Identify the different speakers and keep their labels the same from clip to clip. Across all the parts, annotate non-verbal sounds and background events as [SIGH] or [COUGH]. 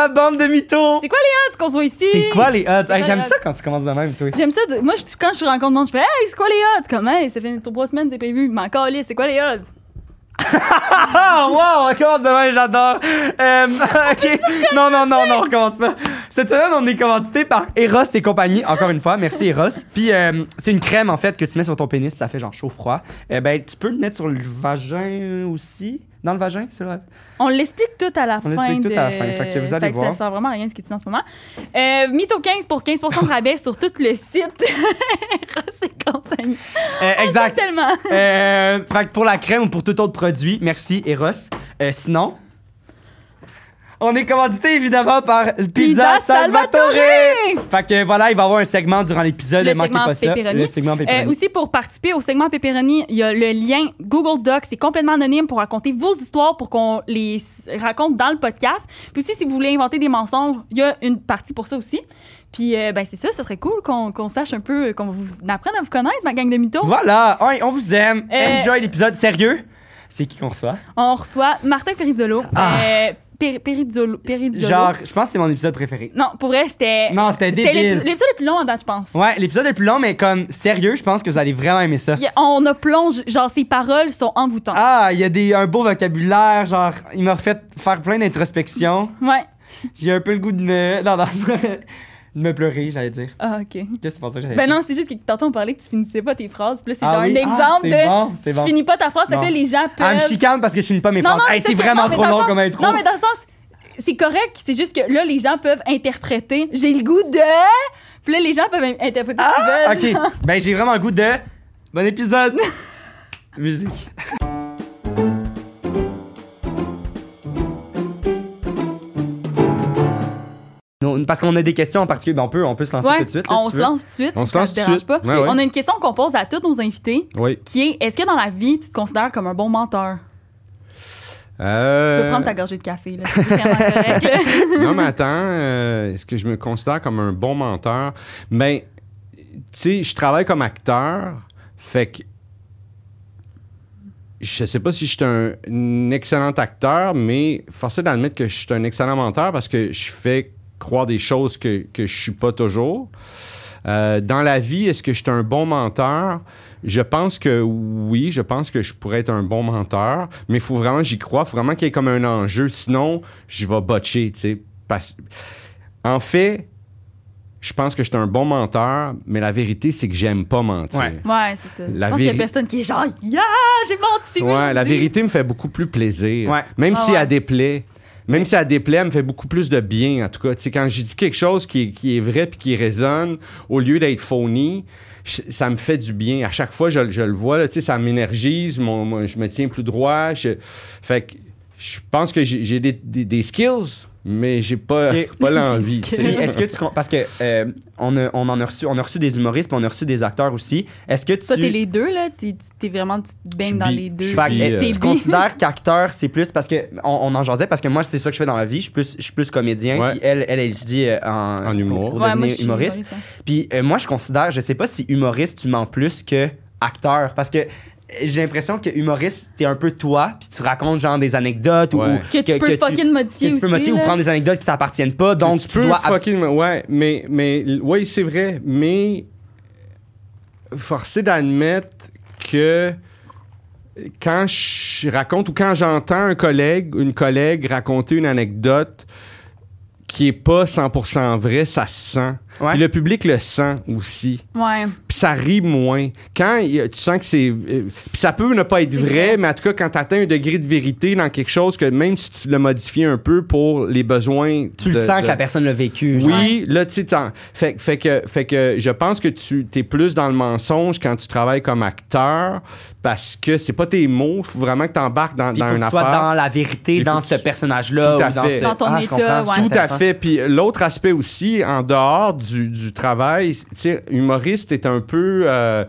Speaker 1: Ah, bande de mythos!
Speaker 2: C'est quoi les odds qu'on soit ici?
Speaker 1: C'est quoi les odds?
Speaker 2: C'est
Speaker 1: Hey,
Speaker 2: quoi
Speaker 1: J'aime
Speaker 2: les
Speaker 1: ça quand tu commences de même, toi.
Speaker 2: J'aime ça. de- Moi, je, quand je rencontre monde, je fais Hey, c'est quoi les odds? Comme, hey, ça fait trois semaines, t'es pas vu. Mais encore, c'est quoi les odds?
Speaker 1: Ah, wow, on recommence de même, j'adore. Euh, [LAUGHS] ok. Non, non, non, non, on recommence pas. Cette semaine, on est commandité par Eros et compagnie, encore une fois. Merci, Eros. Puis, euh, c'est une crème, en fait, que tu mets sur ton pénis, puis ça fait genre chaud-froid. Eh ben, tu peux le mettre sur le vagin aussi. Dans le vagin, sur la-
Speaker 2: On l'explique tout à la
Speaker 1: On
Speaker 2: fin.
Speaker 1: l'explique tout
Speaker 2: de-
Speaker 1: à la fin, fait que vous allez
Speaker 2: ça
Speaker 1: voir.
Speaker 2: sert vraiment à rien ce que tu dis en ce moment. Euh, Mytho 15 pour 15 de rabais sur tout le site. [LAUGHS] Ross et compagnie.
Speaker 1: Euh,
Speaker 2: Ah,
Speaker 1: exact.
Speaker 2: Tellement.
Speaker 1: Euh, fait que pour la crème ou pour tout autre produit, merci, Eros. Euh, sinon. On est commandité évidemment par Pizza,
Speaker 2: Pizza
Speaker 1: Salvatore.
Speaker 2: Salvatore.
Speaker 1: Fait que voilà, il va y avoir un segment durant l'épisode,
Speaker 2: Le
Speaker 1: ne manquez
Speaker 2: segment
Speaker 1: pas ça.
Speaker 2: pepperoni.
Speaker 1: Le segment
Speaker 2: Euh,
Speaker 1: pepperoni.
Speaker 2: aussi, pour participer au segment Pepperoni, il y a le lien Google Docs. C'est complètement anonyme pour raconter vos histoires, pour qu'on les s- raconte dans le podcast. Puis aussi, si vous voulez inventer des mensonges, il y a une partie pour ça aussi. Puis, euh, ben, c'est ça, ça serait cool qu'on qu'on sache un peu, euh, qu'on vous apprenne à vous connaître, ma gang de mythos.
Speaker 1: Voilà, on, on vous aime.
Speaker 2: Euh,
Speaker 1: Enjoy l'épisode sérieux. C'est qui qu'on reçoit?
Speaker 2: On reçoit Martin Perizzolo.
Speaker 1: Ah.
Speaker 2: Euh, Peri- Perizzolo. Perizzolo.
Speaker 1: Genre, je pense que c'est mon épisode préféré.
Speaker 2: Non, pour vrai, c'était.
Speaker 1: Non, c'était
Speaker 2: Euh, C'était l'épi-
Speaker 1: débile.
Speaker 2: l'épisode le plus long en date, je pense.
Speaker 1: Ouais, l'épisode est plus long, mais comme sérieux, je pense que vous allez vraiment aimer ça.
Speaker 2: Il y a- on a plongé, genre, ses paroles sont envoûtantes.
Speaker 1: Ah, il y a des, un beau vocabulaire, genre, il m'a fait faire plein d'introspections.
Speaker 2: Ouais.
Speaker 1: J'ai un peu le goût de me. [LAUGHS] Non, non, de me pleurer, j'allais dire.
Speaker 2: Ah, OK.
Speaker 1: Qu'est-ce que c'est pour ça que j'allais
Speaker 2: Ben
Speaker 1: dire?
Speaker 2: non, c'est juste que tantôt on parlait que tu finissais pas tes phrases. Puis là, c'est
Speaker 1: Ah
Speaker 2: genre
Speaker 1: oui? Ah,
Speaker 2: un exemple
Speaker 1: c'est
Speaker 2: de.
Speaker 1: bon, c'est
Speaker 2: tu
Speaker 1: bon.
Speaker 2: finis pas ta phrase, fait que
Speaker 1: Non.
Speaker 2: là, les gens
Speaker 1: Ah, elle me
Speaker 2: peuvent.
Speaker 1: chicane parce que je finis pas mes
Speaker 2: non, non,
Speaker 1: phrases. Hey, c'est
Speaker 2: ça,
Speaker 1: vraiment
Speaker 2: non, mais
Speaker 1: trop
Speaker 2: dans le
Speaker 1: long
Speaker 2: sens-
Speaker 1: comme intro.
Speaker 2: Non, mais dans le sens, c'est correct, c'est juste que là, les gens peuvent interpréter. J'ai le goût de. Puis là, les gens peuvent interpréter ce qu'ils veulent.
Speaker 1: Ok, ben j'ai vraiment le goût de. Bon épisode!
Speaker 2: [LAUGHS]
Speaker 1: Musique. Non, Parce qu'on a des questions en particulier, ben on peut, on peut se lancer
Speaker 2: Ouais,
Speaker 1: tout de suite. là, si
Speaker 2: on
Speaker 1: tu
Speaker 2: se
Speaker 1: veux.
Speaker 2: lance tout de suite.
Speaker 3: On
Speaker 2: si
Speaker 3: se
Speaker 2: ça
Speaker 3: lance
Speaker 2: te
Speaker 3: tout de
Speaker 2: dérange
Speaker 3: suite.
Speaker 2: pas.
Speaker 3: Ouais, ouais.
Speaker 2: On a une question qu'on pose à tous nos invités
Speaker 3: Oui.
Speaker 2: qui est est-ce que dans la vie, tu te considères comme un bon menteur Tu
Speaker 1: Euh,
Speaker 2: peux
Speaker 3: [LAUGHS]
Speaker 2: prendre ta gorgée de café, là. C'est vraiment
Speaker 1: [LAUGHS]
Speaker 2: correct, là.
Speaker 3: Euh, non, mais attends, euh, est-ce que je me considère comme un bon menteur? Ben, tu sais, je travaille comme acteur, fait que je sais pas si je suis un, un excellent acteur, mais forcé d'admettre que je suis un excellent menteur parce que je fais croire des choses que, que je suis pas toujours. Euh, dans la vie, est-ce que je suis un bon menteur? Je pense que oui, je pense que je pourrais être un bon menteur, mais il faut vraiment, j'y crois, faut vraiment qu'il y ait comme un enjeu, sinon je vais botcher, tu sais. parce- En fait, je pense que je suis un bon menteur, mais la vérité, c'est que j'aime pas mentir.
Speaker 1: Ouais.
Speaker 2: Ouais, c'est ça.
Speaker 3: La
Speaker 2: je pense qu'il y a
Speaker 3: véri-
Speaker 2: personne qui est genre, yeah, j'ai menti.
Speaker 3: Ouais, la
Speaker 2: aujourd'hui.
Speaker 3: vérité me fait beaucoup plus plaisir.
Speaker 1: Ouais.
Speaker 3: Même
Speaker 2: Ouais,
Speaker 3: si
Speaker 2: ouais.
Speaker 3: elle déplaît. Même si elle déplaît, elle me fait beaucoup plus de bien, en tout cas. Tu sais, quand j'ai dit quelque chose qui, qui est vrai puis qui résonne, au lieu d'être phony, je- ça me fait du bien. À chaque fois, je, je le vois, là, tu sais, ça m'énergise, mon- mon- je me tiens plus droit. Je, fait que je pense que j'ai j'ai des, des- des skills, mais j'ai pas,
Speaker 1: Ok.
Speaker 3: pas
Speaker 1: [LAUGHS]
Speaker 3: l'envie. tu
Speaker 1: Puis,
Speaker 3: sais.
Speaker 1: Est-ce que tu con- parce que euh, on, a, on en a reçu on a reçu des humoristes puis on a reçu des acteurs aussi. Est-ce que tu
Speaker 2: Toi, t'es les deux, là. T'es, tu- t'es vraiment, tu te
Speaker 3: Je
Speaker 2: baignes
Speaker 3: suis
Speaker 2: dans
Speaker 3: bi-
Speaker 2: les
Speaker 3: je
Speaker 2: deux.
Speaker 3: suis
Speaker 1: Fait que,
Speaker 3: Puis,
Speaker 1: euh,
Speaker 3: euh,
Speaker 1: tu
Speaker 2: t'es
Speaker 1: considères
Speaker 2: [LAUGHS]
Speaker 1: qu'acteur, c'est plus parce que on, on en jasait parce que moi c'est ça que je fais dans la vie, je suis plus, je suis plus comédien.
Speaker 3: Ouais.
Speaker 1: puis elle, elle, elle étudie euh, en,
Speaker 3: En
Speaker 1: pour-
Speaker 3: humour.
Speaker 1: pour
Speaker 2: Ouais, moi,
Speaker 1: devenir
Speaker 2: je suis
Speaker 1: humoriste.
Speaker 2: humoriste, hein.
Speaker 1: Puis euh, moi je considère, je sais pas si humoriste tu mens plus que acteur parce que euh, j'ai l'impression que humoriste t'es un peu toi puis tu racontes genre des anecdotes ou-
Speaker 3: Ouais.
Speaker 1: ou
Speaker 2: Que tu peux fucking
Speaker 1: que
Speaker 2: modifier
Speaker 1: tu peux
Speaker 2: aussi,
Speaker 1: motiver ou
Speaker 2: là.
Speaker 1: prendre des anecdotes qui t'appartiennent pas donc
Speaker 3: tu,
Speaker 1: tu
Speaker 3: peux
Speaker 1: dois abs-
Speaker 3: fucking ouais mais mais oui c'est vrai mais forcé d'admettre que quand je raconte ou quand j'entends un collègue une collègue raconter une anecdote qui est pas 100% vrai ça se sent
Speaker 1: Ouais.
Speaker 3: Puis le public le sent aussi
Speaker 2: Ouais.
Speaker 3: puis ça rit moins. Quand il y a- tu sens que c'est. euh, Puis ça peut ne pas être
Speaker 2: C'est
Speaker 3: vrai,
Speaker 2: vrai.
Speaker 3: mais en tout cas, quand tu atteins un degré de vérité dans quelque chose, que même si tu le modifies un peu pour les besoins.
Speaker 1: tu le
Speaker 3: de-
Speaker 1: sens
Speaker 3: de-
Speaker 1: que la personne l'a vécu. genre.
Speaker 3: oui, là, tu sais, t'en- fait, fait que, fait que je pense que tu es plus dans le mensonge quand tu travailles comme acteur parce que c'est pas tes mots. faut vraiment que tu embarques dans,
Speaker 1: Puis
Speaker 3: dans
Speaker 1: il faut
Speaker 3: une
Speaker 1: que tu sois
Speaker 3: affaire.
Speaker 1: dans la vérité,
Speaker 3: Il
Speaker 1: dans
Speaker 3: faut que
Speaker 1: ce
Speaker 3: tu-
Speaker 1: personnage-là.
Speaker 3: Tout à
Speaker 1: ou dans
Speaker 3: fait.
Speaker 1: ce-
Speaker 2: Dans ton
Speaker 1: Ah, je
Speaker 2: état,
Speaker 1: comprends, c'est
Speaker 2: ouais.
Speaker 3: Tout à
Speaker 1: intéressant.
Speaker 3: fait. Puis l'autre aspect aussi, en dehors du, du travail, tu sais, humoriste, t'es un peu. euh,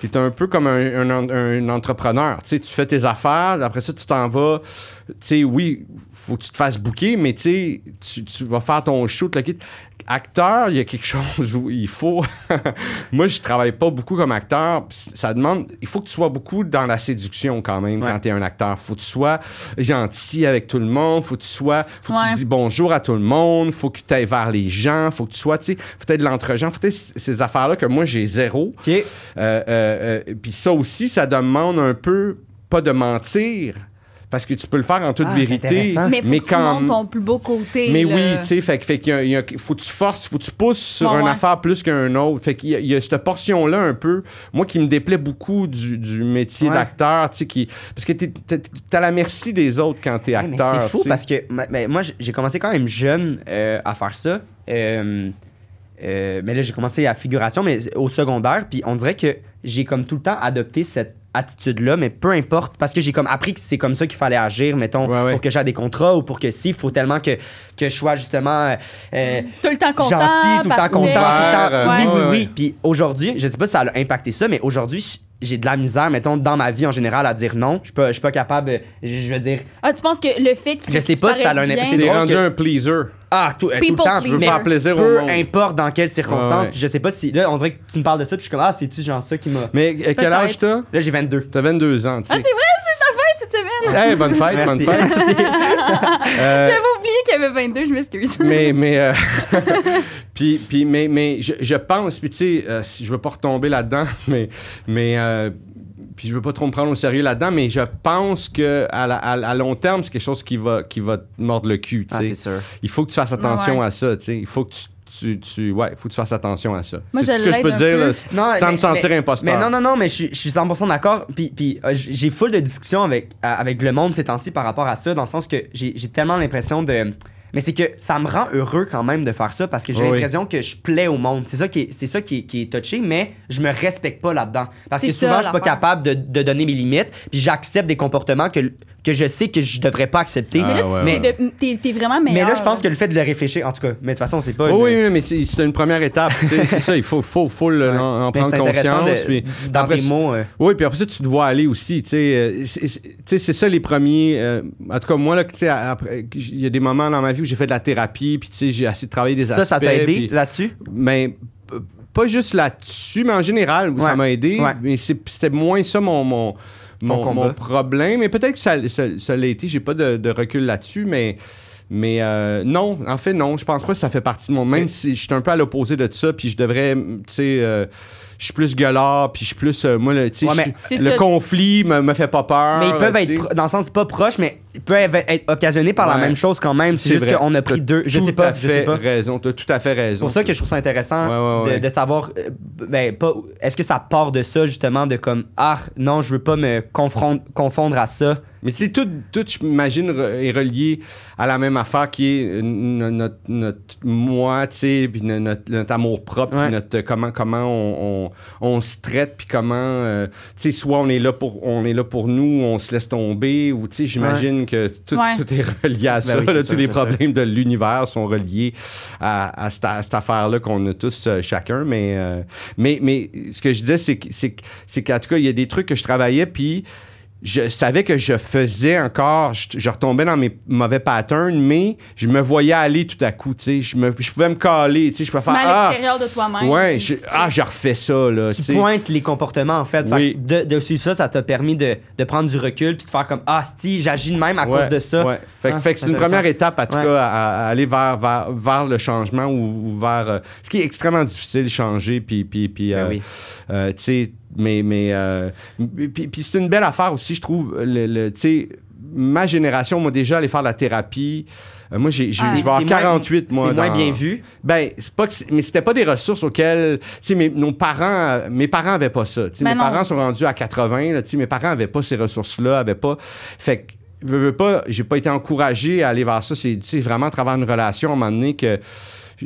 Speaker 3: T'es un peu comme un, un- un entrepreneur. Tu sais, tu fais tes affaires, après ça, tu t'en vas. Tu sais, oui, faut que tu te fasses bouquer, mais tu sais, tu, tu vas faire ton show, te le quitte. acteur, il y a quelque chose où il faut. [LAUGHS] Moi, je travaille pas beaucoup comme acteur. Ça demande. Il faut que tu sois beaucoup dans la séduction quand même
Speaker 1: Ouais.
Speaker 3: quand tu es un acteur. faut que tu sois gentil avec tout le monde. faut que tu sois. faut que
Speaker 2: Ouais.
Speaker 3: tu dis bonjour à tout le monde. faut que tu ailles vers les gens. faut que tu sois. Tu sais, faut être de l'entre-gens. faut être ces affaires-là que moi, j'ai zéro.
Speaker 1: OK.
Speaker 3: Euh, euh, euh, Puis ça aussi, ça demande un peu pas de mentir. Parce que tu peux le faire en toute
Speaker 1: Ah, c'est
Speaker 3: vérité.
Speaker 1: intéressant.
Speaker 2: Mais faut que tu
Speaker 3: quand-
Speaker 2: montres ton plus beau côté.
Speaker 3: mais
Speaker 2: là.
Speaker 3: oui, tu sais, fait, que- fait qu'il y a- il y a- faut que tu forces, faut que tu pousses sur
Speaker 2: Bon,
Speaker 3: une
Speaker 2: ouais.
Speaker 3: affaire plus qu'un autre. Fait qu'il y a, il y a cette portion-là un peu, moi, qui me déplaît beaucoup du, du métier
Speaker 1: Ouais.
Speaker 3: d'acteur, tu sais, qui- parce que t'es, t'es- t'es à la merci des autres quand t'es
Speaker 1: Ouais, mais
Speaker 3: acteur.
Speaker 1: C'est fou
Speaker 3: tu sais.
Speaker 1: parce que ma- mais moi, j'ai- j'ai commencé quand même jeune euh, à faire ça. Euh, euh, mais là, j'ai commencé à figuration, mais au secondaire. Puis on dirait que j'ai comme tout le temps adopté cette attitude-là, mais peu importe, parce que j'ai comme appris que c'est comme ça qu'il fallait agir, mettons,
Speaker 3: Ouais, ouais.
Speaker 1: pour que j'aie des contrats ou pour que si, il faut tellement que, que je sois justement euh,
Speaker 2: Tout le temps content.
Speaker 1: gentil, tout le temps
Speaker 2: parfait.
Speaker 1: content, tout le temps.
Speaker 2: Ouais.
Speaker 1: Oui, oui,
Speaker 3: Ouais, ouais.
Speaker 1: oui. Puis aujourd'hui, je sais pas si ça a impacté ça, mais aujourd'hui, j- j'ai de la misère, mettons, dans ma vie en général, à dire non. Je suis pas, je suis pas capable, je, je veux dire.
Speaker 2: Ah, tu penses que le fait que
Speaker 1: Je sais pas si ça a un
Speaker 2: bien,
Speaker 1: impact-
Speaker 3: T'es
Speaker 1: c'est drôle
Speaker 3: rendu
Speaker 1: que-
Speaker 3: un pleaser.
Speaker 1: Ah,
Speaker 3: eh,
Speaker 1: tout, euh, tout le
Speaker 2: People
Speaker 1: temps,
Speaker 3: Tu veux
Speaker 2: Mais
Speaker 3: faire plaisir au
Speaker 1: peu
Speaker 3: monde.
Speaker 1: importe dans quelles
Speaker 3: Ouais,
Speaker 1: circonstances.
Speaker 3: ouais.
Speaker 1: Puis je sais pas si. Là, on dirait que tu me parles de ça, puis je suis comme, ah, c'est-tu genre ça qui m'a.
Speaker 3: Mais euh, quel
Speaker 2: Peut-être.
Speaker 3: âge t'as?
Speaker 1: Là, j'ai 22.
Speaker 3: T'as 22 ans, tu
Speaker 2: Ah,
Speaker 3: sais.
Speaker 2: c'est vrai, c'est ta fête cette semaine.
Speaker 3: Hey, bonne fête, bonne
Speaker 1: Merci.
Speaker 3: fête.
Speaker 1: [LAUGHS]
Speaker 3: [LAUGHS] Euh,
Speaker 2: J'avais oublié qu'il y avait 22, je m'excuse.
Speaker 3: mais mais euh, [LAUGHS] puis puis mais mais je, je pense puis tu sais euh, si je veux pas retomber là-dedans [LAUGHS] mais mais euh, puis je veux pas trop me prendre au sérieux là-dedans mais je pense que à, la- à- à long terme c'est quelque chose qui va qui va te mordre le cul tu
Speaker 1: Ah,
Speaker 3: sais
Speaker 1: c'est sûr.
Speaker 3: il faut que tu fasses attention
Speaker 2: Ouais.
Speaker 3: à ça tu sais il faut que tu tu, tu- ouais, faut que tu fasses attention à ça.
Speaker 2: Moi,
Speaker 3: c'est
Speaker 2: je
Speaker 3: ce que je
Speaker 2: l'aide
Speaker 3: peux
Speaker 2: un
Speaker 3: te dire
Speaker 2: peu.
Speaker 3: là,
Speaker 1: Non,
Speaker 3: sans
Speaker 1: mais-
Speaker 3: me sentir
Speaker 1: mais-
Speaker 3: imposteur.
Speaker 1: Mais non, non, non, mais je, suis- je suis 100% d'accord. Puis, puis euh, j- j'ai full de discussions avec, à- avec le monde ces temps-ci par rapport à ça, dans le sens que j'ai j'ai tellement l'impression de. Mais c'est que ça me rend heureux quand même de faire ça parce que j'ai
Speaker 3: Oui.
Speaker 1: l'impression que je plais au monde. C'est ça qui est, c'est ça qui est, qui est touché, mais je me respecte pas là-dedans. Parce
Speaker 2: C'est
Speaker 1: que
Speaker 2: ça,
Speaker 1: souvent, je suis pas
Speaker 2: l'affaire.
Speaker 1: capable de, de donner mes limites, puis j'accepte des comportements que, que je sais que je devrais pas accepter.
Speaker 3: Ah,
Speaker 2: mais là, tu-
Speaker 3: ouais,
Speaker 1: mais-
Speaker 2: [LAUGHS] de- t'es- t'es vraiment
Speaker 1: mais
Speaker 2: meilleur.
Speaker 1: là, je pense que le fait de le réfléchir, en tout cas, mais de toute façon, c'est pas.
Speaker 3: Oh
Speaker 1: une-
Speaker 3: oui, oui, mais c'est c'est une première étape. tu sais, c'est ça, il faut, faut, faut le-
Speaker 1: Ouais.
Speaker 3: en, en
Speaker 1: Mais
Speaker 3: prendre
Speaker 1: c'est intéressant
Speaker 3: conscience.
Speaker 1: de-
Speaker 3: puis
Speaker 1: dans
Speaker 3: après,
Speaker 1: tes mots. euh,
Speaker 3: Oui, puis après ça, tu te vois aller aussi. Tu sais, euh, c'est- c'est tu sais, c'est ça les premiers. euh, en tout cas, moi, là, tu sais, après, il y a des moments dans ma vie où j'ai fait de la thérapie, puis tu sais, j'ai essayé de travailler des
Speaker 1: ça,
Speaker 3: aspects.
Speaker 1: ça t'a aidé
Speaker 3: puis-
Speaker 1: là-dessus?
Speaker 3: mais p- pas juste là-dessus, mais en général, où ça
Speaker 1: Ouais,
Speaker 3: m'a aidé.
Speaker 1: ouais.
Speaker 3: Mais c'est- c'était moins ça mon, mon, mon,
Speaker 1: combat.
Speaker 3: mon problème. Mais peut-être que ça, ça, ça l'a été. J'ai pas de, de recul là-dessus, mais. Mais euh, non, en fait, non, je pense pas que ça fait partie de mon. Même
Speaker 1: Ok.
Speaker 3: si je suis un peu à l'opposé de ça, puis je devrais, tu sais, euh, je suis plus gueulard, puis je suis plus. euh, moi, le, tu sais,
Speaker 1: Ouais,
Speaker 3: je
Speaker 1: mais
Speaker 3: suis-
Speaker 2: c'est
Speaker 3: le
Speaker 2: ça,
Speaker 3: conflit me, me fait pas peur.
Speaker 1: Mais ils peuvent
Speaker 3: tu
Speaker 1: être,
Speaker 3: sais.
Speaker 1: pro- dans le sens pas proches, mais ils peuvent être occasionnés par
Speaker 3: Ouais.
Speaker 1: la même chose quand même. C'est
Speaker 3: C'est
Speaker 1: juste
Speaker 3: vrai.
Speaker 1: qu'on a pris
Speaker 3: T'as
Speaker 1: deux. Je
Speaker 3: tout
Speaker 1: sais
Speaker 3: à
Speaker 1: pas, je
Speaker 3: fait
Speaker 1: sais pas.
Speaker 3: raison, t'as tout à fait
Speaker 1: C'est
Speaker 3: raison.
Speaker 1: pour ça que je trouve ça intéressant
Speaker 3: Ouais, ouais, ouais.
Speaker 1: De, de savoir, euh, ben, pas, est-ce que ça part de ça justement, de comme, ah non, je veux pas me confron- confondre à ça.
Speaker 3: Mais c'est tout, tout j'imagine, re- est relié à la même affaire qui est euh, no- notre, notre moi, tu sais, puis no- notre, notre amour propre,
Speaker 1: Ouais.
Speaker 3: puis notre euh, comment, comment on, on, on se traite, puis comment, euh, tu sais, soit on est là pour on est là pour nous, on se laisse tomber, ou tu sais, j'imagine que tout,
Speaker 2: Ouais.
Speaker 3: tout est relié à ça.
Speaker 1: Ben oui, c'est
Speaker 3: là,
Speaker 1: sûr,
Speaker 3: tous les
Speaker 1: c'est sûr.
Speaker 3: problèmes de l'univers sont reliés à, à cette, à cette affaire-là qu'on a tous euh, chacun, mais euh, mais, mais ce que je disais, c'est que- c'est que- c'est qu'en tout cas, il y a des trucs que je travaillais, puis je savais que je faisais encore, je, je retombais dans mes mauvais patterns, mais je me voyais aller tout à coup, tu sais. Je, me- je pouvais me caler, tu sais. Je pouvais
Speaker 2: Tu te mets
Speaker 3: faire,
Speaker 2: à
Speaker 3: ah,
Speaker 2: l'extérieur de toi-même.
Speaker 3: ouais,
Speaker 2: puis
Speaker 3: je,
Speaker 2: tu-
Speaker 3: ah, je refais ça, là, tu
Speaker 1: Tu
Speaker 3: sais.
Speaker 1: pointes les comportements en fait. Fait
Speaker 3: Oui.
Speaker 1: que de, de suivre ça, ça t'a permis de, de prendre du recul puis de faire comme, ah si, j'agis de même à
Speaker 3: Ouais,
Speaker 1: cause de ça.
Speaker 3: ouais. Fait, que-
Speaker 1: Ah,
Speaker 3: fait que c'est une
Speaker 1: intéressant.
Speaker 3: première étape, en tout
Speaker 1: Ouais.
Speaker 3: cas, à, à aller vers, vers, vers le changement ou, ou vers. euh, ce qui est extrêmement difficile, changer, puis. puis, puis,
Speaker 1: Ben
Speaker 3: euh,
Speaker 1: oui.
Speaker 3: Euh, tu sais, mais, mais euh, puis, puis c'est une belle affaire aussi, je trouve. Le, le- tu sais, ma génération, moi, déjà, aller faire de la thérapie. euh, moi, j'ai, j'ai,
Speaker 2: Ah,
Speaker 3: je vais
Speaker 1: C'est
Speaker 3: avoir
Speaker 1: moins-
Speaker 3: 48, moi.
Speaker 1: C'est moins
Speaker 3: dans-
Speaker 1: bien vu.
Speaker 3: Ben, c'est pas que c'est- mais c'était pas des ressources auxquelles. Tu sais, mes- nos parents, euh, mes parents avaient pas ça. Tu sais,
Speaker 2: Ben
Speaker 3: mes
Speaker 2: non.
Speaker 3: parents sont rendus à 80, là, tu sais, mes parents avaient pas ces ressources-là, avaient pas. Fait que. Veux, veux pas, j'ai pas été encouragé à aller vers ça. C'est tu sais, vraiment à travers une relation à un moment donné que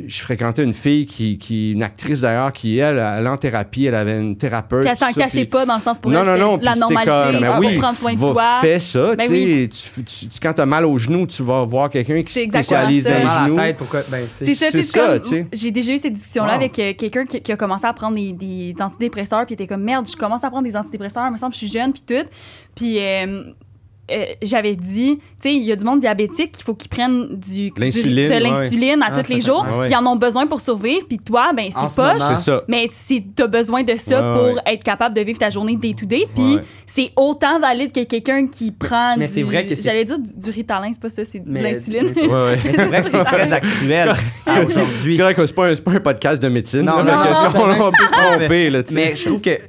Speaker 3: je fréquentais une fille qui, qui une actrice d'ailleurs, qui elle, allait en thérapie, elle avait une thérapeute.
Speaker 2: Qu'elle s'en
Speaker 3: tout ça,
Speaker 2: cachait
Speaker 3: puis-
Speaker 2: pas dans le sens pour
Speaker 3: non,
Speaker 2: elle,
Speaker 3: non, non,
Speaker 2: c'était la
Speaker 3: puis c'était
Speaker 2: normalité, Ah,
Speaker 3: comme, ben
Speaker 2: pour
Speaker 3: oui,
Speaker 2: prendre soin de
Speaker 3: va-
Speaker 2: toi.
Speaker 3: Fais ça,
Speaker 2: Ben
Speaker 3: tu sais. tu- tu- tu- Quand t'as mal au genou, tu vas voir quelqu'un qui se
Speaker 2: C'est exactement
Speaker 3: spécialise
Speaker 2: ça.
Speaker 3: dans les
Speaker 1: Mal à
Speaker 3: genoux.
Speaker 1: la tête, pourquoi? Ben, tu sais,
Speaker 2: C'est ça,
Speaker 3: c'est
Speaker 2: tu sais,
Speaker 3: ça,
Speaker 2: comme-
Speaker 3: tu sais.
Speaker 2: J'ai déjà eu cette discussion-là
Speaker 1: Wow.
Speaker 2: avec euh, quelqu'un qui, qui a commencé à prendre des, des antidépresseurs, puis était comme merde, je commence à prendre des antidépresseurs, il me semble que je suis jeune, puis tout. Puis euh, euh, j'avais dit, tu sais, il y a du monde diabétique qu'il faut qu'ils prennent du, du-
Speaker 3: L'insuline,
Speaker 2: de
Speaker 3: ouais.
Speaker 2: l'insuline à
Speaker 1: Ah,
Speaker 2: tous les
Speaker 1: ça,
Speaker 2: jours.
Speaker 3: ouais, ouais.
Speaker 2: Ils en ont besoin pour survivre. Puis toi, ben
Speaker 1: En ce
Speaker 2: c'est poche.
Speaker 1: moment.
Speaker 3: C'est ça.
Speaker 2: Mais si t'as besoin de ça
Speaker 3: Ouais, ouais,
Speaker 2: pour être capable de vivre ta journée day to day, puis
Speaker 3: Ouais.
Speaker 2: c'est autant valide que quelqu'un qui prend.
Speaker 1: mais c'est
Speaker 2: du-
Speaker 1: vrai que c'est-
Speaker 2: J'allais dire du, du ritalin, c'est pas ça, c'est de
Speaker 1: Mais-
Speaker 2: l'insuline.
Speaker 1: mais c'est-
Speaker 3: Ouais, ouais.
Speaker 1: [LAUGHS] Mais c'est vrai que c'est très actuel
Speaker 3: [LAUGHS] Ah
Speaker 1: à aujourd'hui.
Speaker 3: C'est correct que c'est pas, un- c'est pas un podcast de médecine.
Speaker 1: Non, non,
Speaker 3: là, fait que
Speaker 1: non,
Speaker 3: est-ce qu'on-
Speaker 1: c'est
Speaker 3: on peut se
Speaker 1: vrai. Ah,
Speaker 3: tromper, là, tu sais.
Speaker 1: Mais je trouve que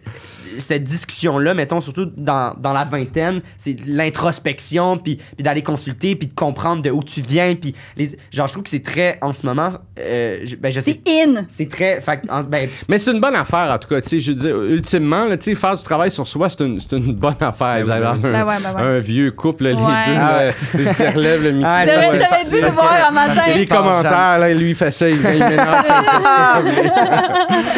Speaker 1: cette discussion-là, mettons, surtout dans, dans la vingtaine, c'est de l'introspection, puis, puis d'aller consulter, puis de comprendre de où tu viens, puis... les- genre, je trouve que c'est très, en ce moment, euh, je, ben, je sais...
Speaker 2: [LAUGHS] C'est in.
Speaker 1: C'est très... Fait, que, en- ben,
Speaker 3: Mais c'est une bonne affaire, en tout cas. tu sais, Je veux dire, ultimement, là, tu sais, faire du travail sur soi, c'est une, c'est une bonne affaire.
Speaker 1: Ben
Speaker 3: Vous avez
Speaker 1: oui.
Speaker 3: un,
Speaker 2: Ben ouais, ben ouais.
Speaker 3: un vieux couple, les
Speaker 2: Ouais.
Speaker 3: deux,
Speaker 1: Ah ouais.
Speaker 3: là, ils se
Speaker 1: [LAUGHS]
Speaker 3: relèvent le micro.
Speaker 1: Ah, c'est
Speaker 2: J'avais
Speaker 1: parce que-
Speaker 2: j'avais
Speaker 1: c'est
Speaker 2: dû le
Speaker 1: parce
Speaker 2: voir
Speaker 1: que-
Speaker 2: un
Speaker 1: parce que
Speaker 2: matin.
Speaker 1: je
Speaker 3: les
Speaker 1: pense, Ah! Jeanne.
Speaker 3: commentaires, là, lui, il fait ça, il, il m'énerve.
Speaker 2: [LAUGHS]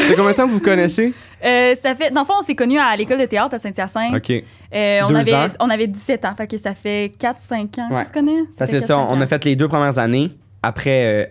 Speaker 3: C'est combien de temps vous vous connaissez?
Speaker 2: Euh, ça fait, dans le fond, on s'est connus à l'école de théâtre à Saint-Hyacinthe.
Speaker 3: OK.
Speaker 2: Euh, on,
Speaker 1: Deux
Speaker 2: avait,
Speaker 1: ans.
Speaker 2: on avait 17 ans, fait que ça fait 4-5 ans
Speaker 1: Ouais.
Speaker 2: qu'on se connaît.
Speaker 1: Parce
Speaker 2: fait
Speaker 1: que ça,
Speaker 2: 4-5
Speaker 1: on a
Speaker 2: ans.
Speaker 1: fait les deux premières années. Après, euh,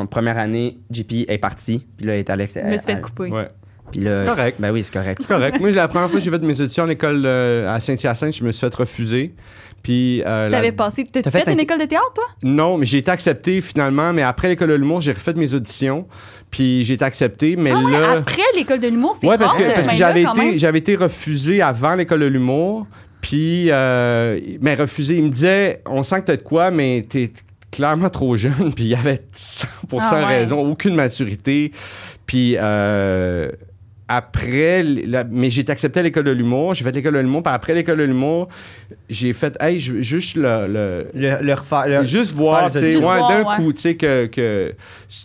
Speaker 1: en première année, JP est parti. Puis là, est Alex.
Speaker 2: Je me suis
Speaker 1: euh,
Speaker 2: fait couper.
Speaker 3: Ouais.
Speaker 1: Puis là,
Speaker 3: C'est correct.
Speaker 1: Ben oui, c'est correct.
Speaker 3: C'est correct. Moi, la première fois que j'ai fait mes études en école euh, à Saint-Hyacinthe, je me suis fait refuser. Puis, euh, la-
Speaker 2: T'avais passé. T'as-tu
Speaker 1: T'as
Speaker 2: fait,
Speaker 1: fait
Speaker 2: une
Speaker 1: Saint-
Speaker 2: école de théâtre, toi?
Speaker 3: Non, mais j'ai été accepté finalement. Mais après l'école de l'humour, j'ai refait mes auditions. Puis j'ai été accepté. Mais
Speaker 2: Ah ouais,
Speaker 3: là.
Speaker 2: après l'école de l'humour, c'est
Speaker 3: Ouais, parce
Speaker 2: rare, ce
Speaker 3: que, parce que
Speaker 2: chemin-là,
Speaker 3: j'avais
Speaker 2: quand même.
Speaker 3: été, j'avais été refusé avant l'école de l'humour. Puis, euh, mais refusé. Il me disait, on sent que t'as de quoi, mais t'es clairement trop jeune. [LAUGHS] Puis il y avait 100%
Speaker 2: Ah ouais.
Speaker 3: raison, aucune maturité. Puis euh, après, la- mais j'ai été accepté à l'école de l'humour. J'ai fait l'école de l'humour. Puis après l'école de l'humour, j'ai fait, hey, je veux juste le- le,
Speaker 1: Le, le refaire. le-
Speaker 3: juste voir, tu
Speaker 1: faire
Speaker 3: sais,
Speaker 1: les
Speaker 3: ouais,
Speaker 2: auditions. Juste
Speaker 3: d'un
Speaker 2: voir, ouais.
Speaker 3: coup, tu sais, que, que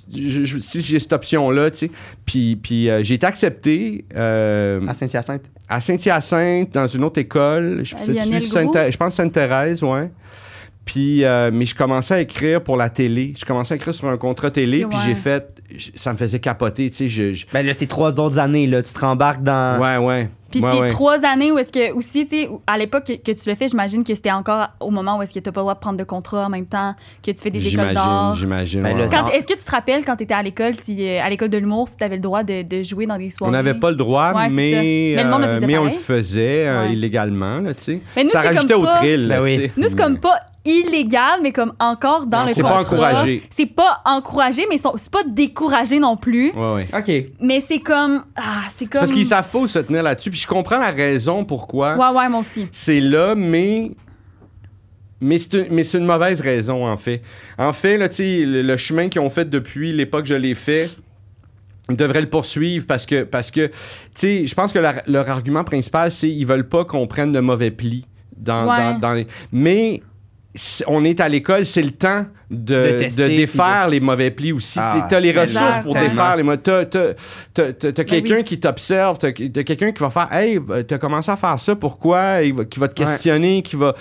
Speaker 3: je- je- si j'ai cette option-là, tu sais. Puis, puis euh, j'ai été accepté euh,
Speaker 1: À Saint-Hyacinthe.
Speaker 3: à Saint-Hyacinthe, dans une autre école. Je,
Speaker 2: À
Speaker 3: sais-tu,
Speaker 2: Lionel
Speaker 3: Sainte-
Speaker 2: Groulx?
Speaker 3: je pense Sainte-Thérèse, ouais. Puis, euh, mais je commençais à écrire pour la télé. Je commençais à écrire sur un contrat télé,
Speaker 2: Ok,
Speaker 3: puis
Speaker 2: ouais.
Speaker 3: j'ai fait... j- Ça me faisait capoter, tu sais. je- je-
Speaker 1: Ben là, c'est trois autres années, là. Tu te rembarques dans.
Speaker 3: ouais, ouais.
Speaker 2: Puis
Speaker 3: ouais,
Speaker 2: c'est
Speaker 3: ouais.
Speaker 2: trois années où est-ce que, aussi, tu sais, où- à l'époque que, que tu le fais, j'imagine que c'était encore au moment où est-ce que t'as pas le droit de prendre de contrat en même temps, que tu fais des écoles
Speaker 3: J'imagine,
Speaker 2: d'art.
Speaker 3: j'imagine.
Speaker 1: Ben
Speaker 3: ouais,
Speaker 1: là,
Speaker 3: ouais.
Speaker 1: ça-
Speaker 2: Quand- Est-ce que tu te rappelles quand t'étais à l'école, si, euh, à l'école de l'humour, si t'avais le droit de, de jouer dans des soirées?
Speaker 3: On n'avait pas le droit,
Speaker 2: Ouais, c'est ça.
Speaker 3: mais, euh,
Speaker 2: Mais le monde le faisait
Speaker 3: mais on le
Speaker 2: pareil.
Speaker 3: faisait euh,
Speaker 2: Ouais.
Speaker 3: illégalement, là, tu sais.
Speaker 2: Mais nous,
Speaker 3: ça
Speaker 2: c'est
Speaker 3: rajoutait
Speaker 2: comme
Speaker 3: au
Speaker 2: pas-
Speaker 3: thrill, là,
Speaker 1: Ben oui.
Speaker 3: tu sais.
Speaker 2: Nous, c'est comme pas illégal, mais comme encore dans
Speaker 1: Non,
Speaker 2: le
Speaker 3: c'est pas
Speaker 2: contrat.
Speaker 3: encouragé.
Speaker 2: C'est pas encouragé, mais sont- c'est pas découragé non plus.
Speaker 3: Ouais, ouais.
Speaker 1: OK.
Speaker 2: Mais c'est comme. Ah, c'est comme.
Speaker 3: Parce qu'ils savent hein. pas où se tenir là-dessus. Puis je comprends la raison pourquoi
Speaker 2: Ouais, ouais, moi aussi.
Speaker 3: c'est là, mais. Mais c'est, une, mais c'est une mauvaise raison, en fait. En fait, là, tu sais, le, le chemin qu'ils ont fait depuis l'époque que je l'ai fait, ils devraient le poursuivre parce que, parce que tu sais, je pense que leur- leur argument principal, c'est qu'ils veulent pas qu'on prenne de mauvais plis. Dans,
Speaker 2: Ouais.
Speaker 3: dans- dans les- Mais c'est- on est à l'école, c'est le temps de,
Speaker 1: De tester,
Speaker 3: de
Speaker 1: puis de-
Speaker 3: défaire les mauvais plis aussi.
Speaker 1: Ah,
Speaker 3: tu as les
Speaker 2: tellement,
Speaker 3: ressources pour
Speaker 2: tellement.
Speaker 3: défaire les mauvais t'as- t'as- T'as t'as- t'as
Speaker 2: Ben
Speaker 3: quelqu'un
Speaker 2: oui.
Speaker 3: qui t'observe, t'as t'as quelqu'un qui va faire Hey, euh, t'as commencé à faire ça, pourquoi Il va- Qui va te questionner, qui va.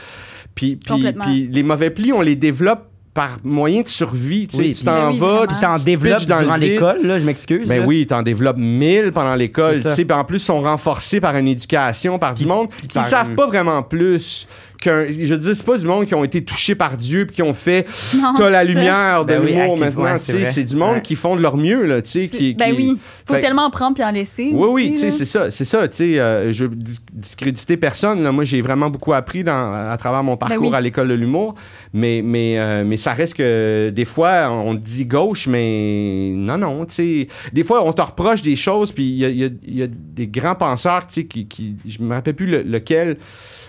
Speaker 3: Puis, puis-
Speaker 2: Complètement.
Speaker 3: puis les mauvais plis, on les développe par moyen de survie. Tu sais,
Speaker 1: Oui,
Speaker 3: tu
Speaker 1: puis-
Speaker 3: t'en
Speaker 2: Oui,
Speaker 3: vas,
Speaker 2: vraiment.
Speaker 1: Puis
Speaker 3: tu
Speaker 1: ça en
Speaker 3: pitches
Speaker 1: développe
Speaker 3: dans le
Speaker 1: durant
Speaker 3: vide.
Speaker 1: l'école, là. Je m'excuse.
Speaker 3: Ben
Speaker 1: là.
Speaker 3: oui, t'en développes mille pendant l'école.
Speaker 1: C'est ça.
Speaker 3: tu sais, puis en plus, ils sont renforcés par une éducation, par du
Speaker 1: Puis-
Speaker 3: monde
Speaker 1: puis
Speaker 3: qui
Speaker 1: par-
Speaker 3: savent pas vraiment plus. qu'un... je veux dire, c'est pas du monde qui ont été touchés par Dieu puis qui ont fait
Speaker 2: Non,
Speaker 3: [LAUGHS] T'as la
Speaker 2: Ah, c'est ça.
Speaker 3: lumière de
Speaker 1: Ben oui,
Speaker 3: l'humour
Speaker 1: ah, c'est-
Speaker 3: maintenant.
Speaker 1: ouais,
Speaker 3: tu
Speaker 1: c'est
Speaker 3: sais,
Speaker 1: vrai.
Speaker 3: c'est du monde
Speaker 1: Ouais.
Speaker 3: qui font de leur mieux. Là, tu sais, qui,
Speaker 2: ben
Speaker 3: qui-
Speaker 2: oui, faut
Speaker 3: Fait-
Speaker 2: tellement en prendre puis en laisser.
Speaker 3: Oui, oui, tu
Speaker 2: aussi,
Speaker 3: sais,
Speaker 2: là.
Speaker 3: c'est ça, c'est ça, tu sais, euh, je veux dis- discréditer personne, là. moi j'ai vraiment beaucoup appris dans, à travers mon parcours
Speaker 2: Ben oui.
Speaker 3: à l'école de l'humour, mais, mais, euh, mais ça reste que des fois on dit gauche, mais non, non, tu sais, des fois on te reproche des choses, puis il y a, il y a- il y a des grands penseurs, tu sais, qui, qui, je me rappelle plus le- lequel,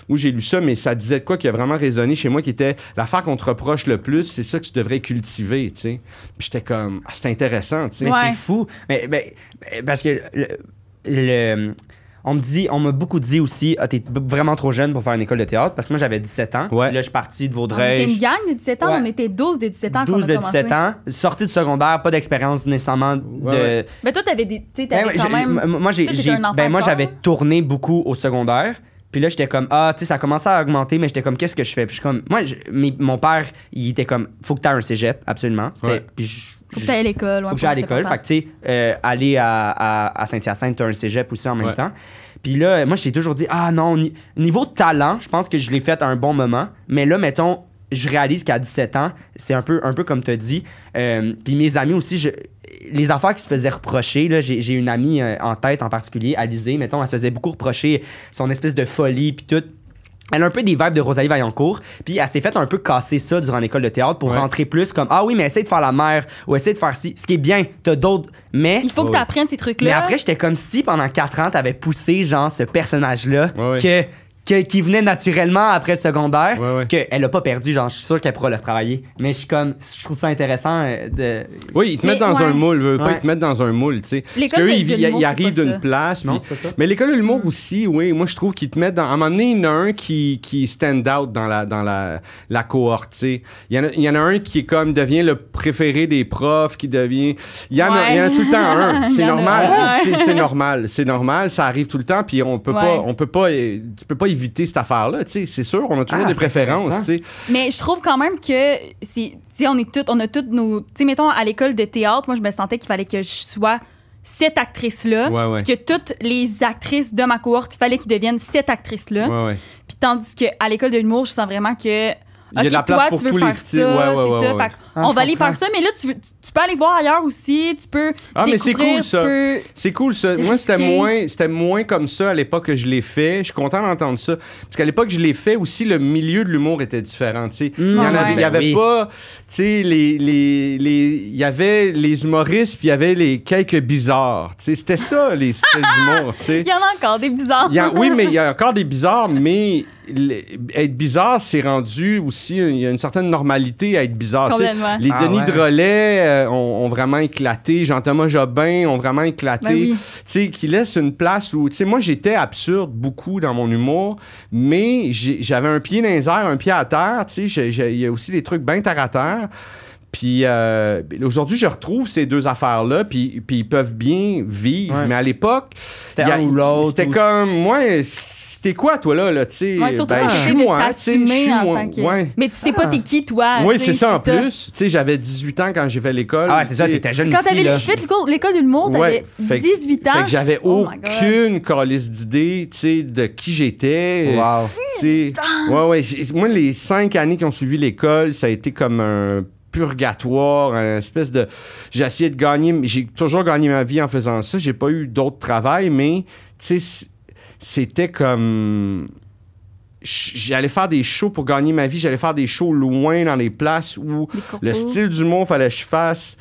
Speaker 3: où j'ai lu ça, mais ça disait de quoi qui a vraiment résonné chez moi, qui était l'affaire qu'on te reproche le plus, c'est ça que tu devrais cultiver, tu sais, puis j'étais comme, ah, c'est intéressant, tu sais.
Speaker 1: Mais
Speaker 2: Ouais.
Speaker 1: c'est fou. Mais, ben, ben, parce que le, le- on me dit, on m'a beaucoup dit aussi, ah, t'es vraiment trop jeune pour faire une école de théâtre. Parce que moi, j'avais 17 ans.
Speaker 3: Ouais.
Speaker 1: Là, je suis parti de
Speaker 2: On était
Speaker 1: Vaudreuil.
Speaker 2: Ah, une gang de 17 ans,
Speaker 1: Ouais.
Speaker 2: on était 12 de 17 ans quand on
Speaker 1: 12
Speaker 2: a
Speaker 1: de
Speaker 2: commencé.
Speaker 1: 17 ans, sorti du secondaire, pas d'expérience nécessairement de.
Speaker 3: ouais.
Speaker 2: Mais toi, t'avais des. Tu
Speaker 1: Ben
Speaker 2: sais, t'avais
Speaker 1: ouais,
Speaker 2: quand
Speaker 1: j'ai-
Speaker 2: même.
Speaker 1: m- moi, j'ai,
Speaker 2: Toi, t'étais
Speaker 1: j'ai-
Speaker 2: un enfant hein?
Speaker 1: ben, moi
Speaker 2: encore,
Speaker 1: j'avais
Speaker 2: là.
Speaker 1: tourné beaucoup au secondaire. Puis là, j'étais comme, ah, tu sais, ça commençait à augmenter, mais j'étais comme, qu'est-ce que je fais? Puis je suis comme, moi, je- mes- mon père, il était comme, faut que tu aies un cégep, absolument. C'était,
Speaker 3: Ouais.
Speaker 1: puis je-
Speaker 2: Faut que
Speaker 1: je-
Speaker 2: t'ailles à l'école. ouais,
Speaker 1: faut que j'aille à
Speaker 2: c'était
Speaker 1: l'école.
Speaker 2: important.
Speaker 1: Fait que, tu sais, euh, aller à, à, à Saint-Hyacinthe, t'as un cégep aussi en même
Speaker 3: Ouais.
Speaker 1: temps. Puis là, moi, j'ai toujours dit, ah non, ni- niveau talent, je pense que je l'ai fait à un bon moment. Mais là, mettons, je réalise qu'à 17 ans, c'est un peu, un peu comme t'as dit. Euh, puis mes amis aussi, je, les affaires qui se faisaient reprocher, là, j'ai j'ai une amie euh, en tête en particulier, Alizée, mettons, elle se faisait beaucoup reprocher son espèce de folie, puis tout. Elle a un peu des vibes de Rosalie Vaillancourt, puis elle s'est faite un peu casser ça durant l'école de théâtre pour
Speaker 3: Ouais.
Speaker 1: rentrer plus comme Ah oui, mais essaye de faire la mère ou essaye de faire ci, ce qui est bien, t'as d'autres. Mais,
Speaker 2: Il faut que
Speaker 3: Ouais,
Speaker 2: tu
Speaker 3: ouais.
Speaker 2: apprennes ces trucs-là.
Speaker 1: mais après, j'étais comme si pendant 4 ans, t'avais poussé genre ce personnage-là
Speaker 3: Ouais, ouais.
Speaker 1: que, que- qui venait naturellement après le secondaire,
Speaker 3: Ouais, ouais.
Speaker 1: qu'elle a pas perdu, genre je suis sûr qu'elle pourra le travailler. Mais je suis comme, je trouve ça intéressant euh, de.
Speaker 3: Oui, ils te
Speaker 2: Mais
Speaker 3: mettent dans
Speaker 2: ouais.
Speaker 3: un moule, veux pas,
Speaker 1: Ouais.
Speaker 3: ils te mettent dans un moule, tu sais. Parce
Speaker 2: L'école
Speaker 3: qu'eux,
Speaker 2: de-
Speaker 3: ils,
Speaker 2: de
Speaker 3: ils-
Speaker 2: l'humour,
Speaker 3: ils
Speaker 2: c'est
Speaker 3: arrivent
Speaker 2: pas
Speaker 3: d'une
Speaker 2: ça.
Speaker 3: place.
Speaker 1: Non,
Speaker 3: puis-
Speaker 1: c'est pas ça.
Speaker 3: Mais l'école de l'humour aussi, oui, moi je trouve qu'ils te mettent dans. À un moment donné, il y en a un qui, qui stand out dans la, dans la, la cohorte, tu sais. Il y, en a- il y en a un qui est comme devient le préféré des profs, qui devient. Il y en, a, il y en a
Speaker 2: Ouais.
Speaker 3: tout le temps un.
Speaker 2: [LAUGHS] Il
Speaker 3: C'est
Speaker 2: y en a
Speaker 3: normal.
Speaker 2: un, ouais.
Speaker 3: C'est c'est normal. C'est normal. Ça arrive tout le temps, puis on peut pas.
Speaker 2: Ouais.
Speaker 3: On peut pas eh, tu peux pas éviter cette affaire-là, tu sais. C'est sûr, on a toujours
Speaker 1: Ah,
Speaker 3: des
Speaker 1: c'est
Speaker 3: préférences,
Speaker 1: intéressant.
Speaker 3: tu sais.
Speaker 2: Mais je trouve quand même que c'est, tu sais, on est toutes, on a toutes nos, tu sais, mettons à l'école de théâtre, moi je me sentais qu'il fallait que je sois cette actrice-là,
Speaker 3: Ouais, ouais.
Speaker 2: que toutes les actrices de ma cohorte, il fallait qu'ils deviennent cette actrice-là.
Speaker 3: Ouais, ouais.
Speaker 2: Puis tandis que à l'école de l'humour, je sens vraiment que
Speaker 3: Il y a de la
Speaker 2: OK,
Speaker 3: place
Speaker 2: toi,
Speaker 3: pour
Speaker 2: tu veux
Speaker 3: tous les
Speaker 2: faire
Speaker 3: styles.
Speaker 2: ça,
Speaker 3: Ouais, ouais,
Speaker 2: c'est
Speaker 3: ouais,
Speaker 2: ça.
Speaker 3: ouais.
Speaker 2: Fait que
Speaker 1: Ah,
Speaker 2: on
Speaker 1: je
Speaker 2: va aller
Speaker 1: comprends.
Speaker 2: faire ça, mais là, tu, veux- tu- tu peux aller voir ailleurs aussi. Tu peux.
Speaker 3: Ah, mais c'est
Speaker 2: découvrir,
Speaker 3: cool, ça.
Speaker 2: tu peux-
Speaker 3: C'est cool ça. Moi, c'était
Speaker 2: Risqué.
Speaker 3: moins, c'était moins comme ça à l'époque que je l'ai fait. Je suis content d'entendre ça. Parce qu'à l'époque que je l'ai fait aussi, le milieu de l'humour était différent. tu sais. Il y en
Speaker 2: Mm, ouais.
Speaker 3: avait, il y avait
Speaker 1: Ben oui.
Speaker 3: pas, tu sais, les, les, les, il y avait les humoristes puis il y avait les quelques bizarres. tu sais. C'était ça les styles d'humour. tu sais.
Speaker 2: [LAUGHS] Il y en a encore des bizarres.
Speaker 3: Il y a- oui,
Speaker 2: [LAUGHS]
Speaker 3: mais il y a encore des bizarres, mais le- être bizarre, c'est rendu aussi. Il y a une certaine normalité à être bizarre. tu sais.
Speaker 2: Complètement.
Speaker 3: Les
Speaker 1: Ah
Speaker 3: Denis
Speaker 1: ouais.
Speaker 3: Drolet euh, ont, ont vraiment éclaté. Jean-Thomas Jobin ont vraiment éclaté.
Speaker 2: Ben oui.
Speaker 3: Tu sais, qui laisse une place où. Tu sais, moi, j'étais absurde beaucoup dans mon humour, mais j'ai- j'avais un pied dans les airs, un pied à terre. Tu sais, j'ai- j'ai- il y a aussi des trucs bien terre à terre. Puis euh, aujourd'hui, je retrouve ces deux affaires-là, puis, puis ils peuvent bien vivre.
Speaker 1: Ouais.
Speaker 3: Mais à l'époque,
Speaker 1: C'était
Speaker 3: il y a-
Speaker 1: un ou l'autre.
Speaker 3: C'était
Speaker 1: ou-
Speaker 3: comme, moi, c'était quoi, toi, là, là, tu sais?
Speaker 2: Ouais, surtout
Speaker 3: ben,
Speaker 2: quand
Speaker 3: je
Speaker 2: tu
Speaker 3: suis
Speaker 2: sais de
Speaker 3: moi, tu sais, je suis
Speaker 2: t'assumer en
Speaker 3: moi.
Speaker 2: tant que.
Speaker 3: Ouais.
Speaker 2: Mais tu sais pas
Speaker 1: Ah.
Speaker 2: t'es qui toi.
Speaker 3: Oui,
Speaker 2: tu sais,
Speaker 3: c'est ça en plus. Tu sais, j'avais 18 ans quand j'ai fait l'école.
Speaker 1: Ah, ouais, c'est ça,
Speaker 3: tu sais.
Speaker 1: t'étais jeune
Speaker 2: Quand
Speaker 1: ici,
Speaker 2: t'avais
Speaker 1: là.
Speaker 2: le- fait l'école- l'école du monde, t'avais
Speaker 3: Ouais, fait que-
Speaker 2: 18 ans.
Speaker 3: Fait que j'avais
Speaker 2: Oh my God.
Speaker 3: aucune calice d'idée, tu sais, de qui j'étais.
Speaker 1: Wow.
Speaker 3: Tu sais, Ouais, ouais. j'ai- Moi, les cinq années qui ont suivi l'école, ça a été comme un purgatoire, un espèce de... J'ai essayé de gagner... J'ai toujours gagné ma vie en faisant ça. J'ai pas eu d'autre travail, mais, tu sais, c- c'était comme... j- J'allais faire des shows pour gagner ma vie. J'allais faire des shows loin dans les places où
Speaker 2: Des corpos.
Speaker 3: le style d'humour fallait que je fasse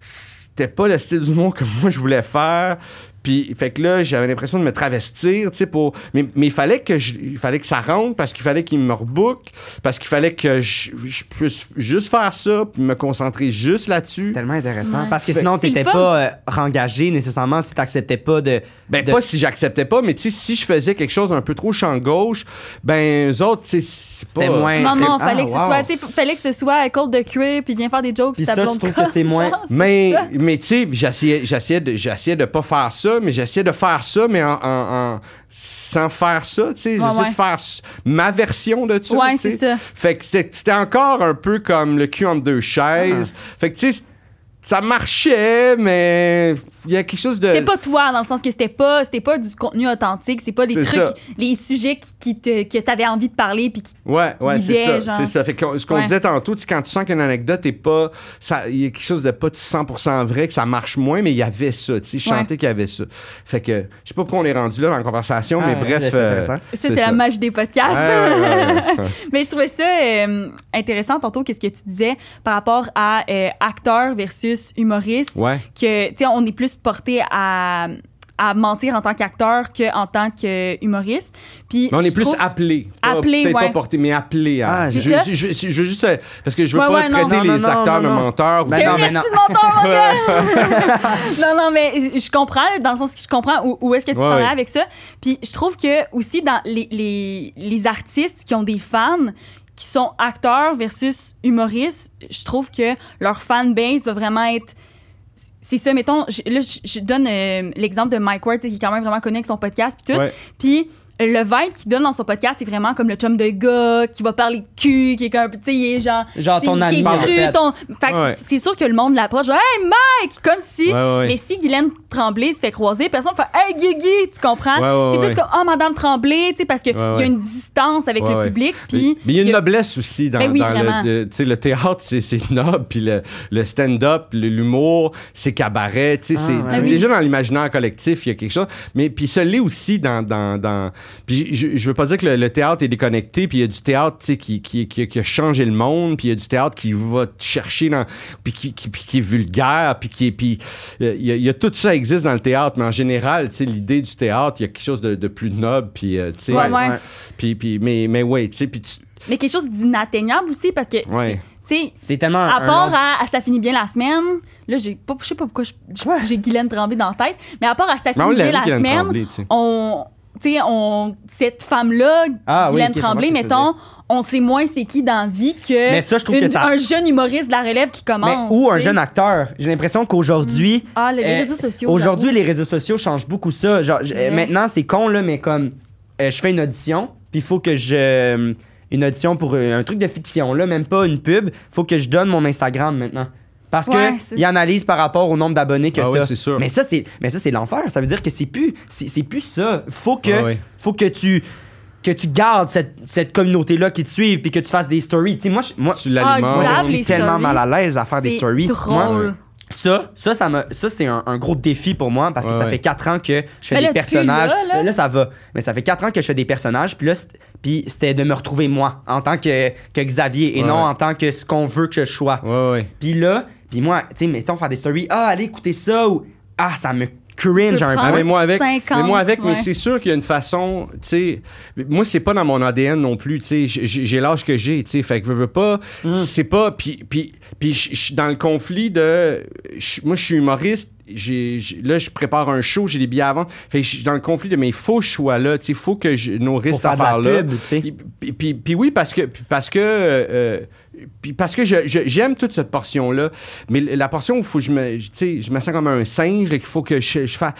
Speaker 3: c'était pas le style d'humour que [LAUGHS] moi je voulais faire puis fait que là j'avais l'impression de me travestir tu sais pour mais, mais il fallait que je il fallait que ça rentre parce qu'il fallait qu'il me rebookent parce qu'il fallait que je, je puisse juste faire ça puis me concentrer juste
Speaker 1: C'est
Speaker 3: là-dessus
Speaker 1: tellement intéressant.
Speaker 2: Mm. Ouais.
Speaker 1: Parce que
Speaker 3: Fait-
Speaker 1: sinon,
Speaker 2: C'est le
Speaker 1: t'étais
Speaker 2: fun.
Speaker 1: pas euh, rengagé nécessairement si t'acceptais pas de.
Speaker 3: ben
Speaker 1: de-
Speaker 3: pas si j'acceptais pas mais tu sais si je faisais quelque chose un peu trop champ gauche ben eux autres tu sais c'est
Speaker 1: C'était
Speaker 3: pas
Speaker 1: moins-
Speaker 2: Non, non,
Speaker 1: Ah,
Speaker 2: fallait que
Speaker 1: wow.
Speaker 2: ce soit, tu sais, fallait que ce soit côte de cuir, puis viens faire des jokes
Speaker 1: Puis
Speaker 2: sur ta
Speaker 1: ça, tu
Speaker 2: blonde
Speaker 1: trouves que c'est
Speaker 2: colle,
Speaker 1: moins-
Speaker 2: genre.
Speaker 3: [LAUGHS] Mais, euh, mais tu sais, j'essayais, j'essayais, de, j'essayais de pas faire ça, mais j'essayais de faire ça, mais en, en- en- sans faire ça, tu sais. j'essayais
Speaker 2: ouais.
Speaker 3: de faire s- ma version de ça,
Speaker 2: Ouais,
Speaker 3: tu sais.
Speaker 2: c'est ça.
Speaker 3: Fait que c'était, c'était encore un peu comme le cul entre deux chaises.
Speaker 2: Ah.
Speaker 3: Fait que tu sais, c- ça marchait, mais il y a quelque chose de...
Speaker 2: C'était pas toi, dans le sens que c'était pas, c'était pas du contenu authentique, c'est pas des
Speaker 3: C'est
Speaker 2: trucs,
Speaker 3: ça.
Speaker 2: les sujets qui, qui te, que t'avais envie de parler, puis qui
Speaker 3: Ouais, ouais,
Speaker 2: L'idée,
Speaker 3: c'est ça.
Speaker 2: genre.
Speaker 3: C'est ça. Fait que ce qu'on
Speaker 2: Ouais.
Speaker 3: disait tantôt, tu sais, quand tu sens qu'une anecdote est pas. ça- Il y a quelque chose de pas 100% vrai, que ça marche moins, mais il y avait ça. Tu sais, je
Speaker 2: Ouais.
Speaker 3: sentais qu'il y avait ça. Fait que je sais pas pourquoi on est rendu là dans la conversation,
Speaker 1: Ah,
Speaker 3: mais
Speaker 1: ouais,
Speaker 3: bref. euh,
Speaker 1: c'est intéressant.
Speaker 2: Ça, c'est la magie des podcasts.
Speaker 3: Ouais, ouais, ouais.
Speaker 2: [LAUGHS] Mais je trouvais ça euh, intéressant, tantôt, qu'est-ce que tu disais par rapport à euh, acteur versus humoriste.
Speaker 3: Ouais.
Speaker 2: Que, tu sais, on est plus porté à, à mentir en tant qu'acteur qu'en tant qu'humoriste. Puis,
Speaker 3: Mais on
Speaker 2: je
Speaker 3: est plus
Speaker 2: trouve-
Speaker 3: appelé. Pas-
Speaker 2: Appelé,
Speaker 3: Peut-être
Speaker 2: ouais.
Speaker 3: pas porté, mais appelé. à-
Speaker 1: Ah,
Speaker 3: je,
Speaker 2: C'est ça.
Speaker 3: je, je- je- je veux juste. euh, Parce que je veux
Speaker 2: Ouais,
Speaker 3: pas
Speaker 2: ouais, non.
Speaker 3: traiter
Speaker 1: Non, non,
Speaker 3: les
Speaker 1: non,
Speaker 3: acteurs
Speaker 1: non,
Speaker 3: de
Speaker 1: non.
Speaker 3: menteurs. ou-
Speaker 1: Ben
Speaker 2: T'es
Speaker 1: non,
Speaker 2: un
Speaker 1: mais non.
Speaker 2: esti de menteur, mon gars! [LAUGHS] non, non, mais je comprends, dans le sens que je comprends où, où est-ce que tu
Speaker 3: Ouais,
Speaker 2: t'en
Speaker 3: ouais.
Speaker 2: es avec ça. Puis je trouve que aussi dans les, les, les artistes qui ont des fans, qui sont acteurs versus humoristes, je trouve que leur fanbase va vraiment être. C'est ça, mettons, je- là, je, je donne euh, l'exemple de Mike Ward, tu sais, qui est quand même vraiment connu avec son podcast, puis tout.
Speaker 3: Ouais.
Speaker 2: Puis le vibe qu'il donne dans son podcast, c'est vraiment comme le chum de gars qui va parler de cul, qui est comme, tu sais, il est genre.
Speaker 1: Genre ton
Speaker 2: Qui est
Speaker 1: ami,
Speaker 2: cru,
Speaker 1: en fait.
Speaker 2: ton- fait que
Speaker 3: Ouais.
Speaker 2: c'est sûr que le monde l'approche. genre, Hey Mike! Comme si.
Speaker 3: Ouais, ouais, ouais.
Speaker 2: Mais si Guylaine Tremblay se fait croiser, personne fait Hey Guigui! Tu comprends?
Speaker 3: Ouais, ouais,
Speaker 2: c'est plus
Speaker 3: ouais.
Speaker 2: comme Oh Madame Tremblay, tu sais, parce qu'il
Speaker 3: Ouais, ouais.
Speaker 2: y a une distance avec
Speaker 3: Ouais,
Speaker 2: le
Speaker 3: ouais.
Speaker 2: public.
Speaker 3: Mais
Speaker 2: Puis.
Speaker 3: mais il y a une
Speaker 2: il y a-
Speaker 3: noblesse aussi dans,
Speaker 2: Ben oui,
Speaker 3: dans
Speaker 2: vraiment.
Speaker 3: le, de- tu sais, le théâtre, c'est- c'est noble, puis le, le stand-up, le- l'humour, c'est cabaret, tu sais,
Speaker 1: Ah,
Speaker 3: c'est
Speaker 1: ouais.
Speaker 3: c'est
Speaker 2: Ben oui.
Speaker 3: déjà dans l'imaginaire collectif, il y a quelque chose. Mais puis ça l'est aussi dans, dans, dans, Puis je, je veux pas dire que le, le théâtre est déconnecté, puis il y a du théâtre tu sais, qui, qui, qui, qui a changé le monde, puis il y a du théâtre qui va te chercher, dans, puis, qui, qui, puis qui est vulgaire, puis qui est- puis, euh, il y, a- il y a tout ça existe dans le théâtre, mais en général, tu sais, l'idée du théâtre, il y a quelque chose de, de plus noble, puis euh, tu sais,
Speaker 2: Ouais, ouais.
Speaker 3: puis, puis, mais, mais ouais, tu sais, puis tu-
Speaker 2: Mais quelque chose d'inatteignable aussi, parce que,
Speaker 3: Ouais.
Speaker 2: c'est- tu sais,
Speaker 1: C'est tellement. un-
Speaker 2: à
Speaker 1: un
Speaker 2: part
Speaker 1: autre-
Speaker 2: à, à Ça finit bien la semaine, là, j'ai pas, je sais pas pourquoi je- je- j'ai Guylaine Tremblay dans la tête, mais à part à Ça
Speaker 3: Mais on
Speaker 2: finit bien
Speaker 3: l'aime,
Speaker 2: la
Speaker 3: Guylaine
Speaker 2: semaine,
Speaker 3: Tremblay, tu sais.
Speaker 2: on, tu sais, on, cette femme-là,
Speaker 1: Ah oui,
Speaker 2: Guylaine
Speaker 1: ok, je comprends ce
Speaker 2: Tremblay,
Speaker 1: que tu veux
Speaker 2: mettons, on sait moins c'est qui dans la vie que,
Speaker 1: Mais ça, je trouve que
Speaker 2: une-
Speaker 1: ça-
Speaker 2: un jeune humoriste de la relève qui
Speaker 1: Mais,
Speaker 2: commence.
Speaker 1: Ben, ou un
Speaker 2: tu sais.
Speaker 1: jeune acteur. J'ai l'impression qu'aujourd'hui,
Speaker 2: Ah, les
Speaker 1: Euh,
Speaker 2: réseaux sociaux.
Speaker 1: Aujourd'hui, les réseaux sociaux changent beaucoup ça. Genre, je-
Speaker 2: Ouais.
Speaker 1: Maintenant, c'est con, là, mais comme euh, je fais une audition, puis il faut que je. euh, Une audition pour euh, un truc de fiction, là, même pas une pub, faut que je donne mon Instagram maintenant. Parce
Speaker 2: Ouais,
Speaker 1: que
Speaker 2: c'est-
Speaker 1: il analyse par rapport au nombre d'abonnés que
Speaker 3: Ah ouais,
Speaker 1: t'as.
Speaker 3: c'est sûr.
Speaker 1: Mais ça c'est mais ça c'est l'enfer, ça veut dire que c'est plus c'est c'est plus ça. Faut que
Speaker 3: Ah ouais.
Speaker 1: faut que tu que tu gardes cette, cette communauté là qui te suive puis que tu fasses des stories. Tu sais moi je- moi
Speaker 3: tu
Speaker 2: Ah,
Speaker 3: l'alimentes.
Speaker 1: moi,
Speaker 2: exact.
Speaker 1: je suis
Speaker 2: les
Speaker 1: tellement
Speaker 2: stories,
Speaker 1: mal à l'aise à faire des
Speaker 2: c'est
Speaker 1: stories. Moi,
Speaker 2: drôle.
Speaker 1: ça, ça, ça, me- ça c'est un, un gros défi pour moi parce que
Speaker 3: Ouais,
Speaker 1: ça
Speaker 3: ouais.
Speaker 1: fait 4 ans que je fais
Speaker 2: Mais là,
Speaker 1: des
Speaker 2: tu
Speaker 1: personnages.
Speaker 2: l'as, là.
Speaker 1: ça va. Mais ça fait 4 ans que je fais des personnages. Puis là, c't- puis c'était de me retrouver moi en tant que, que Xavier et
Speaker 3: Ouais,
Speaker 1: non
Speaker 3: ouais.
Speaker 1: en tant que ce qu'on veut que je sois.
Speaker 3: Ouais, ouais.
Speaker 1: Puis là, puis moi, tu sais, mettons faire des stories. Ah, allez écouter ça ou Ah, ça me cringe
Speaker 2: Tu
Speaker 1: un peu.
Speaker 2: peux
Speaker 3: Ah,
Speaker 2: prendre-
Speaker 3: mais moi avec,
Speaker 2: 50,
Speaker 3: mais moi avec, mais
Speaker 2: ouais.
Speaker 3: c'est sûr qu'il y a une façon, tu sais, moi c'est pas dans mon ADN non plus, tu sais, j'ai- j'ai j'ai l'âge que j'ai, tu sais, fait que je veux pas,
Speaker 2: Mm.
Speaker 3: c'est pas, puis puis puis je je suis dans le conflit de, je- moi je suis humoriste, j'ai j'ai- là je prépare un show, j'ai des billets avant, fait que je suis dans le conflit de mes faux choix là, tu sais, faut que je nourrisse
Speaker 1: Pour
Speaker 3: cette
Speaker 1: faire de la
Speaker 3: affaire là,
Speaker 1: pub, tu sais.
Speaker 3: puis, puis- puis- puis oui, parce que, puis parce que, euh, puis parce que je- je- j'aime toute cette portion-là, mais la portion où faut que je me, tu sais, je me sens comme un singe et qu'il faut que je, je fasse.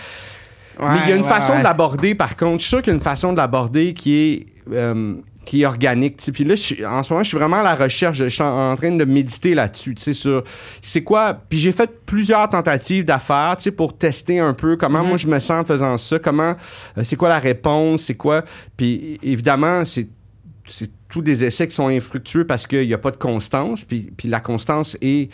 Speaker 3: mais il y a une
Speaker 1: Ouais,
Speaker 3: façon
Speaker 1: ouais,
Speaker 3: de l'aborder, par contre. Je suis sûr qu'il y a une façon de l'aborder qui est. euh, qui est organique. tu sais. Puis là, je suis- en ce moment, je suis vraiment à la recherche. Je suis en, en train de méditer là-dessus. tu sais, sur c'est quoi. Puis j'ai fait plusieurs tentatives d'affaires, tu sais, pour tester un peu comment
Speaker 1: Mm-hmm.
Speaker 3: moi je me sens en faisant ça. Comment, euh, c'est quoi la réponse, c'est quoi. Puis évidemment, c'est c'est tous des essais qui sont infructueux parce qu'il n'y a pas de constance. Puis, puis la constance est,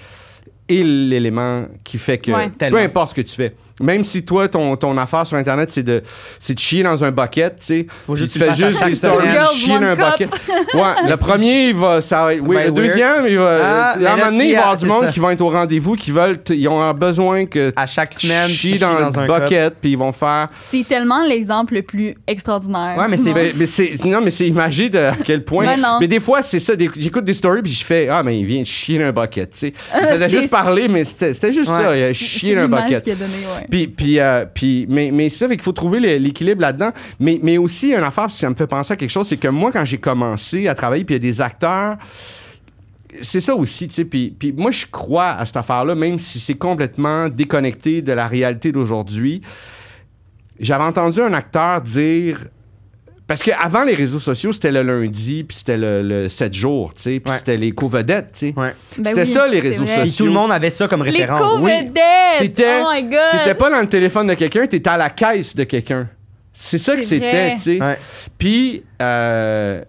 Speaker 3: est l'élément qui fait que
Speaker 2: Ouais.
Speaker 1: Tellement.
Speaker 3: peu importe ce que tu fais. Même si toi, ton, ton affaire sur Internet, c'est de, c'est de chier dans un bucket, tu sais.
Speaker 1: Faut
Speaker 3: puis
Speaker 1: juste
Speaker 3: tu
Speaker 1: le
Speaker 3: fais
Speaker 1: faire
Speaker 3: juste
Speaker 1: chaque
Speaker 3: des
Speaker 1: semaine.
Speaker 3: stories
Speaker 2: Girls,
Speaker 3: de chier dans un
Speaker 2: one cup.
Speaker 3: bucket. [LAUGHS] Ouais,
Speaker 2: [LAUGHS]
Speaker 3: le premier, il va. Ça, va- oui,
Speaker 1: Ben,
Speaker 3: le
Speaker 1: weird.
Speaker 3: deuxième, il va. euh,
Speaker 1: Ah, mais
Speaker 3: à un
Speaker 1: là,
Speaker 3: moment donné,
Speaker 1: si,
Speaker 3: il va y
Speaker 1: ah,
Speaker 3: avoir du
Speaker 1: c'est
Speaker 3: monde
Speaker 1: ça.
Speaker 3: qui vont être au rendez-vous, qui veulent. te- ils ont besoin que.
Speaker 1: À chaque
Speaker 3: tu
Speaker 1: semaine,
Speaker 3: chies
Speaker 1: tu
Speaker 3: dans,
Speaker 1: chies dans
Speaker 3: le
Speaker 1: un cup.
Speaker 3: bucket, puis ils vont faire.
Speaker 2: C'est tellement l'exemple le plus extraordinaire.
Speaker 1: Ouais, mais
Speaker 2: du [LAUGHS]
Speaker 1: c'est-
Speaker 2: monde.
Speaker 3: Mais, mais c'est non mais c'est imagé de à quel point
Speaker 2: Ouais, Ben non.
Speaker 3: mais des fois c'est ça des- j'écoute des stories puis je fais ah mais il vient de chier dans un bucket tu sais il faisait
Speaker 2: Euh, c'est-
Speaker 3: juste parler mais c'était c'était juste
Speaker 1: Ouais.
Speaker 3: ça il a
Speaker 2: C'est-
Speaker 3: chié
Speaker 2: c'est
Speaker 3: dans un
Speaker 2: l'image
Speaker 3: bucket
Speaker 2: qu'il a donnée, ouais.
Speaker 3: puis, puis, euh, puis- mais, mais c'est ça, fait qu'il faut trouver le- l'équilibre là-dedans. Mais, mais aussi, une affaire, ça me fait penser à quelque chose, c'est que moi, quand j'ai commencé à travailler, puis il y a des acteurs, c'est ça aussi, tu sais. Puis, puis moi, je crois à cette affaire-là, même si c'est complètement déconnecté de la réalité d'aujourd'hui. J'avais entendu un acteur dire. Parce qu'avant les réseaux sociaux, c'était le lundi, puis c'était le, le 7 jours, tu sais, puis
Speaker 1: Ouais.
Speaker 3: c'était les co-vedettes, tu sais.
Speaker 1: Ouais.
Speaker 2: Ben
Speaker 3: C'était
Speaker 2: oui,
Speaker 3: ça, les
Speaker 2: c'est
Speaker 3: réseaux
Speaker 2: vrai.
Speaker 3: sociaux.
Speaker 1: Puis tout le monde avait ça comme
Speaker 2: Les
Speaker 1: référence.
Speaker 2: co
Speaker 1: Oui.
Speaker 3: T'étais-
Speaker 2: Oh my god!
Speaker 3: T'étais pas dans le téléphone de quelqu'un, t'étais à la caisse de quelqu'un. C'est ça que
Speaker 2: C'est
Speaker 3: c'était,
Speaker 2: vrai.
Speaker 3: tu sais.
Speaker 1: Ouais.
Speaker 3: Puis, euh,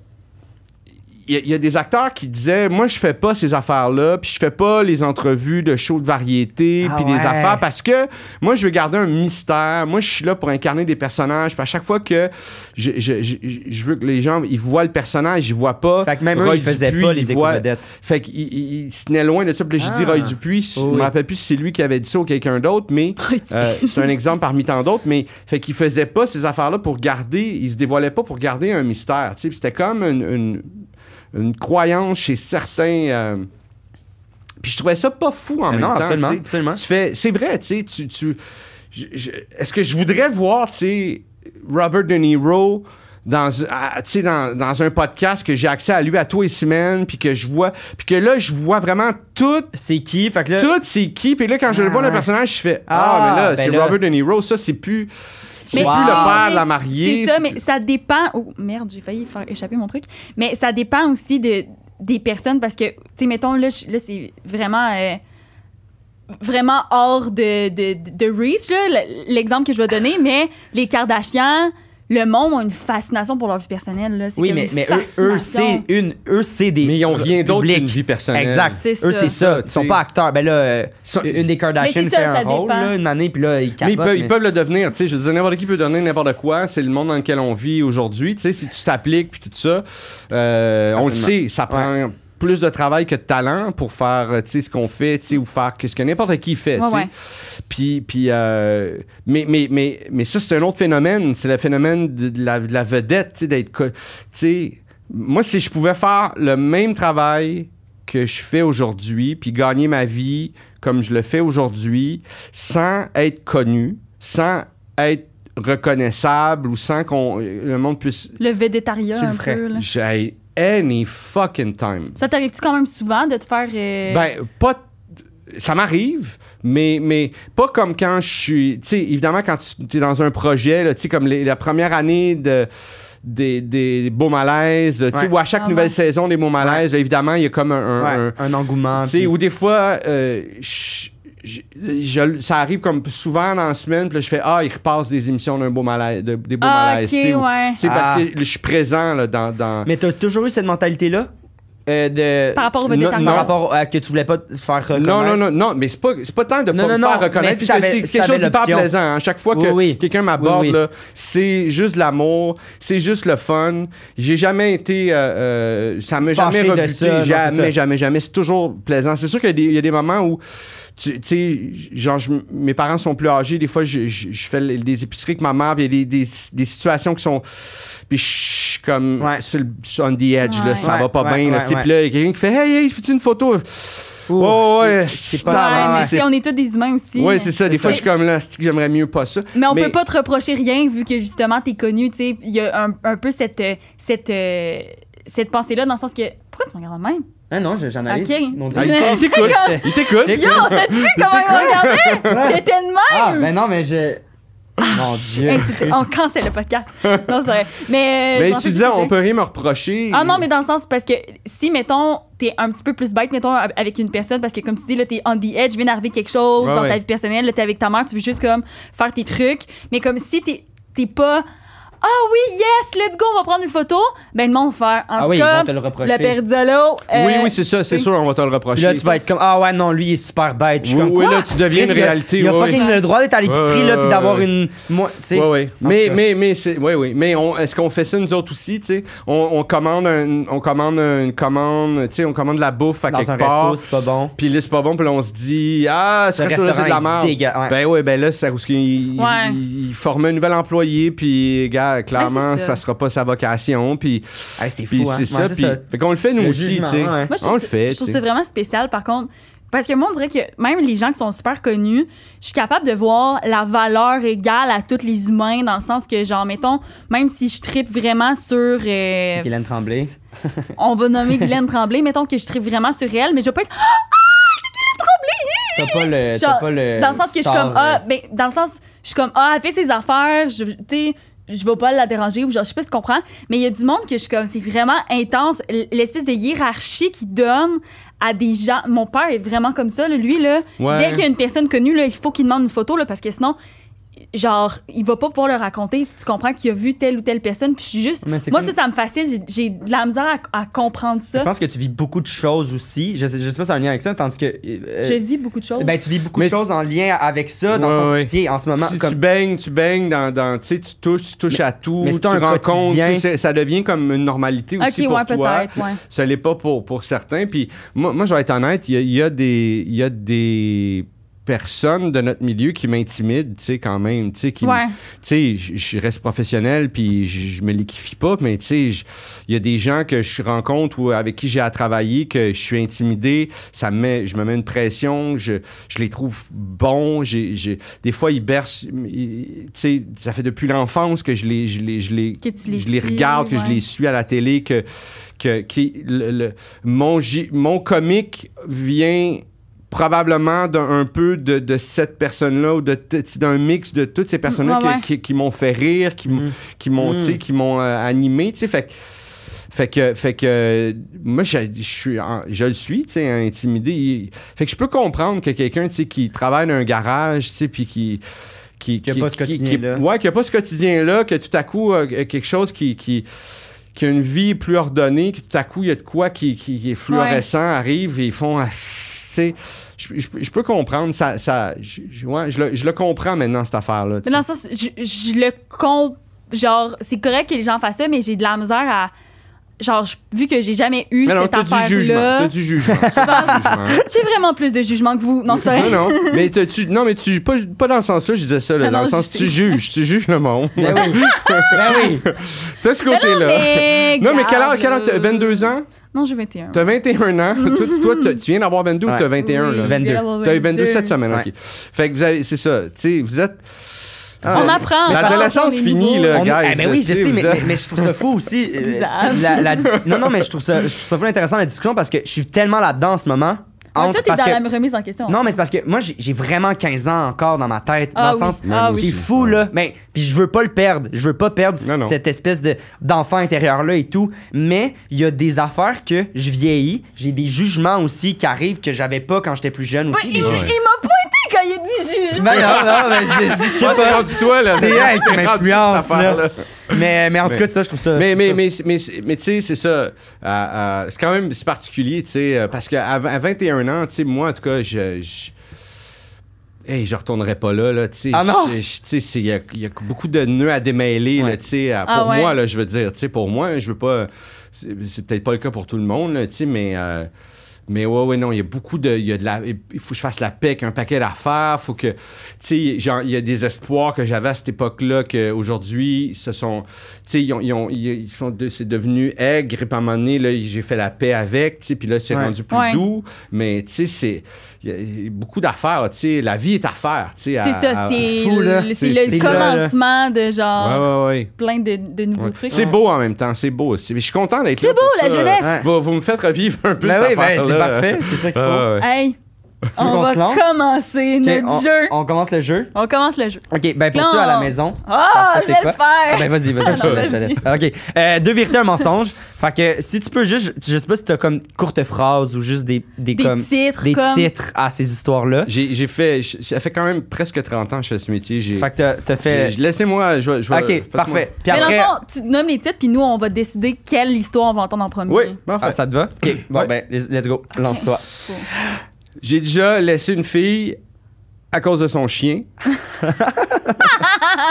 Speaker 3: il y, a- il y a des acteurs qui disaient Moi, je fais pas ces affaires-là, puis je fais pas les entrevues de shows de variété,
Speaker 1: Ah
Speaker 3: puis
Speaker 1: ouais.
Speaker 3: des affaires, parce que moi, je veux garder un mystère. Moi, je suis là pour incarner des personnages. Puis à chaque fois que je, je- je- je veux que les gens ils voient le personnage, ils voient pas.
Speaker 1: Fait que même eux,
Speaker 3: Roy
Speaker 1: ils faisaient
Speaker 3: Dupuis,
Speaker 1: pas
Speaker 3: ils
Speaker 1: les
Speaker 3: voient-
Speaker 1: éco-vedettes.
Speaker 3: fait qu'il il- il se tenait loin de ça. Puis là, j'ai dit
Speaker 1: Ah.
Speaker 3: Roy Dupuis.
Speaker 1: Oui.
Speaker 3: Je me rappelle plus si c'est lui qui avait dit ça ou quelqu'un d'autre, mais
Speaker 2: Roy Dupuis.
Speaker 3: euh, c'est un exemple parmi tant d'autres. Mais fait qu'il faisait pas ces affaires-là pour garder, il se dévoilait pas pour garder un mystère. tu sais. Puis C'était comme une, une- une croyance chez certains. euh, puis je trouvais ça pas fou en
Speaker 1: Mais
Speaker 3: même
Speaker 1: non,
Speaker 3: temps.
Speaker 1: absolument,
Speaker 3: tu sais.
Speaker 1: absolument.
Speaker 3: Tu fais, c'est vrai, tu sais, tu, tu- je- je- est-ce que je voudrais voir, tu sais, Robert De Niro dans, à- tu sais, dans, dans un podcast que j'ai accès à lui à tous les semaines, puis que je vois, puis que là, je vois vraiment tout,
Speaker 1: C'est qui Fait que là,
Speaker 3: tout, c'est qui, puis là, quand je le
Speaker 1: Ah,
Speaker 3: vois, le
Speaker 1: ouais.
Speaker 3: personnage, je fais, ah,
Speaker 1: Ah,
Speaker 3: mais là,
Speaker 1: ben
Speaker 3: c'est
Speaker 1: là.
Speaker 3: Robert De Niro, ça, c'est plus, c'est
Speaker 1: Mais-
Speaker 3: plus le
Speaker 1: Wow.
Speaker 3: père
Speaker 2: mais
Speaker 3: de la mariée.
Speaker 2: C'est ça,
Speaker 3: c'est
Speaker 2: mais
Speaker 3: plus-
Speaker 2: ça dépend. Oh merde, j'ai failli faire échapper mon truc. Mais ça dépend aussi de, des personnes parce que, tu sais, mettons, là, je- là, c'est vraiment. euh, vraiment hors de, de, de reach, là, l- l'exemple que je vais donner, mais les Kardashians, le monde a une fascination pour leur vie personnelle. Là. C'est
Speaker 1: Oui,
Speaker 2: comme
Speaker 1: mais,
Speaker 2: une
Speaker 1: mais eux, eux, c'est
Speaker 2: fascination.
Speaker 1: une, eux, c'est des.
Speaker 3: Mais ils ont rien d'autre
Speaker 1: publics.
Speaker 3: qu'une vie personnelle.
Speaker 1: Exact.
Speaker 2: C'est
Speaker 1: eux,
Speaker 2: ça.
Speaker 1: c'est ça.
Speaker 3: Ça,
Speaker 1: Ils sont
Speaker 3: t'sais.
Speaker 1: pas acteurs. Ben là, euh,
Speaker 3: Ça-
Speaker 1: une des Kardashians
Speaker 2: Mais
Speaker 1: fait
Speaker 2: c'est ça,
Speaker 1: un
Speaker 2: ça
Speaker 1: rôle,
Speaker 2: dépend.
Speaker 1: là, une année, puis là, ils
Speaker 3: Mais ils
Speaker 1: capotent.
Speaker 3: peuvent, ils
Speaker 1: mais-
Speaker 3: peuvent le devenir, tu sais. Je veux dire, n'importe qui peut devenir n'importe quoi. C'est le monde dans lequel on vit aujourd'hui, tu sais. Si tu t'appliques, puis tout ça, euh, on le
Speaker 1: Absolument.
Speaker 3: sait, ça prend plus de travail que de talent pour faire, euh, tu sais, ce qu'on fait, tu sais, ou faire que ce que n'importe qui fait, tu
Speaker 2: Ouais,
Speaker 3: sais.
Speaker 2: ouais.
Speaker 3: Puis, puis euh, mais, mais, mais, mais ça, c'est un autre phénomène. C'est le phénomène de, de la, de la vedette, tu sais, d'être. co- tu sais, moi, si je pouvais faire le même travail que je fais aujourd'hui, puis gagner ma vie comme je le fais aujourd'hui, sans être connu, sans être reconnaissable ou sans qu'on euh, le monde puisse.
Speaker 2: Le végétariat,
Speaker 1: Tu le
Speaker 2: un
Speaker 1: ferais.
Speaker 2: peu. là.
Speaker 3: J'ai any fucking time.
Speaker 2: Ça t'arrive-tu quand même souvent de te faire. euh,
Speaker 3: Ben, pas. t- Ça m'arrive, mais, mais pas comme quand je suis. Tu sais, évidemment, quand tu es dans un projet, là, tu sais, comme les- la première année de. Des, des beaux malaises, tu sais,
Speaker 1: Ouais.
Speaker 3: ou à chaque
Speaker 2: Ah
Speaker 3: nouvelle
Speaker 2: ouais.
Speaker 3: saison des beaux malaises, là, évidemment, il y a comme un. un- un-
Speaker 1: Ouais, un engouement.
Speaker 3: tu sais,
Speaker 1: puis-
Speaker 3: ou des fois, euh, je- je- je- ça arrive comme souvent dans la semaine, puis là, je fais Ah, il repasse des émissions d'un beau malaise, de- des beaux
Speaker 2: ah,
Speaker 3: malaises.
Speaker 2: ok,
Speaker 3: tu sais, ou-
Speaker 2: ouais.
Speaker 3: tu sais,
Speaker 1: Ah.
Speaker 3: parce que je suis présent là, dans. dans-
Speaker 1: Mais t'as toujours eu cette mentalité-là euh, de...
Speaker 2: Par rapport au
Speaker 3: Non,
Speaker 2: végétariat.
Speaker 1: Par rapport à que tu voulais pas te faire reconnaître.
Speaker 3: Non, non, non, non, mais c'est pas, c'est pas tant de
Speaker 1: Non,
Speaker 3: pas
Speaker 1: non,
Speaker 3: me
Speaker 1: non,
Speaker 3: faire
Speaker 1: mais
Speaker 3: reconnaître,
Speaker 1: si
Speaker 3: parce que
Speaker 1: t'avais-
Speaker 3: c'est
Speaker 1: si
Speaker 3: quelque
Speaker 1: t'avais
Speaker 3: chose d'hyper
Speaker 1: l'option.
Speaker 3: plaisant. hein. Chaque fois que
Speaker 1: Oui, oui.
Speaker 3: quelqu'un m'aborde,
Speaker 1: Oui, oui.
Speaker 3: là, c'est juste l'amour, c'est juste le fun. J'ai jamais été, euh, euh, ça m'a
Speaker 1: Fâché
Speaker 3: jamais
Speaker 1: de
Speaker 3: rebuté,
Speaker 1: ça, non, c'est
Speaker 3: jamais,
Speaker 1: ça.
Speaker 3: jamais, jamais, C'est toujours plaisant. C'est sûr qu'il y a des- il y, a des moments où, tu tu sais, genre, je- mes parents sont plus âgés. Des fois, je, je- je fais les- des épiceries avec ma mère, puis il y a des, des, des situations qui sont, puis je suis comme
Speaker 1: Ouais.
Speaker 3: sur le- on the edge, là,
Speaker 2: Ouais.
Speaker 3: ça
Speaker 1: Ouais,
Speaker 3: va pas
Speaker 1: ouais,
Speaker 3: bien. là,
Speaker 1: ouais,
Speaker 3: tu sais.
Speaker 1: ouais.
Speaker 3: Puis là, il y a quelqu'un qui fait, hey, hey, fais-tu une photo?
Speaker 1: Ouh,
Speaker 3: Oh, ouais,
Speaker 1: c'est
Speaker 3: c'est
Speaker 1: pas-
Speaker 2: Ouais,
Speaker 1: Ah,
Speaker 3: pas.
Speaker 1: ouais,
Speaker 2: mais
Speaker 1: ouais.
Speaker 2: tu sais, on est tous des humains aussi.
Speaker 3: Ouais,
Speaker 2: mais-
Speaker 3: c'est ça. Des
Speaker 1: C'est
Speaker 3: fois,
Speaker 1: ça.
Speaker 3: je suis comme là, c'est que j'aimerais mieux pas ça.
Speaker 2: Mais on
Speaker 3: Mais-
Speaker 2: peut pas te reprocher rien vu que justement t'es connu, tu sais, il y a un, un peu cette euh, cette euh, cette pensée là dans le sens que pourquoi tu me regardes de même
Speaker 1: Ah non, je- j'analyse.
Speaker 2: Ok.
Speaker 1: mon
Speaker 3: Ah,
Speaker 1: Dieu.
Speaker 2: [LAUGHS]
Speaker 3: il
Speaker 1: [LAUGHS]
Speaker 3: il t'écoute. Il
Speaker 2: Yo,
Speaker 3: t'écoute.
Speaker 2: t'as dit comment il me [LAUGHS] regardait T'étais de même.
Speaker 1: Ah, ben non, mais je... Mon Dieu.
Speaker 2: Hey, c'était- on cancelle le podcast. Non, c'est vrai. Mais, euh, je
Speaker 3: Mais
Speaker 2: m'en
Speaker 3: Ben, tu
Speaker 2: fais
Speaker 3: disais,
Speaker 2: plus,
Speaker 3: on
Speaker 2: hein.
Speaker 3: peut rien me reprocher.
Speaker 2: Ah non, mais dans le sens, parce que si, mettons, t'es un petit peu plus bête, mettons, avec une personne, parce que comme tu dis, là, t'es on the edge, vient d'arriver quelque chose
Speaker 3: Ouais,
Speaker 2: dans ta
Speaker 3: ouais.
Speaker 2: vie personnelle, là, t'es avec ta mère, tu veux juste comme faire tes trucs, mais comme si t'es, t'es pas. Ah oui, yes, let's go, on va prendre une photo. Ben, le monde va faire. En
Speaker 1: Ah
Speaker 2: tout
Speaker 1: oui, ils
Speaker 2: cas, euh,
Speaker 1: vont te le reprocher.
Speaker 2: la Perdolo.
Speaker 3: Oui, oui, c'est ça. C'est
Speaker 2: oui.
Speaker 3: sûr, on va te le reprocher.
Speaker 1: Puis euh, là, tu vas être comme Ah ouais, non, lui, il est super bête. Je suis
Speaker 3: Oui,
Speaker 1: comme
Speaker 3: oui,
Speaker 1: quoi?
Speaker 3: là, tu deviens une
Speaker 1: Chris, il a-
Speaker 3: réalité,
Speaker 1: Il a
Speaker 3: ouais,
Speaker 1: fucking
Speaker 2: ouais.
Speaker 1: le droit d'être à l'épicerie,
Speaker 3: Ouais,
Speaker 1: là, puis
Speaker 3: ouais,
Speaker 1: d'avoir
Speaker 3: ouais.
Speaker 1: une. Moi, tu sais.
Speaker 3: Ouais, ouais.
Speaker 1: En tout
Speaker 3: Mais,
Speaker 1: cas.
Speaker 3: mais, mais, c'est, ouais, ouais. mais on, est-ce qu'on fait ça nous autres aussi? tu sais? On, on commande un- on commande une commande, tu sais, on commande de la bouffe à
Speaker 1: Dans
Speaker 3: quelque
Speaker 1: un
Speaker 3: part.
Speaker 1: resto, c'est pas bon.
Speaker 3: Puis là, c'est pas bon, puis là, on se dit, ah, ce,
Speaker 1: Ce
Speaker 3: restaurant, c'est de la
Speaker 1: restaurant est
Speaker 3: merde.
Speaker 1: dégueu- ouais.
Speaker 3: Ben ouais, ben là, c'est parce qu'il
Speaker 2: Ouais.
Speaker 3: il- il formait un nouvel employé,
Speaker 1: Ben,
Speaker 3: puis, gars, clairement,
Speaker 2: Ouais, c'est ça.
Speaker 3: ça. sera pas sa vocation, puis.
Speaker 1: Ah, c'est
Speaker 3: Puis
Speaker 1: fou, hein.
Speaker 3: c'est ça,
Speaker 1: Ouais,
Speaker 3: puis- Fait qu'on le fait nous
Speaker 1: Le
Speaker 3: aussi, tu
Speaker 1: jugement, ouais.
Speaker 3: sais.
Speaker 2: Moi, je
Speaker 3: on
Speaker 2: trouve
Speaker 3: le
Speaker 2: ça-
Speaker 3: fait.
Speaker 2: Je trouve
Speaker 3: tu
Speaker 2: ça
Speaker 3: sais.
Speaker 2: vraiment spécial, par contre. Parce que moi, on dirait que même les gens qui sont super connus, je suis capable de voir la valeur égale à tous les humains, dans le sens que, genre, mettons, même si je tripe vraiment sur. euh,
Speaker 1: Guylaine Tremblay.
Speaker 2: on va nommer Guylaine Tremblay, [LAUGHS] mettons que je tripe vraiment sur elle, mais je vais pas être. Ah,
Speaker 1: T'as pas le.
Speaker 2: Genre,
Speaker 1: T'as pas le.
Speaker 2: dans le sens que je suis
Speaker 1: star,
Speaker 2: comme, ah,
Speaker 1: euh,
Speaker 2: ben, dans le sens, je suis comme, ah, elle fait ses affaires, je, tu sais, je vais pas la déranger, ou genre, je sais pas si tu comprends, mais il y a du monde que je suis comme, c'est vraiment intense, l- l'espèce de hiérarchie qu'ils donne à des gens. Mon père est vraiment comme ça, là, lui, là.
Speaker 3: Ouais.
Speaker 2: Dès qu'il y a une personne connue, là, il faut qu'il demande une photo, là, parce que sinon, genre, il va pas pouvoir le raconter. Tu comprends qu'il a vu telle ou telle personne, puis je suis juste.
Speaker 1: Mais c'est
Speaker 2: Moi,
Speaker 1: comme-
Speaker 2: ça, ça me fascine, j'ai- j'ai de la misère à, à comprendre
Speaker 1: Je
Speaker 2: ça.
Speaker 1: pense que tu vis beaucoup de choses aussi. Je sais, je sais pas si ça a un lien avec ça, tandis que. euh,
Speaker 2: Je vis beaucoup de choses.
Speaker 1: ben, tu vis beaucoup
Speaker 3: Mais
Speaker 1: de
Speaker 3: tu-
Speaker 1: choses en lien avec ça, dans le
Speaker 3: Ouais,
Speaker 1: sens
Speaker 3: ouais.
Speaker 1: tu sais, en ce moment.
Speaker 3: Si
Speaker 1: comme-
Speaker 3: tu baignes, tu baignes dans, dans tu sais, tu touches, tu touches à tout,
Speaker 1: mais c'est
Speaker 3: tu
Speaker 1: un
Speaker 3: rencontres,
Speaker 1: quotidien.
Speaker 3: tu sais, c'est- ça devient comme une normalité
Speaker 2: ok,
Speaker 3: aussi
Speaker 2: ouais,
Speaker 3: pour toi.
Speaker 2: peut-être, ouais.
Speaker 3: Ça l'est pas pour, pour certains. Puis moi, moi, je vais être honnête, il y a, il y a des, il y a des personnes de notre milieu qui m'intimident, tu sais, quand même, tu sais, qui, me-
Speaker 2: Ouais.
Speaker 3: tu sais, je je reste professionnel puis je je me liquifie pas, mais tu sais, je- il y a des gens que je rencontre ou avec qui j'ai à travailler que je suis intimidé, ça me met, je me mets une pression, je, je les trouve bons, j'ai, j'ai- des fois ils bercent, ils- tu sais, ça fait depuis l'enfance que je les, je les, je les,
Speaker 2: Que tu les
Speaker 3: je les
Speaker 2: suis,
Speaker 3: regarde, que je
Speaker 2: ouais.
Speaker 3: les suis à la télé, que, que qui, le, le- mon, gi- mon comique vient probablement d'un un peu de, de cette personne-là ou de t- t'sais, d'un mix de toutes ces personnes-là
Speaker 2: Ouais,
Speaker 3: que-
Speaker 2: ouais.
Speaker 3: qui, qui m'ont fait rire, qui m'ont
Speaker 1: Mhm.
Speaker 3: qui m'ont
Speaker 1: Mhm.
Speaker 3: t'sais, qui m'ont euh, animé, tu sais, fait que fait que, fait que euh, moi, je, je suis en- je le suis, tu sais, intimidé. Il- Fait que je peux comprendre que quelqu'un, tu sais, qui travaille dans un garage, tu sais, puis qui, qui,
Speaker 1: Qu'il y a pas ce quotidien-là.
Speaker 3: qui- ouais, qu'il n'y a pas ce quotidien-là, que tout à coup, euh, quelque chose qui, qui, qui a une vie plus ordonnée, que tout à coup, il y a de quoi qui, qui- qui est fluorescent, arrive et ils font. ah, c'est- je, je- je peux comprendre, ça, ça, je, je- ouais, je le, je le comprends maintenant, cette affaire-là. tu
Speaker 2: Mais
Speaker 3: sais.
Speaker 2: dans le sens, je, je le con. Genre, c'est correct que les gens fassent ça, mais j'ai de la misère à. Genre, je- vu que j'ai jamais eu
Speaker 3: Mais non,
Speaker 2: cette
Speaker 3: t'as du jugement. T'as
Speaker 2: affaire-là.
Speaker 3: du jugement. T'as du jugement. hein.
Speaker 2: [LAUGHS] J'ai vraiment plus de jugement que vous. Non, c'est vrai.
Speaker 3: [LAUGHS] Non, non. Mais t'as- tu, non, mais tu pas, pas dans le sens là, je disais ça, là,
Speaker 2: Ah
Speaker 3: dans
Speaker 2: non,
Speaker 3: le sens
Speaker 2: je
Speaker 3: tu
Speaker 2: sais.
Speaker 3: juges, tu juges le monde.
Speaker 1: Ben oui.
Speaker 3: [LAUGHS]
Speaker 1: ben oui.
Speaker 3: T'as ce
Speaker 2: Mais non,
Speaker 3: côté-là.
Speaker 2: mais.
Speaker 3: Non, mais quel
Speaker 2: garde,
Speaker 3: âge, quel âge t'as?
Speaker 2: euh,
Speaker 3: 22 ans?
Speaker 2: Non, j'ai 21.
Speaker 3: T'as
Speaker 2: [LAUGHS]
Speaker 3: 21 ans? toi, tu- toi, t'as- tu viens d'avoir 22 ou
Speaker 1: Ouais.
Speaker 3: t'as 21?
Speaker 2: Oui,
Speaker 3: là?
Speaker 2: je
Speaker 1: 22.
Speaker 2: vais avoir
Speaker 3: T'as eu 22 cette semaine,
Speaker 1: Ouais.
Speaker 3: ok. Fait que vous avez, c'est ça, tu sais, vous êtes.
Speaker 2: On
Speaker 3: Ah,
Speaker 2: apprend. on
Speaker 3: L'adolescence
Speaker 2: apprend des
Speaker 3: finie,
Speaker 2: nouveaux-
Speaker 3: là.
Speaker 1: On-
Speaker 3: Euh, guys,
Speaker 1: eh ben oui,
Speaker 3: tu
Speaker 1: je
Speaker 3: sais,
Speaker 1: sais,
Speaker 3: vous
Speaker 1: mais,
Speaker 3: êtes-
Speaker 1: mais- mais je trouve ça fou aussi. euh,
Speaker 2: Bizarre.
Speaker 1: la- la dis- non, non, mais je trouve ça, je trouve ça fou intéressant la discussion parce que je suis tellement là-dedans en ce moment.
Speaker 2: Ah,
Speaker 1: Entre,
Speaker 2: toi, t'es
Speaker 1: parce
Speaker 2: dans
Speaker 1: que,
Speaker 2: la remise en question.
Speaker 1: non, mais c'est parce que moi, j'ai j'ai vraiment 15 ans encore dans ma tête.
Speaker 2: Ah
Speaker 1: dans le
Speaker 2: oui.
Speaker 1: sens,
Speaker 2: Ah
Speaker 3: Même
Speaker 2: oui.
Speaker 1: c'est
Speaker 3: aussi.
Speaker 1: fou, là. Mais, puis je veux pas le perdre. Je veux pas perdre
Speaker 3: Non, non.
Speaker 1: cette espèce de- d'enfant intérieur-là et tout. Mais il y a des affaires que je vieillis. J'ai des jugements aussi qui arrivent que j'avais pas quand j'étais plus jeune aussi.
Speaker 2: Il,
Speaker 1: des
Speaker 2: il
Speaker 1: jugements.
Speaker 3: Ouais.
Speaker 2: m'a pointé quand il a dit jugement.
Speaker 1: Ben non, non, ben, je je sais
Speaker 3: Ouais, c'est
Speaker 1: pas.
Speaker 3: rendu toi, là.
Speaker 1: C'est elle qui
Speaker 3: rendu cette
Speaker 1: m'influence, là.
Speaker 3: affaire-là.
Speaker 1: Mais, mais en tout
Speaker 3: Mais-
Speaker 1: cas, ça, je trouve ça.
Speaker 3: Mais,
Speaker 1: je
Speaker 3: mais,
Speaker 1: trouve
Speaker 3: mais, mais, mais tu sais, c'est ça. Euh, euh, c'est quand même c'est particulier, tu sais, euh, parce qu'à à 21 ans, tu sais, moi, en tout cas, je. je Hey, je retournerai pas là, là, tu sais.
Speaker 1: Ah non?
Speaker 3: Je- je- Tu sais, c'est- il y a, il y a beaucoup de nœuds à démêler,
Speaker 1: Ouais.
Speaker 3: là, tu sais, à- pour
Speaker 2: Ah ouais.
Speaker 3: moi, là, je veux dire, tu sais, pour moi, je veux pas. C'est c'est peut-être pas le cas pour tout le monde, là, tu sais, mais. euh, mais ouais, ouais, non, il y a beaucoup de. Il, y a de la, il faut que je fasse la paix avec un paquet d'affaires. faut que. Tu sais, genre, il y a des espoirs que j'avais à cette époque-là qu'aujourd'hui, ce sont. Tu sais, ils, ont- ils ont- ils sont de- c'est devenu aigre. Et puis à un moment donné, là, j'ai fait la paix avec. Tu sais, puis là, c'est
Speaker 1: Ouais.
Speaker 3: rendu plus
Speaker 2: Ouais.
Speaker 3: doux. Mais tu sais, c'est. Il y a- il y a beaucoup d'affaires. Tu sais, la vie est affaire. Tu sais, à-
Speaker 2: C'est ça,
Speaker 3: à-
Speaker 2: c'est
Speaker 1: fou, là.
Speaker 2: le, c'est
Speaker 3: ah, C'est-
Speaker 2: le
Speaker 3: c'est
Speaker 1: là, là.
Speaker 2: commencement de genre
Speaker 3: Ouais, ouais, ouais.
Speaker 2: plein de, de nouveaux
Speaker 3: Ouais.
Speaker 2: trucs.
Speaker 3: C'est beau en même temps, c'est beau aussi. Mais je suis content d'être là.
Speaker 2: C'est beau,
Speaker 3: pour
Speaker 2: la
Speaker 3: ça.
Speaker 2: jeunesse.
Speaker 3: Vous, vous me faites revivre un peu
Speaker 1: Ben
Speaker 3: cette
Speaker 1: oui, ben, c'est
Speaker 3: affaire-là.
Speaker 1: parfait, c'est ça qu'il faut.
Speaker 3: Ah, ouais.
Speaker 2: Hey,
Speaker 1: veux
Speaker 2: on
Speaker 1: qu'on
Speaker 2: va
Speaker 1: se lance?
Speaker 2: commencer
Speaker 1: Ok,
Speaker 2: notre
Speaker 1: on,
Speaker 2: jeu.
Speaker 1: on commence le jeu.
Speaker 2: On commence le jeu.
Speaker 1: Ok, ben pour
Speaker 2: Non.
Speaker 1: ceux à la maison.
Speaker 2: Ah,
Speaker 1: ça,
Speaker 2: je
Speaker 1: c'est
Speaker 2: vais le
Speaker 1: quoi? Ah,
Speaker 2: faire!
Speaker 1: ben vas-y, vas-y, je te laisse, je te laisse. Ok, Euh, deux vérités, un mensonge. Fait que si tu peux juste, je sais pas si t'as comme courte phrase ou juste des, des,
Speaker 2: Des
Speaker 1: comme,
Speaker 2: titres
Speaker 1: des
Speaker 2: comme.
Speaker 1: titres à ces histoires-là.
Speaker 3: J'ai, j'ai fait, j'- ça fait quand même presque 30 ans que je fais ce métier. J'ai,
Speaker 1: Fait que t'as- t'as fait.
Speaker 3: j'ai- laissez-moi, je, vais- je vais-
Speaker 1: Ok,
Speaker 3: faites-moi-
Speaker 1: parfait. Puis
Speaker 2: Mais dans le
Speaker 1: après.
Speaker 2: fond, tu nommes les titres, puis nous, on va décider quelle histoire on va entendre en premier.
Speaker 3: Oui, parfait.
Speaker 1: Ah, ça te va? Ok, bon,
Speaker 3: Ouais.
Speaker 1: ben, let's let's go, lance-toi.
Speaker 3: J'ai déjà laissé une fille à cause de son chien.
Speaker 2: [LAUGHS]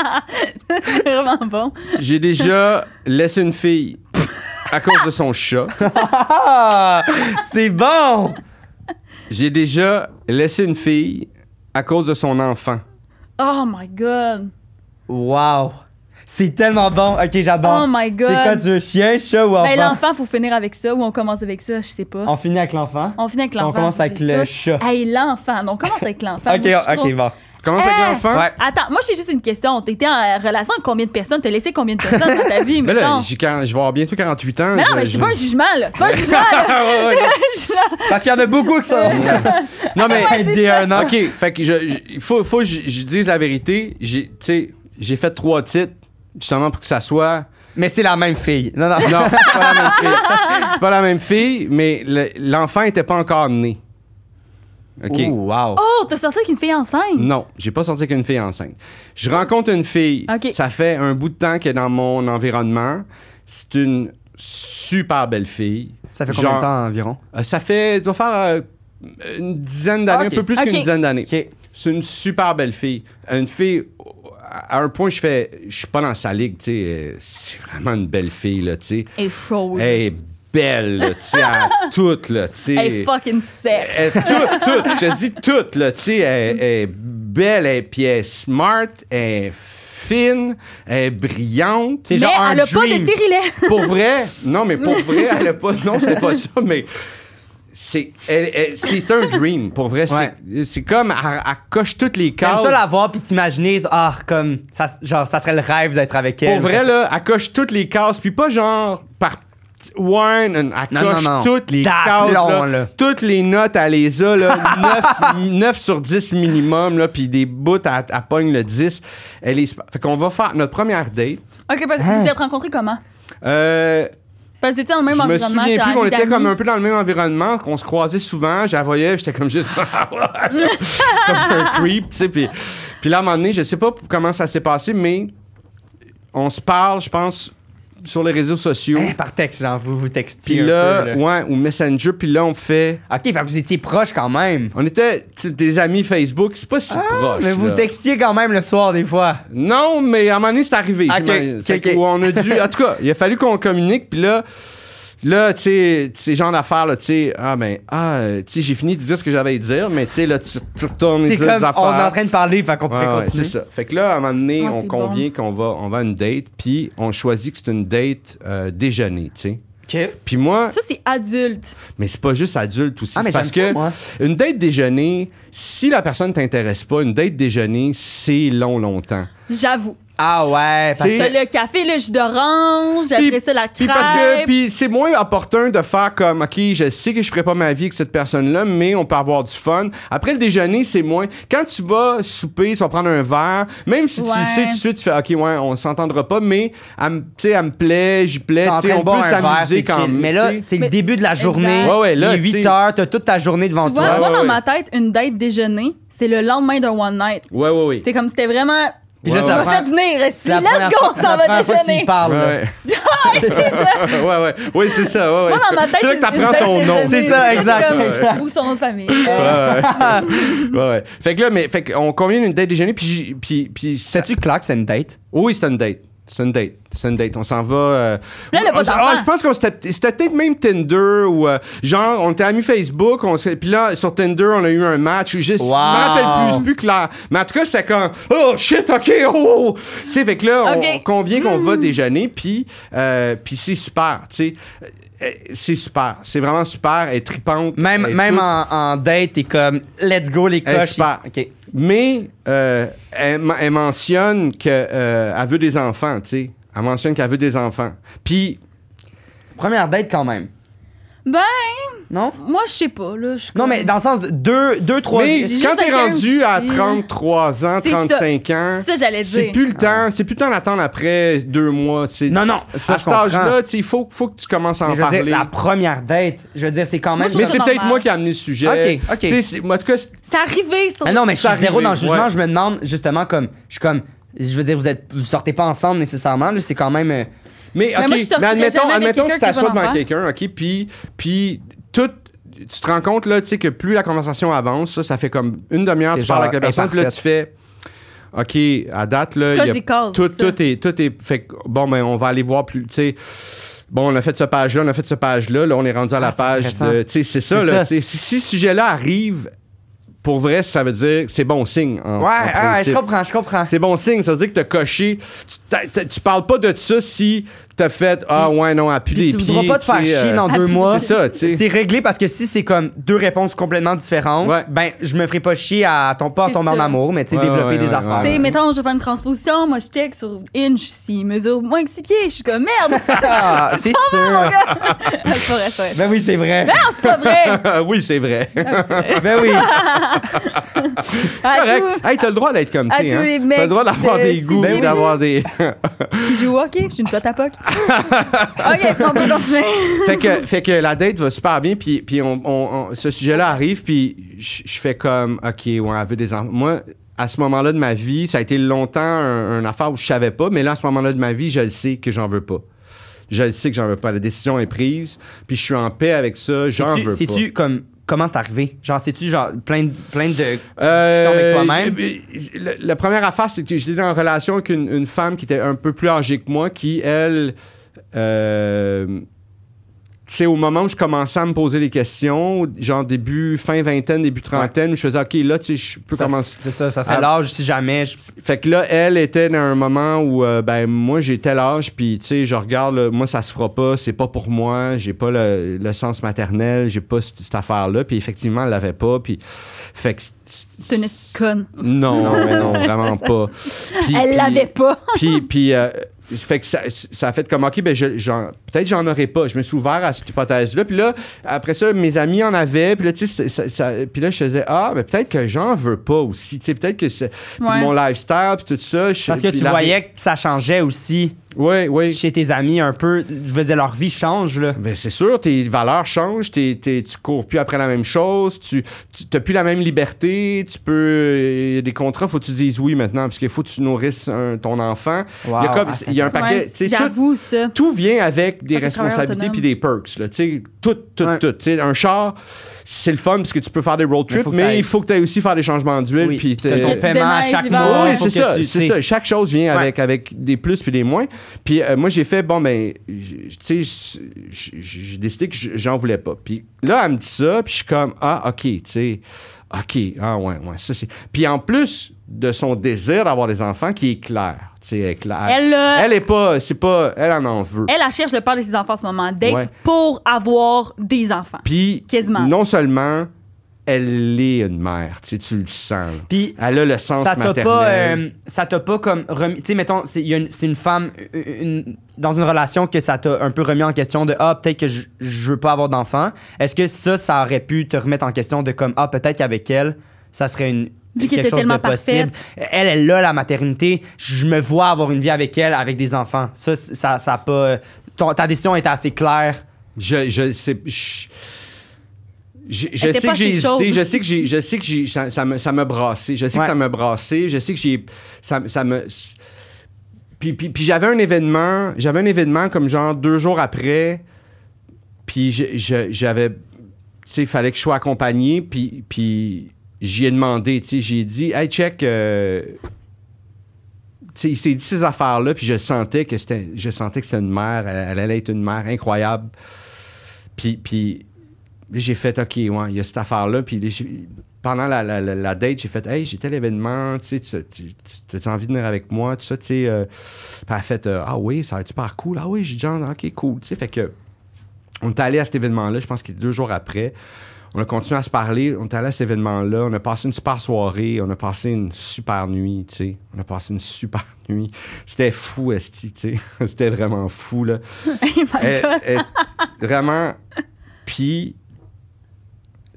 Speaker 2: Vraiment bon.
Speaker 1: [LAUGHS]
Speaker 3: J'ai déjà laissé une fille à cause de son chat.
Speaker 1: Ah! C'est bon!
Speaker 3: J'ai déjà laissé une fille à cause de son enfant.
Speaker 2: Oh my god.
Speaker 1: Wow! C'est tellement bon! Ok,
Speaker 2: Oh
Speaker 1: j'adore.
Speaker 2: my
Speaker 1: c'est quoi,
Speaker 2: god.
Speaker 1: tu veux chien, chat ou enfant?
Speaker 2: Ben, l'enfant, faut finir avec ça ou on commence avec ça, je sais pas.
Speaker 1: On finit avec l'enfant.
Speaker 2: On finit avec l'enfant.
Speaker 1: On commence avec
Speaker 2: c'est
Speaker 1: le
Speaker 2: sûr.
Speaker 1: chat.
Speaker 3: Ah,
Speaker 2: Hey, l'enfant. On commence avec l'enfant.
Speaker 1: [LAUGHS] Ok,
Speaker 2: Moi, je suis
Speaker 1: ok, bon.
Speaker 3: Comment ça
Speaker 2: Hey!
Speaker 3: avec l'enfant?
Speaker 1: Eh! Ouais.
Speaker 2: Attends, moi j'ai juste une question. T'étais en relation avec combien de personnes? T'as laissé combien de personnes dans ta vie?
Speaker 3: [LAUGHS] Mais là,
Speaker 2: mettons?
Speaker 3: j'ai quar- je vais avoir bientôt 48 ans.
Speaker 2: mais non,
Speaker 3: je-
Speaker 2: mais c'est
Speaker 3: je- [LAUGHS]
Speaker 2: pas un jugement, là. C'est pas un jugement, là.
Speaker 1: Ah, ouais, ouais, ouais.
Speaker 2: Je suis là.
Speaker 1: Parce qu'il y en a beaucoup qui sont. [LAUGHS]
Speaker 3: Non, mais.
Speaker 1: Dès un an.
Speaker 3: OK, fait que je, je- il faut, faut que je, je dise la vérité. J'ai, tu sais, j'ai fait trois titres justement pour que ça soit.
Speaker 1: Mais c'est la même fille. Non, non.
Speaker 3: [LAUGHS] Non, c'est pas la même fille. C'est pas la même fille, mais le- l'enfant était pas encore né. OK.
Speaker 1: Ouh, wow.
Speaker 2: Oh, t'as sorti avec une fille enceinte?
Speaker 3: Non, j'ai pas sorti qu'une fille enceinte. Je rencontre une fille.
Speaker 2: OK.
Speaker 3: Ça fait un bout de temps qu'elle est dans mon environnement. C'est une super belle fille.
Speaker 1: Ça fait combien
Speaker 3: Genre-
Speaker 1: de temps environ?
Speaker 3: Euh, ça fait, doit faire euh, une dizaine d'années,
Speaker 1: OK.
Speaker 3: un peu plus
Speaker 2: OK.
Speaker 3: qu'une dizaine d'années.
Speaker 1: Ok.
Speaker 3: C'est une super belle fille. Une fille, à un point, je fais, je suis pas dans sa ligue, tu sais. euh, C'est vraiment une belle fille, là, tu sais.
Speaker 2: Elle est chaude.
Speaker 3: Elle est belle, là, tu sais, à [LAUGHS] toute, là, tu sais.
Speaker 2: Elle est fucking sexe.
Speaker 3: Elle est toute, toute, euh, je dis toute, là, tu sais. Elle, elle est belle, elle, puis elle est smart, elle est fine, elle est brillante.
Speaker 2: Mais
Speaker 1: genre un
Speaker 2: elle a pas de
Speaker 1: dream.
Speaker 2: stérilet.
Speaker 3: Pour vrai, non,
Speaker 2: [LAUGHS]
Speaker 3: mais pour vrai, elle a pas. Non, c'était pas ça, mais. C'est, elle- elle- c'est un dream, pour vrai.
Speaker 1: Ouais.
Speaker 3: C'est, c'est comme, elle, elle coche toutes les
Speaker 1: T'aimes
Speaker 3: cases.
Speaker 1: ça la voir puis t'imaginer, ah, comme, ça, genre, ça serait le rêve d'être avec elle.
Speaker 3: Pour vrai,
Speaker 1: Ça-
Speaker 3: là, elle coche toutes les cases, puis pas genre par one, elle
Speaker 1: Non,
Speaker 3: coche
Speaker 1: non, non.
Speaker 3: toutes les cases.
Speaker 1: D'aplomb,
Speaker 3: là.
Speaker 1: là.
Speaker 3: Toutes les notes, elle les
Speaker 1: [LAUGHS]
Speaker 3: a, là, 9, 9 sur 10 minimum, là, puis des bouts, elle, elle pogne le 10. Elle est super- Fait qu'on va faire notre première date.
Speaker 2: Ok, ben, vous vous êtes rencontrés comment?
Speaker 3: Euh,
Speaker 2: Parce que c'était dans le même
Speaker 3: Hein? Je me
Speaker 2: environnement.
Speaker 3: souviens
Speaker 2: c'est
Speaker 3: plus
Speaker 2: en
Speaker 3: qu'on était
Speaker 2: Italie.
Speaker 3: comme un peu dans le même environnement, qu'on se croisait souvent, je la voyais, j'étais comme juste
Speaker 1: [LAUGHS]
Speaker 3: comme un creep, tu sais. Puis, puis là, à un moment donné, je sais pas comment ça s'est passé, mais on se parle, je pense, sur les réseaux sociaux.
Speaker 1: Hein, par texte, genre, vous vous textiez.
Speaker 3: Puis
Speaker 1: un
Speaker 3: là,
Speaker 1: peu,
Speaker 3: ouais, ou Messenger, puis là, on fait.
Speaker 1: Ok, fait que vous étiez proches quand même.
Speaker 3: On était tu sais, des amis Facebook, c'est pas si proche.
Speaker 1: Ah, mais vous
Speaker 3: là.
Speaker 1: textiez quand même le soir, des fois.
Speaker 3: Non, mais à un moment donné, c'est arrivé.
Speaker 1: Ok,
Speaker 3: j'imagine.
Speaker 1: ok,
Speaker 3: Fait que
Speaker 1: ok.
Speaker 3: où on a dû. En tout cas, il a fallu qu'on communique, puis là. Là, tu sais, ces genres d'affaires, là, tu sais, ah ben, ah, euh, tu sais, j'ai fini de dire ce que j'avais à dire, mais tu sais, là, tu, tu retournes et
Speaker 1: C'est
Speaker 3: dis des
Speaker 1: comme,
Speaker 3: affaires.
Speaker 1: on est en train de parler, fait qu'on
Speaker 3: Ouais,
Speaker 1: pourrait
Speaker 3: ouais,
Speaker 1: continuer.
Speaker 3: c'est ça. Fait que là, à un moment donné,
Speaker 2: Ah,
Speaker 3: on
Speaker 2: c'est
Speaker 3: convient qu'on va, on va à une date, puis on choisit que c'est une date euh, déjeuner, tu sais.
Speaker 1: Ok.
Speaker 3: Puis moi,
Speaker 2: Ça, c'est adulte.
Speaker 3: mais c'est pas juste adulte aussi,
Speaker 1: Ah, mais
Speaker 3: c'est parce
Speaker 1: j'aime ça,
Speaker 3: que
Speaker 1: moi.
Speaker 3: une date déjeuner, si la personne t'intéresse pas, une date déjeuner, c'est long, longtemps.
Speaker 2: J'avoue.
Speaker 1: Ah ouais, parce
Speaker 3: C'est-
Speaker 1: que.
Speaker 2: T'as le café, le jus d'orange,
Speaker 3: Puis-
Speaker 2: après ça, la
Speaker 3: Puis
Speaker 2: crêpe.
Speaker 3: parce que puis c'est moins opportun de faire comme OK, je sais que je ferai pas ma vie avec cette personne-là, mais on peut avoir du fun. Après le déjeuner, c'est moins quand tu vas souper, tu vas prendre un verre, même si tu
Speaker 2: Ouais.
Speaker 3: le sais tout de suite, tu fais OK, ouais, on s'entendra pas, mais elle me- tu sais, elle me plaît, j'y plais,
Speaker 1: T'es en
Speaker 3: tu sais,
Speaker 1: train de
Speaker 3: on peut
Speaker 1: boire un verre,
Speaker 3: s'amuser
Speaker 1: c'est
Speaker 3: quand
Speaker 1: chill.
Speaker 3: même.
Speaker 1: Mais là,
Speaker 3: tu sais.
Speaker 1: c'est le
Speaker 2: Mais-
Speaker 1: début de la journée.
Speaker 2: Exact.
Speaker 3: Ouais, ouais, là,
Speaker 1: il est
Speaker 3: tu
Speaker 1: 8
Speaker 3: sais.
Speaker 1: heures, t'as toute ta journée devant
Speaker 2: Tu vois,
Speaker 1: toi.
Speaker 3: Ouais,
Speaker 2: moi,
Speaker 3: ouais,
Speaker 2: dans
Speaker 3: ouais.
Speaker 2: ma tête, une date déjeuner, c'est le lendemain d'un one night.
Speaker 3: Ouais ouais ouais.
Speaker 2: T'es comme si c'était vraiment.
Speaker 1: Puis
Speaker 3: Ouais,
Speaker 1: là,
Speaker 2: Tu
Speaker 1: ça
Speaker 2: m'as
Speaker 1: prend-
Speaker 2: fait venir, est-ce
Speaker 1: c'est la première
Speaker 2: let's go,
Speaker 1: fois-
Speaker 2: on
Speaker 1: c'est la
Speaker 2: s'en va
Speaker 1: première fois qu'il
Speaker 2: déjeuner.
Speaker 1: parle, là.
Speaker 3: Ouais, [LAUGHS]
Speaker 2: [LAUGHS]
Speaker 3: ouais, ouais, ouais. Oui, c'est ça. Ouais, ouais.
Speaker 2: Moi, dans ma tête,
Speaker 3: c'est là
Speaker 2: une-
Speaker 3: que
Speaker 2: une
Speaker 3: t'apprends
Speaker 2: date
Speaker 3: son nom.
Speaker 2: déjeuner,
Speaker 1: C'est ça, exact,
Speaker 2: comme-
Speaker 1: exact.
Speaker 2: Ou son nom de famille. Euh,
Speaker 3: Ouais, [LAUGHS] ouais. ouais, ouais. Fait que là, mais fait qu'on convient d'une date déjeuner, puis j'y- puis puis ça-
Speaker 1: Sais-tu que Clark, c'est une date?
Speaker 3: Oui, c'est une date. C'est une date. C'est une date. On s'en va. euh,
Speaker 2: Là, elle a pas
Speaker 3: on-
Speaker 2: d'enfant.
Speaker 3: ah, je pense qu'on s'était- c'était peut-être même Tinder ou euh, genre on était amis Facebook. On se- puis là sur Tinder on a eu un match. ou Juste,
Speaker 1: Wow.
Speaker 3: Je me rappelle plus, c'est plus clair. Mais en tout cas c'était quand oh shit ok oh. Tu sais fait que là
Speaker 2: Ok.
Speaker 3: on-
Speaker 2: Mm.
Speaker 3: on convient qu'on va déjeuner puis euh, puis c'est super. Tu sais Euh, c'est super. C'est vraiment super. Elle est tripante.
Speaker 1: Même,
Speaker 3: elle est
Speaker 1: même
Speaker 3: toute-
Speaker 1: en, en date, t'es comme, let's go, les
Speaker 3: Elle
Speaker 1: cloches.
Speaker 3: super.
Speaker 1: Ok.
Speaker 3: Mais euh, elle, m- elle mentionne qu'elle veut des enfants, tu sais. Elle mentionne qu'elle veut des enfants. Puis,
Speaker 1: Première date, quand même.
Speaker 2: Ben,
Speaker 1: Non?
Speaker 2: moi, je sais pas, là. je suis
Speaker 1: Non,
Speaker 2: comme-
Speaker 1: mais dans le sens, de deux, deux trois.
Speaker 3: mais
Speaker 2: J'ai
Speaker 3: quand
Speaker 2: juste
Speaker 3: t'es
Speaker 2: quelqu'un
Speaker 3: rendu à
Speaker 2: aussi.
Speaker 3: 33 ans,
Speaker 2: C'est ça.
Speaker 3: 35 ans,
Speaker 2: Ça, j'allais
Speaker 3: c'est
Speaker 2: dire.
Speaker 3: plus le temps, c'est plus le temps d'attendre après deux mois, tu sais.
Speaker 1: Non, non, ça,
Speaker 3: À
Speaker 1: je
Speaker 3: cet âge-là, tu sais, il faut, faut que tu commences à en
Speaker 1: Mais je veux
Speaker 3: parler.
Speaker 1: dire, la première date, je veux dire, c'est quand
Speaker 2: Moi,
Speaker 1: même.
Speaker 2: je
Speaker 3: Mais
Speaker 2: Ça,
Speaker 3: c'est
Speaker 2: c'est
Speaker 3: peut-être
Speaker 2: normal.
Speaker 3: moi qui ai amené le sujet.
Speaker 1: Ok, ok.
Speaker 3: Tu sais, c'est- moi, en tout cas, c'est-
Speaker 2: C'est arrivé sur.
Speaker 1: Ah non, mais je suis
Speaker 3: C'est
Speaker 1: zéro
Speaker 3: arrivé,
Speaker 1: dans le jugement.
Speaker 3: ouais.
Speaker 1: Je me demande justement comme. Je suis comme. Je veux dire, vous êtes, vous sortez pas ensemble nécessairement. là, C'est quand même. euh,
Speaker 3: Mais,
Speaker 2: Mais
Speaker 3: ok,
Speaker 2: moi, je sortirais
Speaker 3: mais admettons,
Speaker 2: jamais avec
Speaker 3: admettons que tu
Speaker 2: quelqu'un qui
Speaker 3: t'assois
Speaker 2: va
Speaker 3: devant
Speaker 2: l'en faire.
Speaker 3: quelqu'un, ok, puis, puis tout, tu te rends compte là, tu sais que plus la conversation avance, ça, ça fait comme une demi-heure,
Speaker 1: T'es
Speaker 3: tu parles
Speaker 1: genre
Speaker 3: avec la personne, puis là tu fais, ok, à date là,
Speaker 2: Tu
Speaker 3: il y a
Speaker 2: coches des cases,
Speaker 3: tout,
Speaker 2: c'est ça.
Speaker 3: tout est, tout est, fait que, bon ben on va aller voir plus, tu sais. Bon, on a fait ce page-là, on a fait ce page-là, là, on est rendu à la
Speaker 1: Ah, c'est
Speaker 3: page
Speaker 1: intéressant.
Speaker 3: de. Tu sais, c'est ça,
Speaker 1: C'est
Speaker 3: là.
Speaker 1: ça.
Speaker 3: tu sais. Si, si ce sujet-là arrive, pour vrai, ça veut dire que c'est bon signe. En, en
Speaker 1: Ouais, ah,
Speaker 3: principe.
Speaker 1: je comprends, je comprends.
Speaker 3: C'est bon signe, ça veut dire que t'as coché. Tu, t'as- t'as- tu parles pas de ça si t'as fait Ah ouais, non, appuie
Speaker 1: Puis
Speaker 3: les
Speaker 1: Mm. tu
Speaker 3: pieds.
Speaker 1: voudras pas te faire
Speaker 3: tu sais,
Speaker 1: chier
Speaker 3: euh,
Speaker 1: dans
Speaker 2: Ah,
Speaker 1: deux
Speaker 2: puis
Speaker 1: mois.
Speaker 3: C'est ça, tu sais.
Speaker 1: C'est réglé parce que si c'est comme deux réponses complètement différentes,
Speaker 3: Ouais.
Speaker 1: ben je me ferai pas chier à ton pas à
Speaker 2: C'est
Speaker 1: tomber en
Speaker 2: ça.
Speaker 1: amour, mais tu sais,
Speaker 3: Ouais,
Speaker 1: développer
Speaker 3: ouais,
Speaker 1: des
Speaker 3: ouais,
Speaker 1: affaires.
Speaker 2: Tu
Speaker 3: ouais.
Speaker 2: sais, mettons, je vais faire une transposition, moi, je check sur Inch, s'il mesure moins que 6 pieds, je suis comme
Speaker 3: [LAUGHS]
Speaker 2: merde.
Speaker 1: Ah, c'est [LAUGHS] sûr.
Speaker 2: Ah, c'est pas vrai, c'est vrai.
Speaker 1: Ben oui, c'est vrai.
Speaker 2: Non, c'est pas vrai.
Speaker 3: [LAUGHS] Ah oui, c'est vrai.
Speaker 2: Ah, oui, c'est vrai.
Speaker 1: Ben oui.
Speaker 2: À
Speaker 3: Correct.
Speaker 2: tous
Speaker 3: Hey, t'as le droit d'être comme
Speaker 2: à
Speaker 3: t'es.
Speaker 2: tous
Speaker 3: hein.
Speaker 2: les
Speaker 3: T'as
Speaker 2: mecs
Speaker 3: le droit d'avoir
Speaker 2: de
Speaker 3: des goûts,
Speaker 1: Ben oui.
Speaker 3: d'avoir des.
Speaker 2: qui jouent au hockey, je suis une pote à
Speaker 3: [LAUGHS]
Speaker 2: poc. ok, on peut continuer.
Speaker 3: fait, que, fait que la date va super bien, puis, puis on, on- on- ce sujet-là arrive, puis je je fais comme, OK, ouais, on avait des enfants. Moi, à ce moment-là de ma vie, ça a été longtemps un, un affaire où je savais pas, mais là, à ce moment-là de ma vie, je le sais que j'en veux pas. Je le sais que j'en veux pas. La décision est prise, puis je suis en paix avec ça, j'en
Speaker 1: Sais-tu-
Speaker 3: veux pas.
Speaker 1: Sais-tu comme comment c'est arrivé? Genre, sais-tu genre plein de, plein de discussions avec
Speaker 3: Euh,
Speaker 1: toi-même?
Speaker 3: j'ai- j'ai- le- La première affaire, c'est que j'étais en relation avec une, une femme qui était un peu plus âgée que moi, qui, elle, euh, tu sais, au moment où je commençais à me poser les questions, genre début, fin vingtaine, début trentaine, où je faisais, OK, là, tu sais, je peux
Speaker 1: Ça,
Speaker 3: commencer.
Speaker 1: C'est ça, ça serait
Speaker 3: Ah.
Speaker 1: l'âge si jamais. je-
Speaker 3: Fait que là, elle était dans un moment où, euh, ben, moi, j'ai tel âge, puis, tu sais, je regarde, là, moi, ça se fera pas, c'est pas pour moi, j'ai pas le, le sens maternel, j'ai pas cette, cette affaire-là, puis effectivement, elle l'avait pas, puis. Fait que. c- c-
Speaker 2: C'est une petite conne. [LAUGHS]
Speaker 3: non, mais non, vraiment pas. Puis-
Speaker 2: Elle
Speaker 3: puis-
Speaker 2: l'avait pas.
Speaker 3: Puis, puis euh, fait que ça, ça a fait comme, OK, ben je- j'en- peut-être j'en aurais pas. Je me suis ouvert à cette hypothèse-là. Puis là, après ça, mes amis en avaient. Puis là, tu sais, c'est- ça- ça- puis là je faisais, ah, mais peut-être que j'en veux pas aussi. Tu sais, peut-être que c'est puis
Speaker 2: Ouais.
Speaker 3: mon lifestyle, puis tout ça. je-
Speaker 1: Parce que
Speaker 3: puis
Speaker 1: tu
Speaker 3: la-
Speaker 1: voyais que ça changeait aussi.
Speaker 3: Oui, oui.
Speaker 1: chez tes amis un peu. Je veux dire, leur vie change, là.
Speaker 3: Ben, c'est sûr, tes valeurs changent, t'es, t'es- tu cours plus après la même chose, tu, tu t'as plus la même liberté, tu peux. Il y a des contrats, faut que tu dises oui maintenant, parce qu'il faut que tu nourrisses un- ton enfant.
Speaker 1: Wow,
Speaker 3: il y a, comme-
Speaker 1: ah, c'est
Speaker 3: il y a un paquet.
Speaker 2: Ouais,
Speaker 3: tu sais, tout,
Speaker 2: J'avoue ça.
Speaker 3: tout vient avec des
Speaker 2: Ah, des travailleurs
Speaker 3: responsabilités
Speaker 2: autonomes.
Speaker 3: puis des perks. Là, tu sais, tout, tout,
Speaker 1: Ouais.
Speaker 3: tout. Tu sais, un char, c'est le fun parce que tu peux faire des road
Speaker 1: Mais
Speaker 3: trips,
Speaker 1: faut que
Speaker 3: mais
Speaker 1: t'ailles.
Speaker 3: il faut que tu aies aussi faire des changements d'huile.
Speaker 1: Oui,
Speaker 3: puis
Speaker 1: puis t'as
Speaker 3: t'es-
Speaker 1: ton
Speaker 2: que tu
Speaker 1: paiement à
Speaker 2: déneiges
Speaker 1: chaque
Speaker 2: l'hiver.
Speaker 1: mois.
Speaker 3: oui,
Speaker 1: faut
Speaker 3: c'est
Speaker 1: que
Speaker 3: ça,
Speaker 1: tu-
Speaker 3: c'est
Speaker 1: tu sais.
Speaker 3: ça. Chaque chose vient avec, avec des plus puis des moins. Puis euh, moi, j'ai fait, bon, ben, j- tu sais, j- j- j'ai décidé que j- j'en voulais pas. Puis là, elle me dit ça, puis je suis comme, ah, OK, tu sais, OK, ah, ouais, ouais, ça c'est. Puis en plus de son désir d'avoir des enfants qui est clair, tu sais, elle est claire.
Speaker 2: Elle, euh,
Speaker 3: Elle est pas, c'est pas, elle en en veut.
Speaker 2: Elle, elle cherche le père de ses enfants en ce moment, date,
Speaker 3: Ouais.
Speaker 2: pour avoir des enfants.
Speaker 3: Puis,
Speaker 2: Quasiment.
Speaker 3: non seulement elle est une mère, tu sais, tu le sens. là.
Speaker 1: Puis
Speaker 3: Elle a le sens
Speaker 1: ça t'a
Speaker 3: maternel.
Speaker 1: pas, euh, ça t'a pas comme remis. Tu sais, mettons, c'est il y a une, c'est une femme une- dans une relation que ça t'a un peu remis en question de ah peut-être que je, je veux pas avoir d'enfant. Est-ce que ça, ça aurait pu te remettre en question de comme ah peut-être qu'avec elle, ça serait une
Speaker 2: Vu qu'elle
Speaker 1: quelque
Speaker 2: était
Speaker 1: chose de
Speaker 2: tellement
Speaker 1: possible. Elle, elle a la maternité. Je me vois avoir une vie avec elle, avec des enfants. Ça, c'est- ça, ça a pas. euh, ton- ta décision était assez claire.
Speaker 3: Je, je sais. Je, je- je
Speaker 2: était
Speaker 3: sais
Speaker 2: pas
Speaker 3: que j'ai
Speaker 2: assez chaude.
Speaker 3: hésité, je sais que j'ai, je sais que j'ai, ça, ça me, ça me brassait, je sais
Speaker 1: Ouais.
Speaker 3: que ça me brassait, je sais que j'ai, ça, ça me, puis, puis, puis j'avais un événement, j'avais un événement comme genre deux jours après, puis je- je- j'avais, tu sais, fallait que je sois accompagné, puis, puis j'y ai demandé, tu sais, j'ai dit, hey check, euh, tu sais, il s'est dit ces affaires-là, puis je sentais que c'était, je sentais que c'était une mère, elle, elle allait être une mère incroyable. Puis, puis j'ai fait, OK, ouais, il y a cette affaire-là. Puis les- j'ai- pendant la, la- la- la date, j'ai fait, Hey, j'ai tel événement, tu sais, tu- tu tu- as-tu envie de venir avec moi, tout ça, tu sais. euh. Puis elle a fait, euh, Ah oui, ça va être super cool. Ah oui, j'ai dit, genre, OK, cool, tu sais. Fait que, on est allé à cet événement-là, je pense qu'il est deux jours après. On a continué à se parler, on est allé à cet événement-là, on a passé une super soirée, on a passé une super nuit, tu sais. On a passé une super [LAUGHS] nuit. C'était fou, Esti, tu sais. [LAUGHS] C'était vraiment fou, là.
Speaker 2: [LAUGHS] Oh my
Speaker 3: Elle-
Speaker 2: God.
Speaker 3: elle- vraiment. Puis,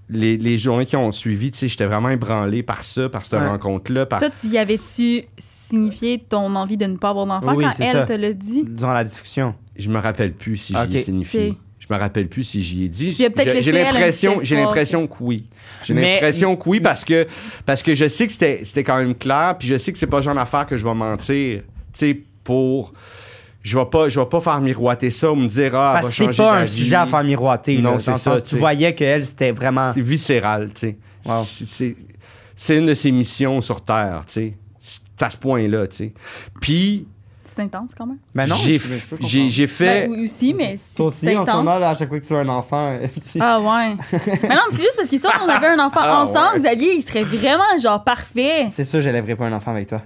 Speaker 3: les, les journées qui ont suivi, tu sais, j'étais vraiment ébranlé par ça, par cette
Speaker 1: Ouais.
Speaker 3: rencontre-là. Par...
Speaker 2: Toi, tu y avais-tu signifié ton envie de ne pas avoir d'enfant
Speaker 1: Oui,
Speaker 2: quand
Speaker 1: c'est
Speaker 2: elle
Speaker 1: ça.
Speaker 2: te l'a dit?
Speaker 1: Durant la discussion.
Speaker 3: Je me rappelle plus si
Speaker 1: Ok.
Speaker 3: j'y ai signifié.
Speaker 2: Ok.
Speaker 3: Je me rappelle plus si j'y ai dit.
Speaker 2: J'ai peut-être
Speaker 3: J'ai
Speaker 2: laissé
Speaker 3: j'ai
Speaker 2: elle une
Speaker 3: l'impression,
Speaker 2: petite
Speaker 3: j'ai
Speaker 2: histoire.
Speaker 3: l'impression que oui. J'ai
Speaker 1: Mais-
Speaker 3: l'impression que oui parce que parce que je sais que c'était c'était quand même clair, puis je sais que c'est pas le genre d'affaire que je vais mentir, tu sais, pour je vais pas je vais pas faire miroiter ça ou me dire ah elle
Speaker 1: Parce
Speaker 3: va
Speaker 1: que c'est
Speaker 3: changer
Speaker 1: pas
Speaker 3: ta
Speaker 1: un
Speaker 3: vie.
Speaker 1: sujet à faire miroiter.
Speaker 3: Non,
Speaker 1: là,
Speaker 3: c'est
Speaker 1: dans le
Speaker 3: ça,
Speaker 1: sens,
Speaker 3: tu
Speaker 1: Tu
Speaker 3: sais.
Speaker 1: voyais qu'elle, c'était vraiment.
Speaker 3: C'est viscéral, tu sais.
Speaker 1: Wow.
Speaker 3: C'est- c'est- C'est une de ses missions sur Terre, tu sais. C'est à ce point-là, tu sais. Puis,
Speaker 2: C'est intense quand même.
Speaker 1: Mais Ben Bah non,
Speaker 3: j'ai,
Speaker 1: je- je peux
Speaker 3: f- j'ai, j'ai fait...
Speaker 2: Ben, oui aussi, mais c'est
Speaker 1: Toi aussi,
Speaker 2: c'est
Speaker 1: en ce
Speaker 2: intense.
Speaker 1: moment, là, à chaque fois que tu as un enfant, euh, [LAUGHS] tu-
Speaker 2: Ah ouais. mais non, mais c'est juste parce que si on avait un enfant
Speaker 3: Ah
Speaker 2: ensemble,
Speaker 3: ouais.
Speaker 2: Xavier, il serait vraiment genre parfait.
Speaker 1: c'est sûr, j'élèverai pas un enfin avec toi.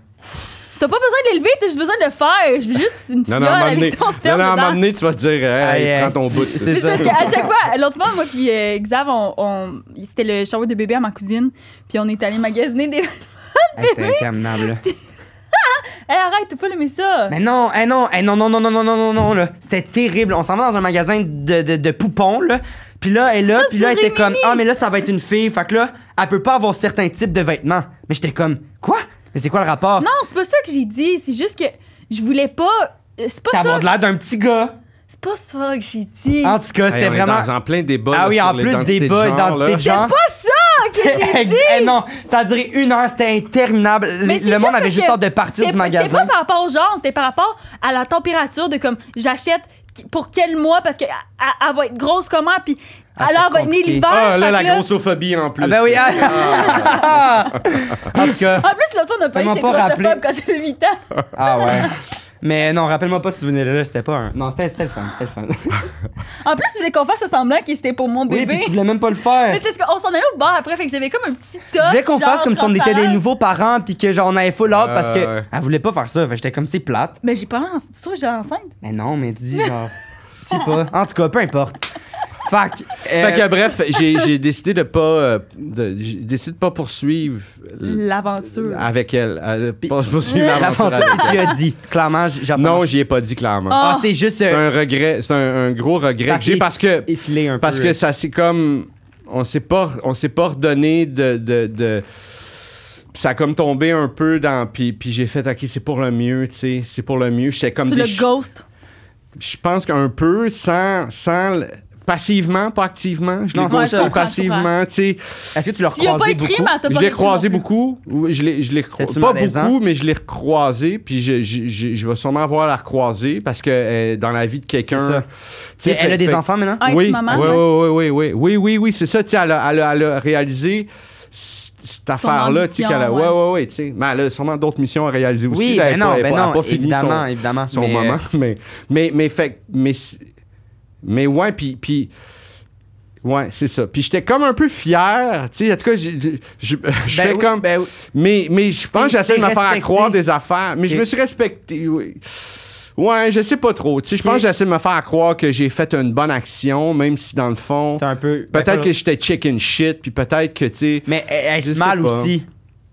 Speaker 2: T'as pas besoin de l'élever, t'as juste besoin de le faire. Je veux juste une
Speaker 3: Non,
Speaker 2: fiole
Speaker 3: non, à un moment donné,
Speaker 2: avec ton
Speaker 3: non,
Speaker 2: sperme
Speaker 3: non, à un
Speaker 2: dedans.
Speaker 3: moment donné, tu vas te dire, hey,
Speaker 1: Aïe,
Speaker 3: prends ton
Speaker 1: c'est-
Speaker 3: bout.
Speaker 1: Ah, c'est
Speaker 3: là.
Speaker 2: C'est
Speaker 1: ça.
Speaker 2: sûr qu'à chaque fois, l'autre fois, moi puis euh, Xav, on, on- c'était le shower de bébé à ma cousine, puis on est allé magasiner des. [LAUGHS]
Speaker 1: Hey, C'était interminable. là.
Speaker 2: Hey, arrête, t'as pas aimé ça!
Speaker 1: Mais non, hey, non, hey, non, non, non, non, non, non, non, non, là. C'était terrible. On s'en va dans un magasin de, de, de poupons, là. Puis là, elle est là, puis là, elle était comme, ah, mais là, ça va être une fille. Fait que là, elle peut pas avoir certains types de vêtements. Mais j'étais comme, quoi? Mais c'est quoi le rapport?
Speaker 2: Non, c'est pas ça que j'ai dit, c'est juste que je voulais pas. euh, C'est pas
Speaker 1: T'as
Speaker 2: ça.
Speaker 1: de l'air d'un petit gars.
Speaker 2: C'est pas ça que j'ai dit.
Speaker 1: En tout cas,
Speaker 3: Hey,
Speaker 1: c'était
Speaker 3: on est
Speaker 1: vraiment. [LAUGHS]
Speaker 3: dans- en plein débat.
Speaker 1: Ah
Speaker 3: là,
Speaker 1: oui,
Speaker 3: sur
Speaker 1: en plus,
Speaker 3: l'identité de
Speaker 1: débat,
Speaker 3: genre,
Speaker 1: identité
Speaker 3: là.
Speaker 1: de genre.
Speaker 2: C'est pas ça que j'ai dit!
Speaker 1: Eh, non, ça a duré une heure, c'était interminable.
Speaker 2: Mais c'est
Speaker 1: le monde
Speaker 2: parce
Speaker 1: avait juste
Speaker 2: que
Speaker 1: hâte de partir
Speaker 2: c'était-
Speaker 1: du magasin.
Speaker 2: C'était pas par rapport au genre, c'était par rapport à la température de comme j'achète pour quel mois parce que elle- elle- elle va être grosse comment puis
Speaker 1: Ah,
Speaker 2: alors
Speaker 1: c'est
Speaker 2: elle va être née
Speaker 1: compliqué.
Speaker 2: l'hiver.
Speaker 3: Ah, là,
Speaker 2: fait
Speaker 3: la
Speaker 2: que là-
Speaker 3: grossophobie en plus.
Speaker 1: Ah ben oui, ah.
Speaker 3: Ah. [LAUGHS]
Speaker 1: en tout cas,
Speaker 2: En plus, l'autre fois, on a pas
Speaker 1: Fais-moi
Speaker 2: eu que j'étais
Speaker 1: pas
Speaker 2: grossophobe
Speaker 1: rappeler.
Speaker 2: quand j'avais 8 ans.
Speaker 1: ah ouais. Mais non, rappelle-moi pas ce souvenir-là, c'était pas un. Non, c'était c'était le fun, c'était le fun.
Speaker 2: En plus, je voulais qu'on fasse semblant que c'était pour mon
Speaker 1: oui, puis
Speaker 2: bébé.
Speaker 1: tu voulais même pas le faire.
Speaker 2: ben, Mais c'est ce qu'on s'en allait au bar après, fait que j'avais comme un petit top.
Speaker 1: Je voulais qu'on
Speaker 2: genre,
Speaker 1: fasse comme si on était des
Speaker 2: transparent.
Speaker 1: nouveaux parents puis que genre on avait full hâte parce que
Speaker 3: Ouais, ouais.
Speaker 1: elle voulait pas faire ça. Fait que j'étais comme c'est plate.
Speaker 2: Mais j'ai pas l'air enceinte. Tu trouves que j'ai l'air enceinte?
Speaker 1: Mais non, mais dis genre, dis pas. En tout cas, peu importe. euh, Fac.
Speaker 3: Fait que
Speaker 1: [LAUGHS]
Speaker 3: bref, j'ai, j'ai décidé de pas... euh, de- j'ai décidé de pas poursuivre euh,
Speaker 2: L'aventure.
Speaker 1: Ah,
Speaker 3: avec elle. Euh, Pas
Speaker 1: [LAUGHS]
Speaker 3: poursuivre l'aventure
Speaker 1: l'aventure,
Speaker 3: avec elle.
Speaker 1: tu as dit clairement, j'ai
Speaker 3: Non,
Speaker 1: j'ai.
Speaker 3: j'y ai pas dit clairement.
Speaker 2: Ah.
Speaker 1: Ah, c'est juste
Speaker 3: C'est
Speaker 1: euh,
Speaker 3: un regret, c'est un, un gros
Speaker 1: Ça
Speaker 3: regret que
Speaker 1: s'est
Speaker 3: j'ai parce que
Speaker 1: effilé un
Speaker 3: parce
Speaker 1: peu.
Speaker 3: que ça c'est comme on s'est pas on s'est pas redonné de de, de- ça a comme tombé un peu dans. Puis, puis j'ai fait, OK, c'est pour le mieux, tu sais, c'est pour le mieux. J'étais comme
Speaker 2: Tu
Speaker 3: des
Speaker 2: le ghost.
Speaker 3: je pense qu'un peu sans, sans le- passivement, pas activement. Je l'ai
Speaker 1: Ouais,
Speaker 3: rencontré
Speaker 1: je comprends, je
Speaker 3: passivement, tu sais.
Speaker 1: Est-ce que tu l'as
Speaker 2: S'il a pas
Speaker 1: croisé
Speaker 2: écrit,
Speaker 1: beaucoup?
Speaker 2: ma- T'as
Speaker 3: Je
Speaker 2: pas
Speaker 3: l'ai
Speaker 2: écrit
Speaker 3: croisé
Speaker 2: non plus.
Speaker 3: beaucoup. Oui, je l'ai, je l'ai cro-
Speaker 1: C'était-tu
Speaker 3: pas
Speaker 1: malaisant?
Speaker 3: beaucoup, mais je l'ai recroisé. Puis je, je, je- je vais sûrement avoir la recroiser parce que euh, dans la vie de
Speaker 1: C'est
Speaker 3: quelqu'un,
Speaker 1: ça.
Speaker 3: tu sais,
Speaker 1: Mais Elle
Speaker 3: fait-
Speaker 1: a des
Speaker 3: fait-
Speaker 1: enfants maintenant?
Speaker 2: Ah, et
Speaker 3: oui,
Speaker 2: puis maman,
Speaker 3: oui,
Speaker 2: ouais.
Speaker 3: oui, oui, oui, oui, oui, oui, c'est ça, tu sais, elle a, elle a- elle a réalisé c- cette affaire-là, tu sais,
Speaker 2: ambition,
Speaker 3: qu'elle a, ouais,
Speaker 2: ouais.
Speaker 3: ouais, ouais, tu sais, mais elle a sûrement d'autres missions à réaliser aussi,
Speaker 1: Oui,
Speaker 3: là,
Speaker 1: mais
Speaker 3: elle a pas-
Speaker 1: non,
Speaker 3: elle a
Speaker 1: mais
Speaker 3: pas- elle a
Speaker 1: non,
Speaker 3: pas fini son-
Speaker 1: évidemment, évidemment.
Speaker 3: son
Speaker 1: mais, euh,
Speaker 3: moment. Mais, mais, mais, fait, mais, c- mais ouais, puis, puis ouais, c'est ça. Puis j'étais comme un peu fier, tu sais, en tout cas, j'ai- j'ai- je, je
Speaker 1: ben
Speaker 3: fais
Speaker 1: oui,
Speaker 3: comme,
Speaker 1: ben oui.
Speaker 3: mais, mais je pense que
Speaker 1: T'es-
Speaker 3: j'essaie de
Speaker 1: t'es
Speaker 3: me faire
Speaker 1: respecté.
Speaker 3: accroire des affaires, mais je
Speaker 1: T'es-
Speaker 3: me suis respecté, oui. Ouais, je sais pas trop. Tu sais, je
Speaker 1: T'es-
Speaker 3: pense que j'essaie de me faire croire que j'ai fait une bonne action, même si dans le fond,
Speaker 1: T'es un peu. ben,
Speaker 3: peut-être
Speaker 1: pas-
Speaker 3: que j'étais chicken shit, puis peut-être que, tu sais,
Speaker 1: Mais elle
Speaker 3: Je
Speaker 1: se
Speaker 3: sais
Speaker 1: mal
Speaker 3: pas.
Speaker 1: aussi.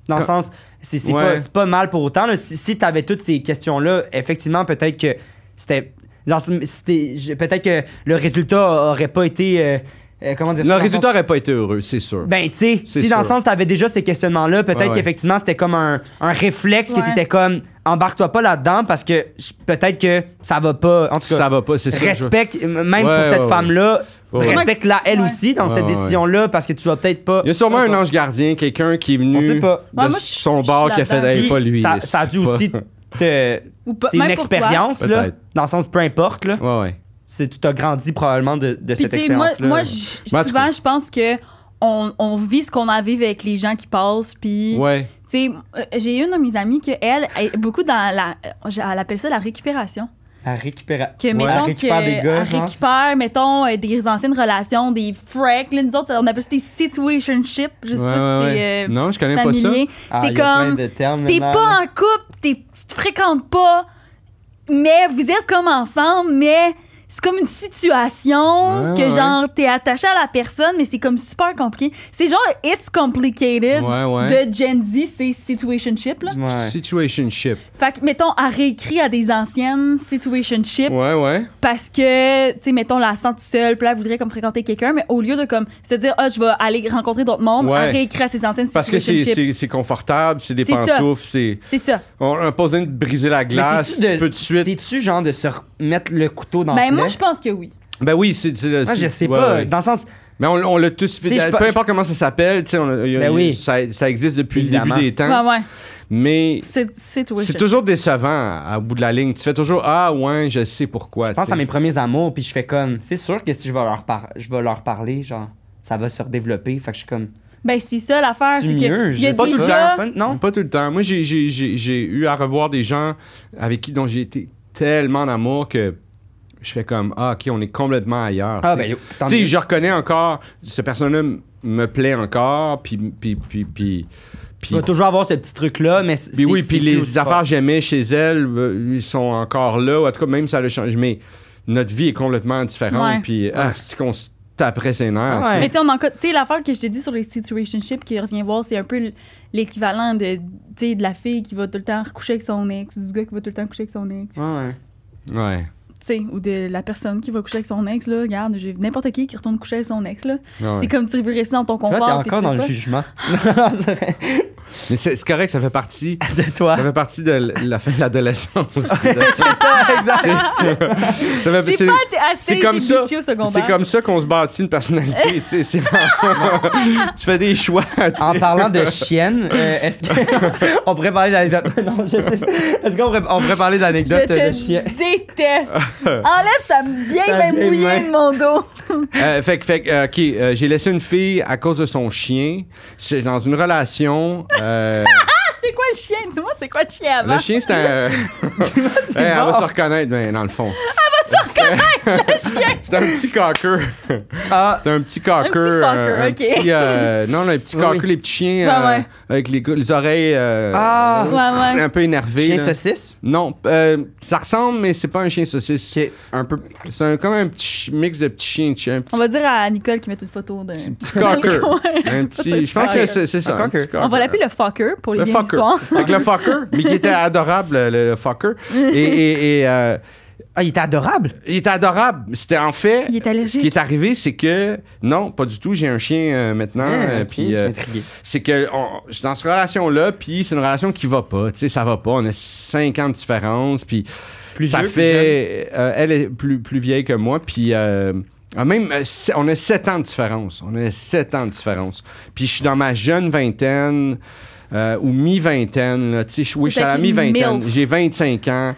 Speaker 1: Dans le sens, c'est c'est
Speaker 3: Ouais.
Speaker 1: pas, c'est pas mal pour autant. là. Si, tu t'avais toutes ces questions-là, effectivement, peut-être que c'était. genre, c'était- je- peut-être que le résultat aurait pas été. euh, euh, comment dire ça,
Speaker 3: le
Speaker 1: dans le
Speaker 3: résultat aurait pas été heureux, c'est sûr.
Speaker 1: sens- Ben, tu sais,
Speaker 3: C'est
Speaker 1: si dans le
Speaker 3: sûr.
Speaker 1: sens, t'avais déjà ces questionnements-là, peut-être
Speaker 3: Ouais, ouais.
Speaker 1: qu'effectivement, c'était comme un, un réflexe que
Speaker 2: Ouais.
Speaker 1: t'étais comme, embarque-toi pas là-dedans parce que je- peut-être que ça va pas. En tout cas,
Speaker 3: ça va pas, c'est sûr. je-
Speaker 1: respecte, m- même
Speaker 3: Ouais,
Speaker 1: pour cette
Speaker 3: ouais,
Speaker 1: femme-là,
Speaker 3: ouais. Ouais, ouais.
Speaker 1: respecte-la elle
Speaker 2: Ouais.
Speaker 1: aussi dans
Speaker 3: Ouais,
Speaker 1: cette
Speaker 3: ouais, ouais.
Speaker 1: décision-là parce que tu vas peut-être pas.
Speaker 3: Il y a sûrement
Speaker 1: Ouais,
Speaker 3: un
Speaker 1: pas.
Speaker 3: ange gardien, quelqu'un qui est venu
Speaker 1: On sait pas.
Speaker 3: de
Speaker 2: Ouais, moi, je-
Speaker 3: son
Speaker 2: je
Speaker 3: bar
Speaker 2: suis
Speaker 3: qui a fait
Speaker 2: là-dedans.
Speaker 3: d'ailleurs
Speaker 1: Puis,
Speaker 3: pas lui.
Speaker 1: Ça, ça a dû
Speaker 3: pas-
Speaker 1: [LAUGHS] aussi te.
Speaker 2: Ou pas-
Speaker 1: C'est une
Speaker 2: même pour toi.
Speaker 1: expérience, là.
Speaker 3: Peut-être.
Speaker 1: Dans le sens, peu importe, là.
Speaker 3: Ouais, ouais.
Speaker 1: C'est, tu t'as grandi probablement de, de
Speaker 2: Puis,
Speaker 1: cette
Speaker 2: tu sais, moi,
Speaker 1: expérience-là.
Speaker 2: moi j-
Speaker 3: Ben, en tout
Speaker 2: souvent,
Speaker 3: cas.
Speaker 2: je pense que on, on vit ce qu'on a vécu avec les gens qui passent. Puis,
Speaker 3: Ouais.
Speaker 2: tu sais, euh, j'ai une de mes amies que elle est beaucoup dans la. Elle appelle ça la récupération.
Speaker 1: Elle récupère.
Speaker 2: Que, mettons,
Speaker 1: elle récupère
Speaker 2: que-
Speaker 1: des gars.
Speaker 2: elle
Speaker 1: genre.
Speaker 2: récupère, mettons, euh, des anciennes relations, des fracks. Là, nous autres, on appelle ça des situationships. Je sais
Speaker 3: Ouais,
Speaker 2: pas
Speaker 3: ouais,
Speaker 2: si
Speaker 3: ouais.
Speaker 2: t'es euh,
Speaker 3: non, je connais pas ça.
Speaker 2: familier.
Speaker 1: Ah,
Speaker 2: C'est
Speaker 1: il y a plein
Speaker 2: comme.
Speaker 1: de termes
Speaker 2: T'es
Speaker 1: maintenant,
Speaker 2: pas
Speaker 1: là.
Speaker 2: en couple, t'es- tu te fréquentes pas, mais vous êtes comme ensemble, mais c'est comme une situation
Speaker 3: Ouais,
Speaker 2: que
Speaker 3: ouais,
Speaker 2: genre t'es attaché à la personne, mais c'est comme super compliqué. C'est genre It's Complicated
Speaker 3: Ouais, ouais. Mm.
Speaker 2: de Gen Z, c'est Situationship. Là.
Speaker 1: Ouais.
Speaker 3: Situationship.
Speaker 2: Fait que, mettons, à réécrit à des anciennes Situationship
Speaker 3: Ouais, ouais.
Speaker 2: parce que, tu sais, mettons, la sent tout seul, puis là, elle voudrait comme fréquenter quelqu'un, mais au lieu de comme se dire, ah, je vais aller rencontrer d'autres mondes,
Speaker 3: Ouais.
Speaker 2: à réécrire à ses anciennes
Speaker 3: Parce que c'est-
Speaker 2: Situationship.
Speaker 3: c'est c'est confortable, c'est des
Speaker 2: C'est ça.
Speaker 3: pantoufles, c'est.
Speaker 2: C'est ça.
Speaker 3: On on a pas besoin de briser la
Speaker 1: Mais
Speaker 3: glace,
Speaker 1: c'est-tu de-
Speaker 3: tu peux de suite.
Speaker 1: C'est-tu genre de se mettre le couteau dans
Speaker 2: Ben,
Speaker 1: le
Speaker 2: moi,
Speaker 1: plaid?
Speaker 2: je pense que oui.
Speaker 3: Ben oui, c'est. c'est le-
Speaker 1: Moi, Ah, je
Speaker 3: c'est-
Speaker 1: sais
Speaker 3: ouais,
Speaker 1: pas.
Speaker 3: ouais.
Speaker 1: Dans le sens.
Speaker 3: Mais on, on l'a tous fait. Ben,
Speaker 1: Tu sais, je
Speaker 3: Peu
Speaker 1: pas-
Speaker 3: importe comment ça s'appelle, tu sais, on a- il y a-
Speaker 1: Ben oui.
Speaker 3: ça, ça existe depuis
Speaker 1: Évidemment. Bah,
Speaker 3: le début des temps.
Speaker 2: Ouais, ouais.
Speaker 3: Mais
Speaker 2: C'est Situation.
Speaker 3: Hein? c'est toujours décevant, au bout de la ligne. Tu fais toujours Ah, ouais, je sais pourquoi.
Speaker 1: Je pense
Speaker 3: tu sais.
Speaker 1: à mes premiers amours, puis je fais comme. C'est sûr que si je vais leur, par- je vais leur parler, genre, ça va se redévelopper. Fait que je suis comme.
Speaker 2: Ben, c'est ça l'affaire.
Speaker 1: C'est
Speaker 2: C'est que.
Speaker 1: mieux,
Speaker 2: Il y a
Speaker 1: je sais pas tout le
Speaker 2: déjà.
Speaker 1: temps. Non?
Speaker 3: Pas tout le temps. Moi, j'ai, j'ai- j'ai- j'ai eu à revoir des gens avec qui dont j'ai été tellement en amour que je fais comme Ah, ok, on est complètement ailleurs.
Speaker 1: Ah,
Speaker 3: tu sais.
Speaker 1: ben, tant
Speaker 3: Tu sais,
Speaker 1: mieux.
Speaker 3: je reconnais encore, cette personne-là m- me plaît encore, puis. puis, puis, puis,
Speaker 1: Tu
Speaker 3: puis
Speaker 1: vas toujours avoir ce petit truc-là, mais. Bah, c'est-
Speaker 3: puis oui,
Speaker 1: c'est
Speaker 3: puis
Speaker 1: plus aussi
Speaker 3: les
Speaker 1: fort.
Speaker 3: affaires que j'aimais chez elle, euh, ils sont encore là, ou en tout cas, même ça le change. Mais notre vie est complètement différente,
Speaker 2: Ouais.
Speaker 3: puis ah, c'est qu'on se taperait ses nerfs.
Speaker 1: Ah
Speaker 3: tu sais.
Speaker 2: Mais tu sais, on en co- tu sais, l'affaire que je t'ai dit sur les situationships qui revient voir, c'est un peu l- l'équivalent de, tu sais, de la fille qui va tout le temps recoucher avec son ex, ou du gars qui va tout le temps coucher avec son ex, tu
Speaker 1: Ouais, ouais.
Speaker 3: Ouais,
Speaker 2: sais, ou de la personne qui va coucher avec son ex, là. Regarde, j'ai n'importe qui qui retourne coucher avec son ex, là.
Speaker 3: ouais.
Speaker 2: C'est comme tu veux rester dans ton
Speaker 1: Tu vois, t'es
Speaker 2: confort. puis
Speaker 1: encore
Speaker 2: tu
Speaker 1: dans
Speaker 2: sais
Speaker 1: le
Speaker 2: pas.
Speaker 1: jugement. [LAUGHS] Non, c'est vrai.
Speaker 3: Mais c'est, c'est correct, ça fait partie.
Speaker 1: de toi. [LAUGHS]
Speaker 3: Ça fait partie de l- la fin de l'adolescence.
Speaker 2: [LAUGHS]
Speaker 3: C'est-
Speaker 1: ça, exact.
Speaker 3: ça fait-
Speaker 2: J'ai
Speaker 3: c'est,
Speaker 2: pas été assez
Speaker 3: c'est comme ça.
Speaker 2: débutée au secondaire.
Speaker 3: c'est comme ça qu'on se bâtit une personnalité. tu sais, c'est-
Speaker 2: [LAUGHS]
Speaker 3: tu fais des choix. tu sais.
Speaker 1: En parlant de chienne, euh, est-ce [LAUGHS] qu'on pourrait parler d'anecdote Non, je sais. pas. Est-ce qu'on pourrait, on pourrait parler
Speaker 2: Je
Speaker 1: d'anecdote de
Speaker 2: te
Speaker 1: chienne [LAUGHS]
Speaker 2: déteste. Enlève ta vieille
Speaker 1: Ta vieille
Speaker 2: main
Speaker 1: main.
Speaker 2: mouillée de mon dos. [LAUGHS]
Speaker 3: Euh, fait que, fait que, euh, ok, euh, j'ai laissé une fille à cause de son chien. J'étais dans une relation. euh,
Speaker 2: C'est quoi le chien? Dis-moi, c'est quoi le chien avant?
Speaker 3: le chien, c'était un. Hey, [LAUGHS] elle va
Speaker 1: mort.
Speaker 3: se reconnaître, mais dans le fond. [LAUGHS] Elle va se reconnaître, le chien! C'était un petit cocker.
Speaker 1: Ah,
Speaker 3: C'était un petit cocker.
Speaker 2: petit fucker,
Speaker 3: euh, un
Speaker 2: ok.
Speaker 3: petit, euh, non, non, un petit
Speaker 1: Oui,
Speaker 3: cocker,
Speaker 1: oui.
Speaker 3: les petits chiens.
Speaker 2: Ouais,
Speaker 3: euh,
Speaker 2: ouais.
Speaker 3: Avec les, les oreilles. euh,
Speaker 1: Ah.
Speaker 2: Ouais, ouais.
Speaker 3: Un peu énervées.
Speaker 1: chien
Speaker 3: là.
Speaker 1: saucisse
Speaker 3: Non, euh, ça ressemble, mais c'est pas un chien saucisse.
Speaker 1: Qui est un peu.
Speaker 3: C'est un- comme un petit ch- mix de petits chiens. de chiens, Un
Speaker 2: On
Speaker 3: petit,
Speaker 2: va dire à Nicole qui met une photo d'un.
Speaker 3: petit cocker.
Speaker 1: [LAUGHS]
Speaker 3: un petit. Je pense que c'est c'est ça.
Speaker 1: Un
Speaker 3: un petit
Speaker 1: cocker.
Speaker 2: On va l'appeler le fucker pour les
Speaker 3: le
Speaker 2: bien
Speaker 3: fucker. Fait que le fucker, mais qui était adorable, le, le fucker. Et, et, et, euh,
Speaker 1: Ah, il était adorable.
Speaker 3: Il était adorable. C'était en fait.
Speaker 2: Il est allergique.
Speaker 3: Ce qui est arrivé, c'est que non, pas du tout. J'ai un chien euh, maintenant.
Speaker 1: Ah,
Speaker 3: euh,
Speaker 1: ok,
Speaker 3: puis
Speaker 1: je suis
Speaker 3: euh,
Speaker 1: intrigué.
Speaker 3: c'est que on- je suis dans cette relation là, puis c'est une relation qui va pas. Tu sais, ça va pas. On a cinq ans de différence, puis
Speaker 1: Plus
Speaker 3: ça
Speaker 1: vieux, plus
Speaker 3: fait. euh, elle est plus plus vieille que moi, puis. euh, ah, même, euh, se- on a sept ans de différence. On a sept ans de différence. Puis je suis dans ma jeune vingtaine euh, ou mi-vingtaine. là. Tu sais, je- oui, je suis à la
Speaker 2: Fait qu'il
Speaker 3: mi-vingtaine.
Speaker 2: milf.
Speaker 3: J'ai 25 ans.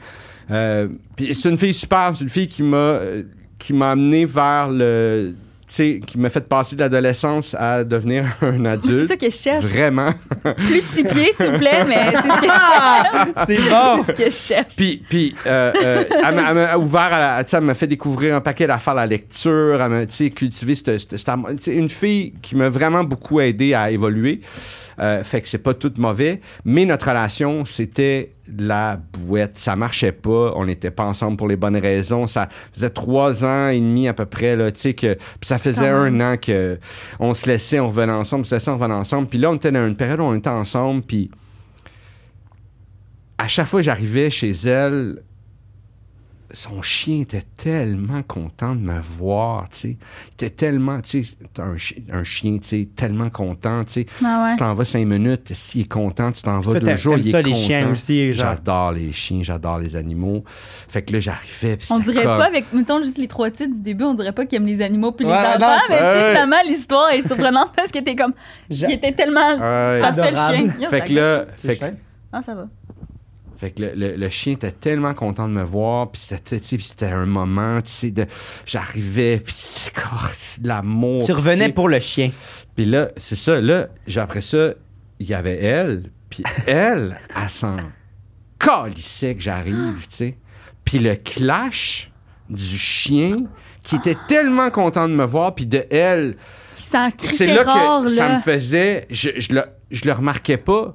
Speaker 3: Euh, puis c'est une fille super, c'est une fille qui m'a euh, qui m'a amené vers le tu sais qui m'a fait passer de l'adolescence à devenir [LAUGHS] un
Speaker 2: C'est
Speaker 3: adulte.
Speaker 2: ça que je cherche.
Speaker 3: Vraiment. [LAUGHS]
Speaker 2: Plus petit pied, s'il vous plaît, mais c'est ce que
Speaker 1: [LAUGHS] Ah, c'est bon.
Speaker 2: c'est ce que je cherche.
Speaker 3: Puis, puis euh, euh, elle m'a- elle m'a ouvert, à la- tu sais, elle m'a fait découvrir un paquet d'affaires, la lecture, elle m'a tu sais, cultivé cette- cette- cette amour- tu sais, une fille qui m'a vraiment beaucoup aidé à évoluer. Euh, fait que c'est pas tout mauvais, mais notre relation, c'était de la bouette. Ça marchait pas, on n'était pas ensemble pour les bonnes raisons. Ça faisait trois ans et demi à peu près, là, tu sais, que. Puis ça faisait
Speaker 2: Quand
Speaker 3: un an que on se laissait, on revenait ensemble, on se laissait, on revenait ensemble. Puis là, on était dans une période où on était ensemble, puis à chaque fois que j'arrivais chez elle, son chien était tellement content de me voir, tu sais. Il était tellement, tu sais, t'as un, chi- un chien, tu sais, tellement content, tu sais.
Speaker 2: Ah ouais.
Speaker 3: Tu t'en vas cinq minutes, s'il est content, tu t'en vas
Speaker 1: Toi,
Speaker 3: deux
Speaker 1: t'a-
Speaker 3: jours,
Speaker 1: t'aimes
Speaker 3: il est
Speaker 1: ça, les
Speaker 3: content.
Speaker 1: chiens aussi, genre.
Speaker 3: J'adore les chiens, j'adore les animaux. Fait que là, j'arrivais, puis
Speaker 2: On
Speaker 3: c'était
Speaker 2: dirait
Speaker 3: comme-
Speaker 2: pas, avec, mettons, juste les trois titres du début, on dirait pas qu'il aime les animaux puis les
Speaker 1: Ouais,
Speaker 2: enfants,
Speaker 1: non,
Speaker 2: mais tu sais,
Speaker 3: ouais.
Speaker 2: finalement, l'histoire est surprenante parce que t'es comme.
Speaker 1: J'a-
Speaker 2: Il était tellement.
Speaker 3: Ah Ouais.
Speaker 2: parfait, le
Speaker 1: Adorable.
Speaker 2: chien. Yo,
Speaker 3: fait
Speaker 2: ça
Speaker 3: que là,
Speaker 1: Ah, C'est
Speaker 3: fait que
Speaker 1: chien.
Speaker 2: Ah, ça va.
Speaker 3: Fait que le, le- le chien était tellement content de me voir, puis c'était, tu sais, puis c'était un moment, tu sais, de, j'arrivais, puis c'est quoi, c'est de l'amour.
Speaker 1: Tu
Speaker 3: puis
Speaker 1: revenais
Speaker 3: tu sais.
Speaker 1: pour le chien.
Speaker 3: Puis là, c'est ça, là, j'ai- après ça, il y avait elle, puis
Speaker 2: [LAUGHS]
Speaker 3: elle, elle s'en calissait que j'arrive, tu sais. Puis le clash du chien qui était tellement content de me voir, puis de elle,
Speaker 2: Qui s'en crie,
Speaker 3: c'est là que
Speaker 2: rare,
Speaker 3: ça
Speaker 2: là.
Speaker 3: me faisait, je, je, le, je le remarquais pas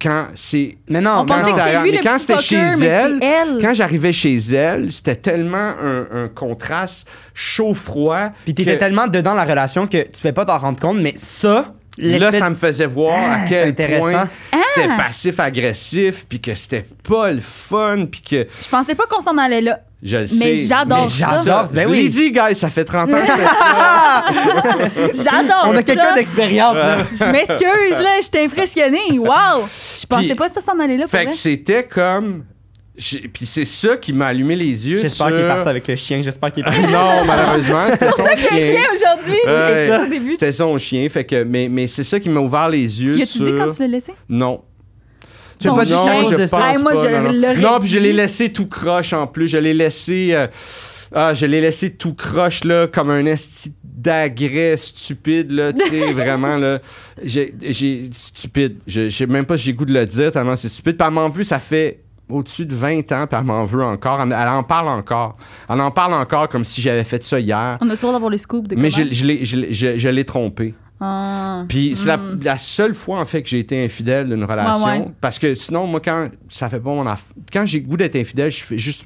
Speaker 3: quand c'est
Speaker 1: Mais non,
Speaker 2: On
Speaker 1: mais
Speaker 3: quand
Speaker 2: pensait
Speaker 1: non.
Speaker 2: que c'était
Speaker 3: c'était-
Speaker 2: lui
Speaker 3: mais
Speaker 2: le
Speaker 3: quand
Speaker 2: petit
Speaker 3: c'était chez
Speaker 2: fucker, mais
Speaker 3: elle,
Speaker 2: c'est elle.
Speaker 3: quand j'arrivais chez elle, c'était tellement un, un contraste chaud-froid.
Speaker 1: Puis t'étais
Speaker 3: que
Speaker 1: tellement dedans la relation que tu pouvais pas t'en rendre compte, mais ça,
Speaker 3: Là,
Speaker 1: l'espèce-
Speaker 3: ça me faisait voir
Speaker 2: Ah,
Speaker 3: à quel
Speaker 1: intéressant.
Speaker 3: point c'était passif-agressif, puis que c'était pas le fun, puis que
Speaker 2: Je pensais pas qu'on s'en allait là.
Speaker 3: je le
Speaker 2: Mais
Speaker 3: sais.
Speaker 2: j'adore
Speaker 1: ça.
Speaker 3: Je
Speaker 1: Ben oui.
Speaker 3: l'ai dit, guys, ça fait 30
Speaker 2: [LAUGHS]
Speaker 3: ans que je fais ça.
Speaker 2: J'adore.
Speaker 1: On a
Speaker 2: ça.
Speaker 1: quelqu'un d'expérience. là.
Speaker 2: Je m'excuse, là. J'étais impressionnée. Wow. Je pensais
Speaker 3: Puis-
Speaker 2: pas que ça s'en allait là. Pour
Speaker 3: Fait
Speaker 2: vrai.
Speaker 3: que c'était comme... j'ai- Puis c'est ça qui m'a allumé les yeux
Speaker 1: [LAUGHS] J'espère
Speaker 3: sur-
Speaker 1: qu'il est parti avec le chien. J'espère qu'il est parti.
Speaker 3: [LAUGHS] Non, malheureusement,
Speaker 2: [LAUGHS]
Speaker 3: c'était son
Speaker 2: Que
Speaker 3: chien.
Speaker 2: chien aujourd'hui.
Speaker 3: Ouais.
Speaker 2: C'est ça au début.
Speaker 3: C'était son chien, fait que mais, mais c'est ça qui m'a ouvert les yeux
Speaker 2: Tu as-tu
Speaker 3: sur
Speaker 2: dit quand tu l'as laissé?
Speaker 3: non.
Speaker 1: Tu l'as
Speaker 2: Ton
Speaker 1: pas dit
Speaker 2: chien.
Speaker 1: juste à cause
Speaker 3: je
Speaker 1: de ça.
Speaker 3: pense
Speaker 2: Ah, moi,
Speaker 3: pas,
Speaker 2: je
Speaker 3: non, non.
Speaker 2: l'aurais
Speaker 3: Non, puis je l'ai
Speaker 2: dit.
Speaker 3: laissé tout croche en plus, je l'ai laissé euh, ah, je l'ai laissé tout croche là comme un esti d'agrès stupide là, tu sais vraiment là, j'ai j'ai- stupide, je je sais même pas si j'ai goût de le dire tellement c'est stupide. Puis elle m'en veut, ça fait au-dessus de 20 ans, puis elle m'en veut encore, elle, elle en parle encore. Elle en parle encore comme si j'avais fait ça hier.
Speaker 2: On a toujours d'avoir le scoop de
Speaker 3: Mais
Speaker 2: comment.
Speaker 3: je- je l'ai- je l'ai- je- je l'ai trompé.
Speaker 2: Ah.
Speaker 3: Puis c'est la-
Speaker 2: Mm.
Speaker 3: la, seule fois en fait que j'ai été infidèle d'une relation.
Speaker 2: Ouais, ouais.
Speaker 3: Parce que sinon, moi, quand ça fait pas mon aff- Quand j'ai le goût d'être infidèle, je fais juste.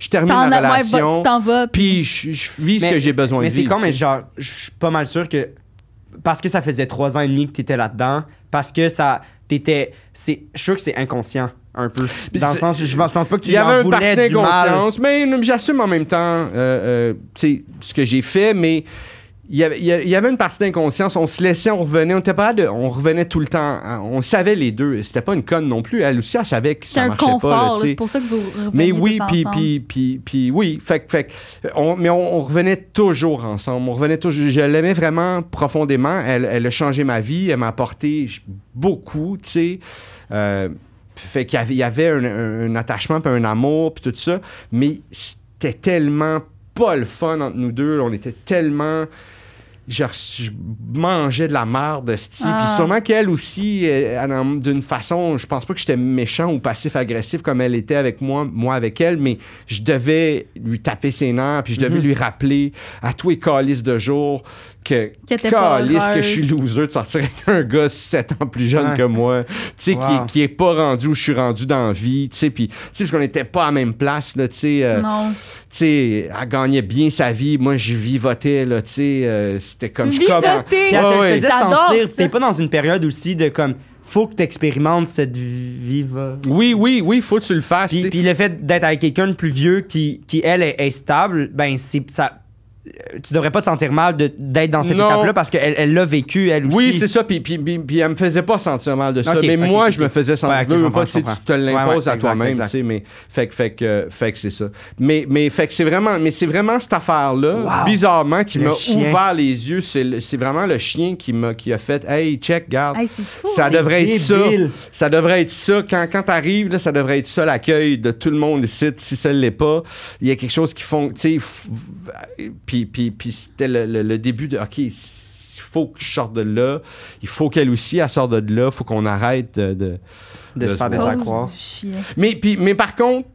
Speaker 3: Je termine
Speaker 2: T'en
Speaker 3: la
Speaker 2: as- ouais, va-
Speaker 3: relation.
Speaker 2: tu t'en vas.
Speaker 3: puis je, je vis ce
Speaker 1: Mais-
Speaker 3: que j'ai besoin
Speaker 1: Mais
Speaker 3: de
Speaker 1: c'est
Speaker 3: vivre.
Speaker 1: comme, mais
Speaker 3: tu sais.
Speaker 1: genre, je suis pas mal sûr que parce que ça faisait trois ans et demi que t'étais là-dedans, parce que ça, t'étais, c'est, je suis sûr que c'est inconscient un peu. Dans le
Speaker 3: c'est-
Speaker 1: sens, je pense je pense pas que tu
Speaker 3: Il y
Speaker 1: en
Speaker 3: avait un
Speaker 1: voulais
Speaker 3: parti
Speaker 1: du mal.
Speaker 3: d'inconscience, mais non, j'assume en même temps euh, euh, tu sais, ce que j'ai fait, mais il y, avait, il y a- il y avait une partie d'inconscience. On se laissait, on revenait, on était pas de, on revenait tout le temps. hein, On savait les deux. C'était pas une conne non plus. Elle aussi, elle savait que
Speaker 2: C'est
Speaker 3: ça
Speaker 2: un
Speaker 3: marchait
Speaker 2: confort.
Speaker 3: pas. là,
Speaker 2: là,
Speaker 3: tu sais.
Speaker 2: c'est pour ça que vous revenez
Speaker 3: Mais oui,
Speaker 2: tous
Speaker 3: puis,
Speaker 2: ensemble.
Speaker 3: puis, puis, puis oui, fait, que- fait que, on, mais on, on revenait toujours ensemble. On revenait toujours. Je l'aimais vraiment profondément. Elle, elle a changé ma vie. Elle m'a apporté j- beaucoup, tu sais. Euh, fait qu'il y avait, il y avait un, un- un attachement, puis un amour, puis tout ça. Mais c'était tellement pas le fun entre nous deux. On était tellement. Je, je mangeais de la marde, sti.
Speaker 2: Ah.
Speaker 3: Puis sûrement qu'elle aussi, euh, elle en- d'une façon, je pense pas que j'étais méchant ou passif-agressif comme elle était avec moi, moi avec elle, mais je devais lui taper ses nerfs, puis je devais
Speaker 1: Mhm.
Speaker 3: lui rappeler à tous les calices de jour que
Speaker 2: Qu'elle était pas
Speaker 3: calice que
Speaker 2: heureuse.
Speaker 3: je suis loser de sortir avec un gars 7 ans plus jeune
Speaker 1: Ouais.
Speaker 3: que moi, tu sais, qui-
Speaker 1: Wow.
Speaker 3: qui, est pas rendu où je suis rendu dans la vie, tu sais, puis, tu sais, parce qu'on n'était pas à la même place, là, tu sais. euh,
Speaker 2: Non.
Speaker 3: tu sais, elle gagnait bien sa vie. Moi, je vivotais, là, tu sais, euh, c'était comme... je
Speaker 2: Vivotais!
Speaker 1: Puis elle te
Speaker 3: Ouais,
Speaker 1: le
Speaker 3: ouais.
Speaker 1: faisait
Speaker 2: J'adore
Speaker 1: sentir,
Speaker 2: ça.
Speaker 1: t'es pas dans une période aussi de comme, faut que tu expérimentes cette vive.
Speaker 3: Oui, oui, oui, faut que tu le fasses. tu
Speaker 1: Puis,
Speaker 3: sais.
Speaker 1: puis le fait d'être avec quelqu'un de plus vieux qui, qui elle, est, est stable, ben, c'est ça. euh, Tu devrais pas te sentir mal de- d'être dans cette
Speaker 3: Non.
Speaker 1: étape-là parce qu'elle elle l'a vécu, elle aussi.
Speaker 3: Oui, c'est ça. Puis, puis, puis, puis elle me faisait pas sentir mal de ça.
Speaker 1: Ok,
Speaker 3: mais
Speaker 1: ok,
Speaker 3: moi,
Speaker 1: ok.
Speaker 3: je me faisais sentir
Speaker 1: Ouais, ok,
Speaker 3: veux,
Speaker 1: je
Speaker 3: veux
Speaker 1: comprends,
Speaker 3: pas, tu sais,
Speaker 1: je
Speaker 3: tu te
Speaker 1: Ouais, ouais,
Speaker 3: l'imposes à
Speaker 1: exact,
Speaker 3: toi-même.
Speaker 1: exact.
Speaker 3: tu sais, Mais fait que, fait que, euh, fait que c'est ça. Mais, mais fait que c'est vraiment, mais c'est vraiment cette affaire-là,
Speaker 1: Wow.
Speaker 3: bizarrement, qui
Speaker 1: Le
Speaker 3: m'a
Speaker 1: chien.
Speaker 3: ouvert les yeux. C'est le- c'est vraiment le chien qui m'a qui a fait Hey, check, garde.
Speaker 2: Hey, c'est fou.
Speaker 3: ah, Ça
Speaker 1: C'est
Speaker 3: devrait être ça.
Speaker 1: débile.
Speaker 3: Ça devrait être ça. Quand, quand t'arrives, là, ça devrait être ça l'accueil de tout le monde ici. Si ça ne l'est pas, il y a quelque chose qui font. Tu sais, f- puis, puis, puis c'était le, le- le début de OK, il faut que je sorte de là. Il faut qu'elle aussi, elle sorte de là. Il faut qu'on arrête de. de-
Speaker 1: De se
Speaker 3: de
Speaker 1: faire
Speaker 3: se
Speaker 1: des
Speaker 2: Pose
Speaker 3: voir.
Speaker 1: accrocs.
Speaker 2: du chien.
Speaker 3: Mais, puis, mais par contre,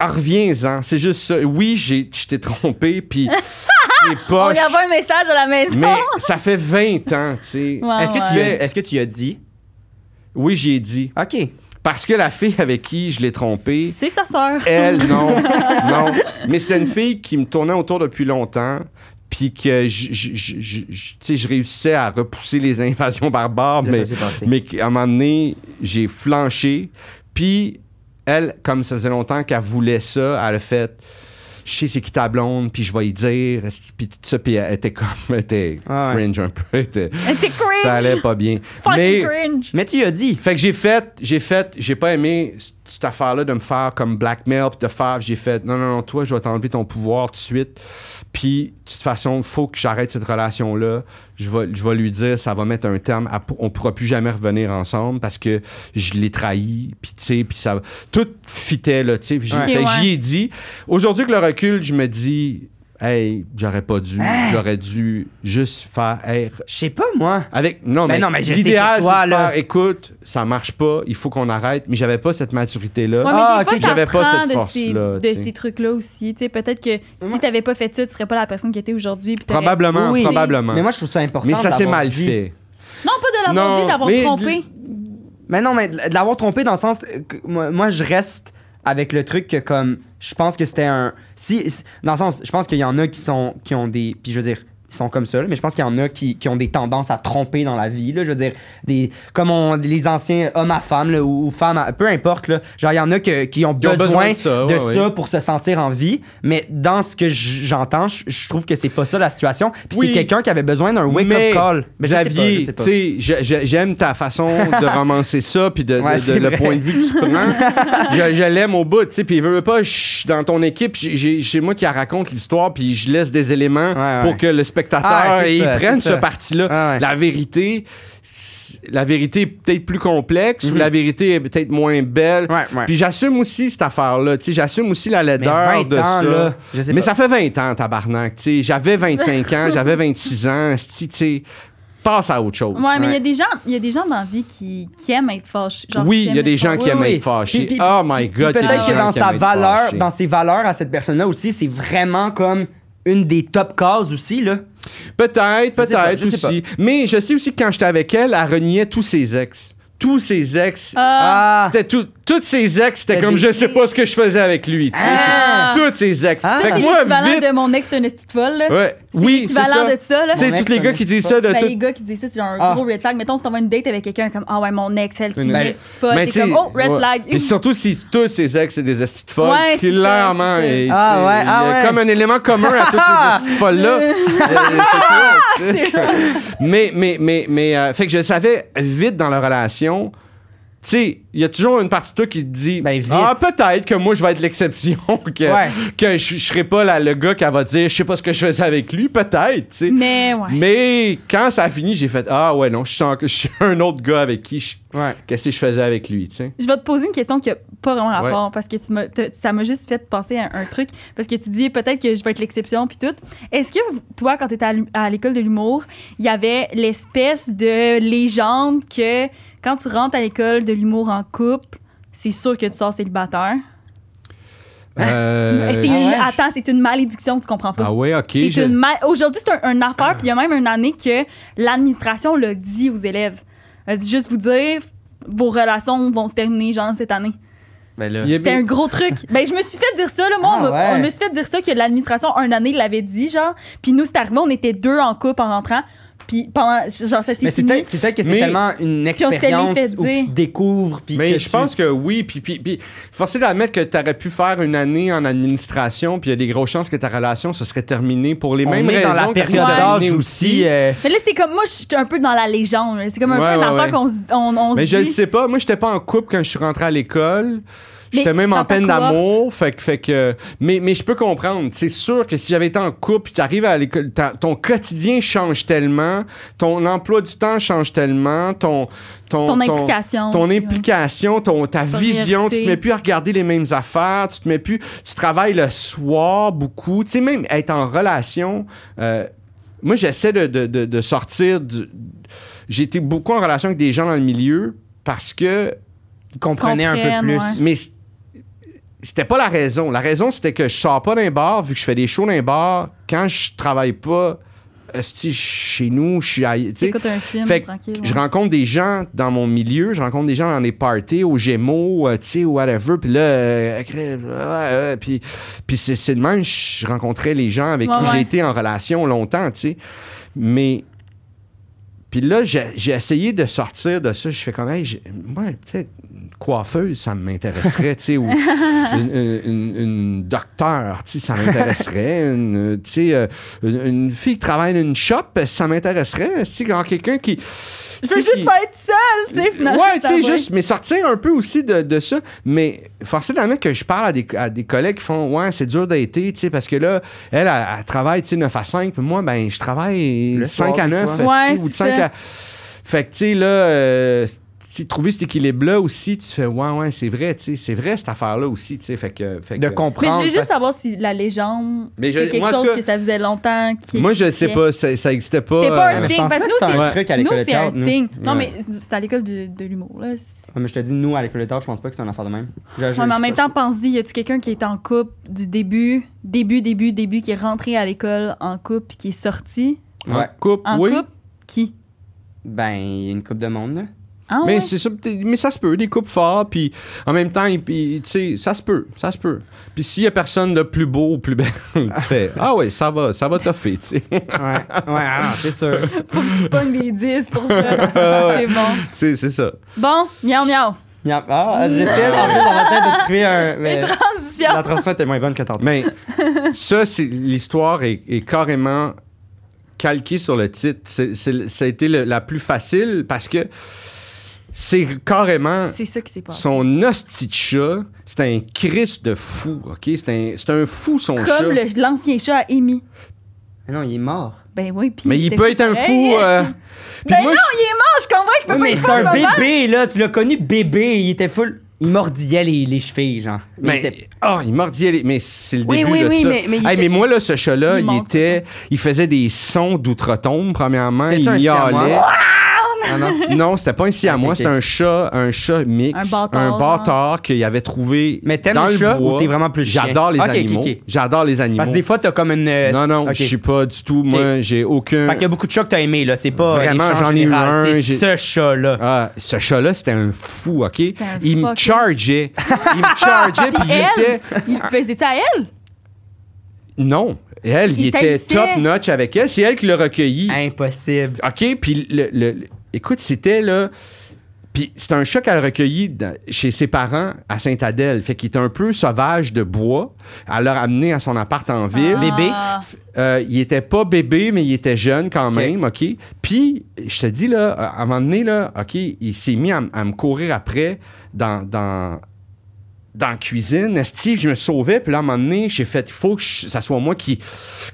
Speaker 3: en reviens-en. C'est juste ça. Oui, j'ai- je t'ai trompé.
Speaker 2: [LAUGHS]
Speaker 3: Puis c'est
Speaker 2: On
Speaker 3: poche.
Speaker 2: y envoie un message à la maison.
Speaker 3: Mais ça fait 20 ans, tu sais.
Speaker 2: Ouais,
Speaker 1: Est-ce que, tu
Speaker 2: ouais.
Speaker 1: as- est-ce que tu as dit?
Speaker 3: Oui, j'y ai dit.
Speaker 1: OK.
Speaker 3: Parce que la fille avec qui je l'ai trompée.
Speaker 2: C'est sa sœur. [LAUGHS]
Speaker 3: Elle, non. non. Mais c'était une fille qui me tournait autour depuis longtemps. Puis que je, je- je- je- je- tu sais, je réussissais à repousser les invasions barbares,
Speaker 1: Là,
Speaker 3: mais,
Speaker 1: ça s'est passé.
Speaker 3: mais qu'à un moment donné, j'ai flanché. Puis elle, comme ça faisait longtemps qu'elle voulait ça, elle a fait Je sais c'est qui ta blonde, puis je vais y dire. Puis tout ça, puis elle était comme. Elle était
Speaker 1: Ah ouais.
Speaker 3: cringe un peu. elle était-
Speaker 2: Elle était cringe.
Speaker 3: ça allait pas bien.
Speaker 2: Fucking
Speaker 3: mais.
Speaker 2: cringe.
Speaker 1: Mais tu as dit.
Speaker 3: Fait que j'ai fait, j'ai fait, j'ai pas aimé c- cette affaire-là de me faire comme blackmail, puis de faire, j'ai fait, non, non, non, toi, je vais t'enlever ton pouvoir tout de suite, puis de toute façon, faut que j'arrête cette relation-là, je vais, je vais lui dire, ça va mettre un terme, à- on pourra plus jamais revenir ensemble parce que je l'ai trahi, puis tu sais, puis ça, tout fitait, là, tu sais, Puis j'ai-
Speaker 2: Ouais.
Speaker 3: fait que
Speaker 2: Ok,
Speaker 3: j'y
Speaker 2: ouais.
Speaker 3: ai dit. Aujourd'hui, que le recul, je me dis, hey, j'aurais pas dû,
Speaker 1: Hein?
Speaker 3: j'aurais dû juste faire, hey,
Speaker 1: Je sais pas, moi.
Speaker 3: avec non
Speaker 1: Ben
Speaker 3: mais,
Speaker 1: non, mais je sais
Speaker 3: l'idéal
Speaker 1: pour toi,
Speaker 3: c'est de
Speaker 1: là.
Speaker 3: faire écoute ça marche pas il faut qu'on arrête mais j'avais pas cette maturité là
Speaker 2: Ouais, mais
Speaker 1: Ah,
Speaker 2: des fois,
Speaker 1: ok,
Speaker 3: j'avais pas
Speaker 2: t'apprends
Speaker 3: cette
Speaker 2: de
Speaker 3: force-là,
Speaker 2: ces, de
Speaker 3: tu sais.
Speaker 2: ces trucs-là aussi. Tu sais, peut-être que si t'avais pas fait ça, tu serais pas la personne qui était aujourd'hui. puis t'aurais-
Speaker 3: probablement
Speaker 1: Oui, oui.
Speaker 3: probablement
Speaker 1: Mais moi, je trouve ça important.
Speaker 3: Mais ça
Speaker 1: de
Speaker 3: s'est
Speaker 1: l'avoir
Speaker 3: mal
Speaker 1: dit.
Speaker 3: fait
Speaker 2: Non, pas de l'avoir
Speaker 3: Non,
Speaker 2: dit, d'avoir
Speaker 3: mais-
Speaker 2: trompé.
Speaker 1: Mais non, mais de de l'avoir trompé dans le sens. que moi, moi, je reste avec le truc que, comme, je pense que c'était un. Si, si- dans le sens, je pense qu'il y en a qui, sont, qui ont des. Puis je veux dire, ils sont comme ça, là, mais je pense qu'il y en a qui, qui ont des tendances à tromper dans la vie. Là, je veux dire, des, comme on, les anciens hommes à femmes là, ou, ou femmes à. Peu importe, là, genre, il y en a que- qui ont
Speaker 3: Ils ont
Speaker 1: besoin, de ça,
Speaker 3: ouais, ouais.
Speaker 1: pour se sentir en vie. Mais dans ce que j- j'entends, je je trouve que c'est pas ça la situation. Puis
Speaker 3: Oui.
Speaker 1: c'est quelqu'un qui avait besoin d'un
Speaker 3: mais
Speaker 1: wake-up call. Mais je sais pas, je
Speaker 3: Xavier,
Speaker 1: sais pas.
Speaker 3: tu sais, je- je- j'aime ta façon
Speaker 1: [LAUGHS]
Speaker 3: de romancer ça, puis de, de-
Speaker 1: Ouais,
Speaker 3: de-
Speaker 1: c'est
Speaker 3: le
Speaker 1: vrai.
Speaker 3: point de vue que tu
Speaker 1: [LAUGHS]
Speaker 3: prends. je je l'aime au bout, tu sais, puis veux veux pas, je suis dans ton équipe, j'ai- j'ai- c'est moi qui raconte l'histoire, puis je laisse des éléments
Speaker 1: Ouais,
Speaker 3: pour
Speaker 1: ouais.
Speaker 3: que le spectateur
Speaker 1: Ah, c'est
Speaker 3: il
Speaker 1: ça,
Speaker 3: prenne
Speaker 1: c'est
Speaker 3: ce
Speaker 1: ça.
Speaker 3: parti-là.
Speaker 1: Ah, ouais.
Speaker 3: La vérité, c'est- la vérité est peut-être plus complexe, ou
Speaker 1: Mhm.
Speaker 3: la vérité est peut-être moins belle.
Speaker 1: Ouais, ouais.
Speaker 3: Puis j'assume aussi cette affaire-là, tu sais, j'assume aussi la
Speaker 1: Mais
Speaker 3: laideur
Speaker 1: 20
Speaker 3: de
Speaker 1: ans,
Speaker 3: ça.
Speaker 1: là, je sais
Speaker 3: Mais
Speaker 1: pas.
Speaker 3: ça fait 20 ans, tabarnak. tu sais. J'avais 25 ans, j'avais 26 ans. esti, tu sais, passe à autre chose.
Speaker 2: Ouais, mais il y
Speaker 1: Ouais.
Speaker 2: a des gens, il y a des gens dans la vie qui, qui aiment être fâchés. Genre,
Speaker 3: oui, il y a
Speaker 2: aiment
Speaker 3: des
Speaker 2: être
Speaker 3: gens qui
Speaker 1: Oui,
Speaker 3: aiment
Speaker 1: oui.
Speaker 3: être fâchés.
Speaker 1: Puis- puis-
Speaker 3: oh my
Speaker 1: Puis
Speaker 3: God, il y a des
Speaker 1: peut-être que
Speaker 3: gens
Speaker 1: dans
Speaker 3: qui
Speaker 1: sa
Speaker 3: aiment être
Speaker 1: valeur,
Speaker 3: fâchés.
Speaker 1: dans ses valeurs à cette personne-là aussi, c'est vraiment comme une des top causes aussi là. Je
Speaker 3: Peut-être,
Speaker 1: sais pas,
Speaker 3: peut-être
Speaker 1: je sais
Speaker 3: aussi. Mais je sais aussi que quand j'étais avec elle, elle reniait tous ses ex. Tous ses ex.
Speaker 2: Ah.
Speaker 1: Ah,
Speaker 3: C'était tout, toutes ses ex, c'était
Speaker 1: C'était
Speaker 3: comme
Speaker 1: des-
Speaker 3: je sais pas ce que je faisais avec lui. tu sais.
Speaker 2: Ah.
Speaker 3: Toutes ses ex.
Speaker 1: Ah.
Speaker 3: Fait que
Speaker 2: C'est
Speaker 3: moi,
Speaker 2: l'équivalent
Speaker 3: vite.
Speaker 2: de mon ex, c'est un esti de folle. là.
Speaker 3: Ouais.
Speaker 2: C'est
Speaker 3: Oui, c'est
Speaker 2: l'équivalent
Speaker 3: ça.
Speaker 2: de ça. Là.
Speaker 3: Tu sais,
Speaker 1: Mon ex,
Speaker 3: tous les
Speaker 1: ça
Speaker 3: gars
Speaker 1: me
Speaker 3: qui
Speaker 1: dit
Speaker 3: disent
Speaker 1: pas.
Speaker 3: ça, de
Speaker 2: Ben,
Speaker 3: tout-
Speaker 2: les gars qui disent ça, c'est genre un
Speaker 1: Ah.
Speaker 2: gros red flag. Mettons, si t'envoies une date avec quelqu'un comme Ah ouais, mon ex, elle, c'est une
Speaker 1: Ben,
Speaker 2: esti de folle.
Speaker 3: Mais
Speaker 2: T'es comme Oh, red flag.
Speaker 3: Et surtout si tous ses ex, c'est des estis de folles.
Speaker 2: Ouais, c'est
Speaker 3: clairement,
Speaker 2: ça, c'est ça.
Speaker 3: et, tu
Speaker 1: Ah
Speaker 3: sais,
Speaker 1: ouais, ah
Speaker 3: il y a
Speaker 1: ouais.
Speaker 3: comme un élément commun à toutes ces estis de
Speaker 2: [LAUGHS]
Speaker 3: folles-là. Euh, c'est clair, tu sais. mais, mais, mais, mais, euh, fait que je savais vite dans la relation. Tu sais, il y a toujours une partie de toi qui te dit
Speaker 1: Ben, vite.
Speaker 3: Ah, peut-être que moi, je vais être l'exception, [LAUGHS] que,
Speaker 1: Ouais.
Speaker 3: que je, je serai pas la- le gars qui va dire Je sais pas ce que je faisais avec lui, peut-être. tu sais.
Speaker 2: Mais ouais.
Speaker 3: Mais quand ça a fini, j'ai fait Ah ouais, non, je suis, en- je suis un autre gars avec qui je-
Speaker 1: ouais.
Speaker 3: Qu'est-ce que je faisais avec
Speaker 2: [LAUGHS]
Speaker 3: lui, tu sais.
Speaker 2: Je vais te poser une question qui n'a pas vraiment
Speaker 3: Ouais.
Speaker 2: rapport parce que tu m'as- t'as- ça m'a juste fait penser à un, un truc parce que tu dis peut-être que je vais être l'exception puis tout. Est-ce que vous- toi quand tu étais à l'hu- à l'école de l'humour, il y avait l'espèce de légende que quand tu rentres à l'école de l'humour en couple, c'est sûr que tu sors célibataire.
Speaker 3: Euh,
Speaker 2: C'est-
Speaker 1: Ah ouais?
Speaker 2: Attends, c'est une malédiction, tu comprends pas.
Speaker 3: Ah ouais, ok.
Speaker 2: C'est
Speaker 3: je- Ah.
Speaker 2: une ma- Aujourd'hui, c'est un, une affaire, puis il y a même une année que l'administration le dit aux élèves. Elle dit juste vous dire, vos relations vont se terminer, genre, cette année.
Speaker 1: Ben là.
Speaker 3: Il y
Speaker 2: C'était
Speaker 3: avait-
Speaker 2: un gros truc.
Speaker 3: [LAUGHS]
Speaker 2: Ben, je me suis fait dire ça, là. Moi,
Speaker 1: Ah
Speaker 2: on, me-
Speaker 1: ouais.
Speaker 2: on me suis fait dire ça que l'administration, un année, l'avait dit, genre. Puis nous, c'est arrivé, on était deux en couple en rentrant. Puis pendant, genre, ça
Speaker 1: Mais
Speaker 2: s'est
Speaker 1: c'est
Speaker 2: fini.
Speaker 1: peut-être c'est peut-être que c'est
Speaker 3: Mais-
Speaker 1: tellement une
Speaker 2: Puis on s'était
Speaker 1: expérience
Speaker 2: les fait
Speaker 1: où tu
Speaker 2: dire.
Speaker 1: découvres. Puis
Speaker 3: Mais
Speaker 1: que
Speaker 3: je
Speaker 1: tu-
Speaker 3: pense que oui, puis, puis, puis forcé d'admettre que tu aurais pu faire une année en administration, puis il y a des grosses chances que ta relation se serait terminée pour les
Speaker 1: on
Speaker 3: mêmes
Speaker 1: est
Speaker 3: raisons.
Speaker 1: dans la
Speaker 3: que
Speaker 1: période
Speaker 2: t'as
Speaker 1: d'âge
Speaker 3: terminé
Speaker 1: aussi. euh,
Speaker 2: Mais là, c'est comme, moi, je suis un peu dans la légende. là. C'est comme un
Speaker 3: Ouais,
Speaker 2: peu une
Speaker 3: ouais,
Speaker 2: affaire
Speaker 3: ouais.
Speaker 2: qu'on se on, on
Speaker 3: Mais
Speaker 2: se
Speaker 3: je le
Speaker 2: dit.
Speaker 3: sais pas. Moi, j'étais pas en couple quand je suis rentré à l'école. J'étais
Speaker 2: Mais
Speaker 3: même
Speaker 2: dans
Speaker 3: en
Speaker 2: ta
Speaker 3: peine
Speaker 2: cohorte.
Speaker 3: d'amour. Fait que, fait que, mais, mais je peux comprendre. C'est sûr que si j'avais été en couple, puis t'arrives à l'école, ta- ton quotidien change tellement, ton emploi du temps change tellement, ton, ton,
Speaker 2: Ton implication
Speaker 3: ton
Speaker 2: aussi, ouais.
Speaker 3: implication, ton, ta
Speaker 2: Ton
Speaker 3: vision. Tu te
Speaker 2: priorité.
Speaker 3: mets plus à regarder les mêmes affaires. Tu te mets plus. Tu travailles le soir beaucoup. Tu sais, même être en relation. euh, moi, j'essaie de, de- de- de sortir du. J'ai été beaucoup en relation avec des gens dans le milieu parce que.
Speaker 1: Ils comprenaient un peu
Speaker 2: Comprennent,
Speaker 1: plus.
Speaker 2: ouais.
Speaker 3: Mais c- c'était pas la raison. La raison, c'était que je sors pas d'un bar, vu que je fais des shows d'un bar. Quand je travaille pas, esti, chez nous, je suis ailleurs. tu sais.
Speaker 2: T'écoutes un film,
Speaker 3: Fait que
Speaker 2: tranquille.
Speaker 3: Je
Speaker 2: ouais.
Speaker 3: rencontre des gens dans mon milieu, je rencontre des gens dans les parties, aux Gémeaux, euh, tu sais, whatever. Puis là, euh, crève, ouais, ouais, puis, puis c'est, c'est de même, je rencontrais les gens avec
Speaker 2: Ouais,
Speaker 3: qui
Speaker 2: ouais.
Speaker 3: j'ai été en relation longtemps, tu sais. Mais. Puis là, j'ai, j'ai essayé de sortir de ça. Je fais comme, hey, j'ai- ouais, peut-être une coiffeuse, ça m'intéresserait, [LAUGHS] tu sais, ou une, une- une- une docteur, tu sais, ça
Speaker 2: [LAUGHS]
Speaker 3: m'intéresserait. une, euh, tu sais, euh, une, une fille qui travaille dans une shop, ça m'intéresserait. Tu sais, genre quelqu'un qui,
Speaker 2: Je veux
Speaker 3: tu sais,
Speaker 2: juste
Speaker 3: qui-
Speaker 2: pas être seule, tu sais, finalement.
Speaker 3: Ouais, tu
Speaker 2: ça va.
Speaker 3: sais, juste, mais sortir un peu aussi de, de ça. Mais forcément, que je parle à des, à des collègues qui font Ouais, c'est dur d'été, tu sais, parce que là, elle, elle, elle travaille, tu sais, 9 à 5, puis moi, ben, je travaille
Speaker 1: Le
Speaker 3: 5
Speaker 1: soir,
Speaker 3: à
Speaker 1: des
Speaker 3: 9,
Speaker 1: fois.
Speaker 3: esti,
Speaker 2: Ouais,
Speaker 3: ou de
Speaker 2: c'est
Speaker 3: 5
Speaker 2: ça.
Speaker 3: à. Fait que, tu sais, là, euh, si trouver cet équilibre-là aussi, tu fais Ouais, ouais, c'est vrai, tu sais, c'est vrai cette affaire-là aussi, tu sais, fait que. fait
Speaker 1: De
Speaker 3: que-
Speaker 2: Mais je
Speaker 1: comprendre.
Speaker 2: voulais juste
Speaker 1: parce-
Speaker 2: savoir si la légende,
Speaker 3: Mais
Speaker 2: c'est
Speaker 3: je-
Speaker 2: quelque
Speaker 3: moi, en tout
Speaker 2: chose
Speaker 3: cas,
Speaker 2: que ça faisait longtemps. qui
Speaker 3: Moi, je sais
Speaker 2: existait.
Speaker 3: pas, euh, ça, ça existait pas.
Speaker 2: C'était pas
Speaker 1: Ouais,
Speaker 2: un
Speaker 1: mais je
Speaker 2: thing,
Speaker 1: pense
Speaker 2: parce
Speaker 1: pas
Speaker 2: que
Speaker 1: que c'est
Speaker 2: nous,
Speaker 1: un truc à
Speaker 2: Nous,
Speaker 1: l'école de
Speaker 2: c'est un
Speaker 1: théâtre. nous.
Speaker 2: thing. Non,
Speaker 3: Ouais.
Speaker 2: mais c'est à l'école de, de l'humour, là. C'est-
Speaker 1: Ouais, Mais je te dis, nous, à l'école de théâtre, je pense pas que c'est une affaire de même. Je- je-
Speaker 2: Ouais, mais en
Speaker 1: je-
Speaker 2: même temps, pense-y, y a-tu quelqu'un qui est en couple du début, début, début, début, qui est rentré à l'école en couple puis qui est sorti
Speaker 3: En
Speaker 1: Ouais.
Speaker 3: couple,
Speaker 2: en
Speaker 3: oui.
Speaker 2: couple? Qui?
Speaker 1: Ben, il y a une coupe de monde, là.
Speaker 2: Ah,
Speaker 3: Mais
Speaker 2: ouais.
Speaker 3: c'est ça, peut-être- mais ça se peut, des coupes forts, puis en même temps, il- il- tu sais, ça se peut, ça se peut. Puis s'il y a personne de plus beau ou plus belle, [LAUGHS] tu fais ah ouais, ça va, ça va toffer, tu sais.
Speaker 1: Ouais, [LAUGHS]
Speaker 3: [LAUGHS]
Speaker 1: ouais, ah, c'est sûr.
Speaker 2: Faut que tu pognes des 10 pour
Speaker 3: [LAUGHS]
Speaker 2: ça. [LAUGHS] c'est bon.
Speaker 3: Tu sais, c'est ça.
Speaker 2: Bon, miaou miaou.
Speaker 1: Y'a- Ah, j'essaie en fait dans ma tête de trouver
Speaker 2: [LAUGHS]
Speaker 1: un.
Speaker 3: Ben,
Speaker 1: Mais
Speaker 2: Les
Speaker 1: la
Speaker 2: transitions.
Speaker 1: transition était moins bonne que tantôt.
Speaker 3: Mais ça, c'est l'histoire est, est carrément calquée sur le titre. C'est, c'est- ça a été le- la plus facile parce que c'est carrément
Speaker 2: C'est ça qui s'est passé.
Speaker 3: son hostie de chat, c'est un Christ de fou, ok? C'est un, c'est un fou son chat.
Speaker 2: Comme le- l'ancien chat à Amy.
Speaker 1: Mais non, il est mort.
Speaker 2: Ben oui, puis.
Speaker 3: Mais il
Speaker 2: c'était-
Speaker 3: peut être un
Speaker 2: Hey!
Speaker 3: fou.
Speaker 2: [LAUGHS]
Speaker 3: euh, puis
Speaker 2: Ben
Speaker 3: moi,
Speaker 2: non, il est mort, je comprends qu'il peut
Speaker 1: Ouais,
Speaker 2: pas
Speaker 1: mais
Speaker 2: être
Speaker 1: c'est
Speaker 2: fort
Speaker 1: un
Speaker 2: de moment.
Speaker 1: bébé, là. Tu l'as connu bébé. Il était full. Il mordillait les, les chevilles, genre. Il
Speaker 3: Mais,
Speaker 1: était-
Speaker 3: oh, il mordillait les- Mais c'est le
Speaker 1: Oui,
Speaker 3: début
Speaker 1: oui,
Speaker 3: de
Speaker 1: oui,
Speaker 3: ça.
Speaker 1: mais- mais il
Speaker 3: Hey,
Speaker 1: était-
Speaker 3: mais moi, là, ce chat-là,
Speaker 2: Il
Speaker 3: il,
Speaker 2: monte,
Speaker 3: était... Il faisait des sons d'outre-tombe, premièrement.
Speaker 1: C'était-tu un
Speaker 3: Il miaulait.
Speaker 1: siamois? Ah non.
Speaker 3: Non, c'était pas ici à
Speaker 1: Ok,
Speaker 3: moi.
Speaker 1: ok.
Speaker 3: C'était un chat, un chat mix.
Speaker 2: Un bâtard,
Speaker 3: un
Speaker 2: genre.
Speaker 3: bâtard qu'il avait trouvé
Speaker 1: Mais t'aimes
Speaker 3: dans
Speaker 1: les
Speaker 3: le
Speaker 1: chats
Speaker 3: bois.
Speaker 1: ou t'es vraiment plus chien?
Speaker 3: J'adore les
Speaker 1: Ok, ok,
Speaker 3: animaux.
Speaker 1: ok.
Speaker 3: J'adore les animaux.
Speaker 1: Parce que des fois, t'as comme une. euh,
Speaker 3: Non, non,
Speaker 1: ok.
Speaker 3: je suis pas du tout... Moi, j'ai aucun...
Speaker 1: Fait qu'il y a beaucoup de chats que t'as aimé, là. C'est pas.
Speaker 3: Vraiment,
Speaker 1: les chats en
Speaker 3: j'en ai eu
Speaker 1: général,
Speaker 3: un,
Speaker 1: C'est
Speaker 3: j'ai-
Speaker 1: ce chat-là.
Speaker 3: Ah, ce chat-là, c'était un fou, OK?
Speaker 2: un
Speaker 3: Il me
Speaker 2: fucking-
Speaker 3: chargeait. Il
Speaker 2: [LAUGHS]
Speaker 3: me chargeait, puis il était...
Speaker 2: Elle, il faisait ça à elle.
Speaker 3: Non. Elle, il,
Speaker 2: Il
Speaker 3: était
Speaker 2: t'haïssait.
Speaker 3: top notch avec elle. C'est elle qui l'a recueilli.
Speaker 1: Impossible.
Speaker 3: OK, puis le, le- le- écoute, c'était là. Puis c'est un chat qu'elle a recueilli dans- chez ses parents à Sainte-Adèle. Fait qu'il était un peu sauvage de bois. Elle l'a ramené à son appart en ville.
Speaker 1: Bébé.
Speaker 2: Ah.
Speaker 3: Euh, il était pas bébé, mais il était jeune quand même, OK? Puis, je te dis, là, à un moment donné, là, OK, il s'est mis à, m- à me courir après dans, dans, dans la cuisine. Steve, je me sauvais, puis là, à un moment donné, j'ai fait, il faut que je- ça soit moi qui...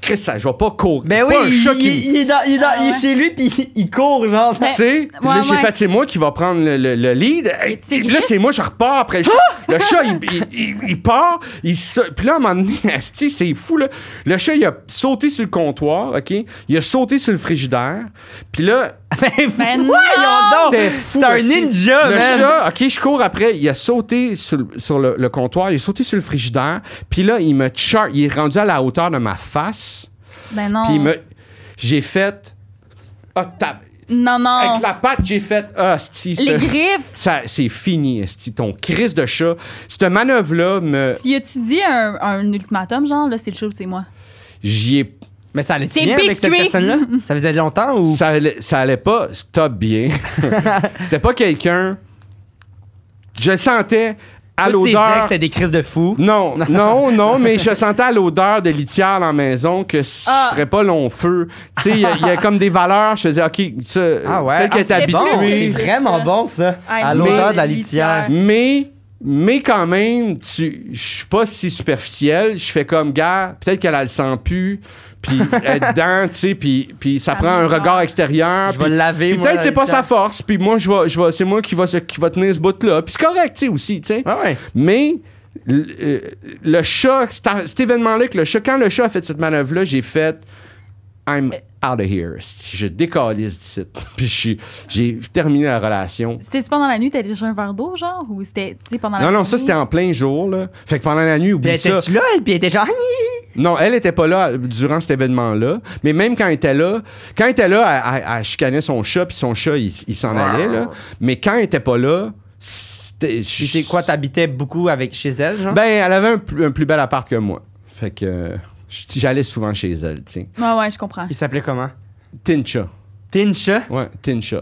Speaker 3: Chris, ça, je vais pas courir.
Speaker 1: Ben oui,
Speaker 3: pas un
Speaker 1: il,
Speaker 3: chat qui me
Speaker 1: il- il est, dans- il est dans-
Speaker 2: Ah
Speaker 1: il est
Speaker 2: ouais.
Speaker 1: chez lui, puis il court, genre.
Speaker 2: Ben,
Speaker 3: tu sais, puis là,
Speaker 2: ouais,
Speaker 3: j'ai
Speaker 2: ouais.
Speaker 3: fait, c'est moi qui va prendre le, le- le lead. Hey,
Speaker 2: tu t'es
Speaker 3: puis là, c'est moi, je repars après. le chat.
Speaker 2: Ah!
Speaker 3: le chat, il, il- il- il part. Il, sa- puis là, à un moment donné, [LAUGHS] asti, c'est fou, là. Le chat, il a sauté sur le comptoir, OK? Il a sauté sur le frigidaire. Puis là,
Speaker 2: Ben
Speaker 1: voyons
Speaker 2: non!
Speaker 1: donc!
Speaker 3: T'es fou,
Speaker 1: C'est un
Speaker 3: esti.
Speaker 2: Ah,
Speaker 1: ninja,
Speaker 3: le
Speaker 1: man.
Speaker 3: chat, OK, je cours après. Il a sauté sur, le- sur le, le comptoir. Il a sauté sur le frigidaire. Puis là, il me char... Il est rendu à la hauteur de ma face.
Speaker 2: Ben non.
Speaker 3: Puis il me... J'ai fait... Ah, tape.
Speaker 2: Non, non.
Speaker 3: Avec la patte, j'ai fait... Ah, esti,
Speaker 2: Oh. Les
Speaker 3: ce-
Speaker 2: griffes.
Speaker 3: Ça, c'est fini, esti, ton crise de chat. Cette manœuvre-là, me,
Speaker 2: Tu y as-tu dit un, un ultimatum, genre, là, c'est le show, c'est moi?
Speaker 3: j'y ai,
Speaker 1: Mais ça allait
Speaker 2: C'est
Speaker 1: bien avec cette
Speaker 2: biscuit.
Speaker 1: [LAUGHS] personne-là? Ça faisait longtemps ou...
Speaker 3: Ça allait, ça allait pas stop bien. [LAUGHS] C'était pas quelqu'un. Je le sentais à
Speaker 1: Tous ces ex,
Speaker 3: l'odeur.
Speaker 1: C'était des crises de fou. [LAUGHS]
Speaker 3: Non, non, non, mais je sentais à l'odeur de litière dans la maison que ce
Speaker 2: Ah.
Speaker 3: serait pas long feu. Tu sais, il y, a- il y a comme des valeurs. Je faisais, OK, ça,
Speaker 1: Ah ouais?
Speaker 3: Euh, peut-être qu'elle est
Speaker 1: ah, c'est
Speaker 2: était
Speaker 1: bon, C'est
Speaker 3: habituée.
Speaker 2: vrai.
Speaker 1: vraiment bon, ça.
Speaker 2: Ah,
Speaker 1: À
Speaker 2: mais-
Speaker 1: l'odeur de la
Speaker 2: mais-
Speaker 1: litière.
Speaker 3: Mais, mais quand même, tu, je suis pas si superficiel. Je fais comme, gars, peut-être qu'elle a le sang pu,
Speaker 1: [LAUGHS]
Speaker 3: puis elle est dedans, tu sais, puis, puis ça
Speaker 2: Ça
Speaker 3: prend un
Speaker 2: m'énerve.
Speaker 3: regard extérieur.
Speaker 1: Ah, Je
Speaker 3: puis-
Speaker 1: vais le laver,
Speaker 3: puis
Speaker 1: moi,
Speaker 3: peut-être
Speaker 1: la
Speaker 3: c'est pas sa
Speaker 1: litière.
Speaker 3: force, puis moi, je vais, je vais, c'est moi qui va, se- qui va tenir ce bout-là. Puis c'est correct, tu sais, aussi, tu sais.
Speaker 1: Ah ouais.
Speaker 3: Mais l- euh, le chat, c'est à- cet événement-là, que le chat, quand le chat a fait cette manœuvre-là, j'ai fait I'm out of here. Je décalise d'ici. [LAUGHS] Puis je suis- j'ai terminé la relation.
Speaker 2: C'était-tu pendant la nuit, t'as déjà un verre d'eau, genre? Ou c'était, tu sais, pendant la
Speaker 3: Non, non, ça
Speaker 2: journée?
Speaker 3: c'était en plein jour. Là. Fait que pendant la nuit,
Speaker 1: Puis
Speaker 3: oublie ça.
Speaker 1: était-tu là, elle? Puis elle était genre...
Speaker 3: Non, elle était pas là euh, durant cet événement-là. Mais même quand elle était là, quand elle était là, elle, elle- elle chicanait son chat, puis son chat, il, il s'en allait. Là. Mais quand elle était pas là, c'était.
Speaker 1: Puis c'est quoi, t'habitais beaucoup avec chez elle, genre?
Speaker 3: Ben, elle avait un, plus- un plus bel appart que moi. Fait que euh, j'allais souvent chez elle, tu sais.
Speaker 2: Ouais, ouais, je comprends.
Speaker 1: Il s'appelait comment?
Speaker 3: Tincha.
Speaker 1: Tincha?
Speaker 3: Ouais, Tincha.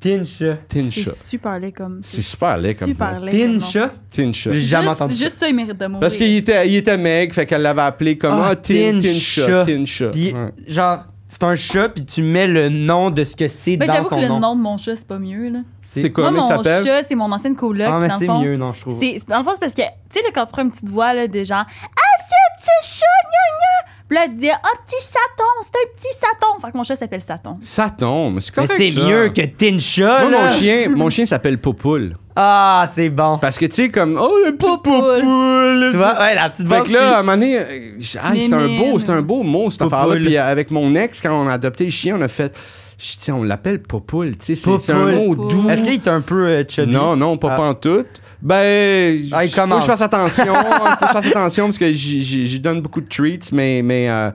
Speaker 1: Tincha.
Speaker 3: Tincha.
Speaker 2: C'est super laid comme.
Speaker 3: C'est super laid comme
Speaker 2: Super
Speaker 3: nom.
Speaker 2: laid. comme nom.
Speaker 1: Tincha?
Speaker 3: Tincha.
Speaker 1: J'ai jamais
Speaker 2: Juste-
Speaker 1: entendu ça.
Speaker 2: Juste ça, il mérite de mourir.
Speaker 3: Parce qu'il était, il était maigre, fait qu'elle l'avait appelé comme
Speaker 1: Ah,
Speaker 3: ah, Tin- Tincha.
Speaker 1: Tincha.
Speaker 3: Tincha.
Speaker 1: Puis,
Speaker 3: Ouais.
Speaker 1: genre, c'est un chat, puis tu mets le nom de ce que c'est
Speaker 2: Mais
Speaker 1: dans
Speaker 2: Ben, j'avoue que
Speaker 1: son
Speaker 2: le
Speaker 1: nom.
Speaker 2: nom de mon chat, c'est pas mieux, là.
Speaker 3: C'est quoi,
Speaker 2: Moi,
Speaker 3: comment il
Speaker 2: mon
Speaker 3: s'appelle?
Speaker 2: chat, c'est mon ancienne coloc.
Speaker 1: Ah, mais
Speaker 2: dans le
Speaker 1: c'est
Speaker 2: fond.
Speaker 1: mieux, non, je trouve.
Speaker 2: C'est- Dans le fond, c'est parce que, tu sais, là, quand tu prends une petite voix, là, de genre, ah, c'est un petit chat, gna gna. Puis là, elle dit, ah, petit Saton, c'est un petit Saton. Fait que mon chat s'appelle Saton.
Speaker 3: Ça tombe. C'est
Speaker 1: Mais
Speaker 3: correct,
Speaker 1: c'est
Speaker 3: ça.
Speaker 1: mieux que Tincha,
Speaker 3: Moi, mon
Speaker 1: là.
Speaker 3: chien, mon chien s'appelle Popoule.
Speaker 1: Ah, c'est bon.
Speaker 3: Parce que, tu sais, comme, oh, le petit
Speaker 2: Popoule.
Speaker 3: Popoule.
Speaker 1: Tu vois, ouais, la petite
Speaker 3: Fait
Speaker 1: voix
Speaker 3: que là, à un moment donné, euh, j'ai- ah, c'est un
Speaker 2: Mémé,
Speaker 3: beau, c'est un beau mot, cette
Speaker 1: Popoule.
Speaker 3: affaire-là. Puis euh, avec mon ex, quand on a adopté le chien, on a fait, je- tu sais, on l'appelle Popoule, tu sais, c'est- c'est un mot
Speaker 1: Popoule.
Speaker 3: doux.
Speaker 2: Popoule.
Speaker 1: Est-ce qu'il est un peu euh, chubby?
Speaker 3: Non, non, pas
Speaker 1: Ah.
Speaker 3: pantoute. Ben,
Speaker 1: Ah, il
Speaker 3: faut que
Speaker 1: commence.
Speaker 3: je fasse attention. faut que je fasse attention parce que j'y- j'y j'y donne beaucoup de treats, mais. mais euh,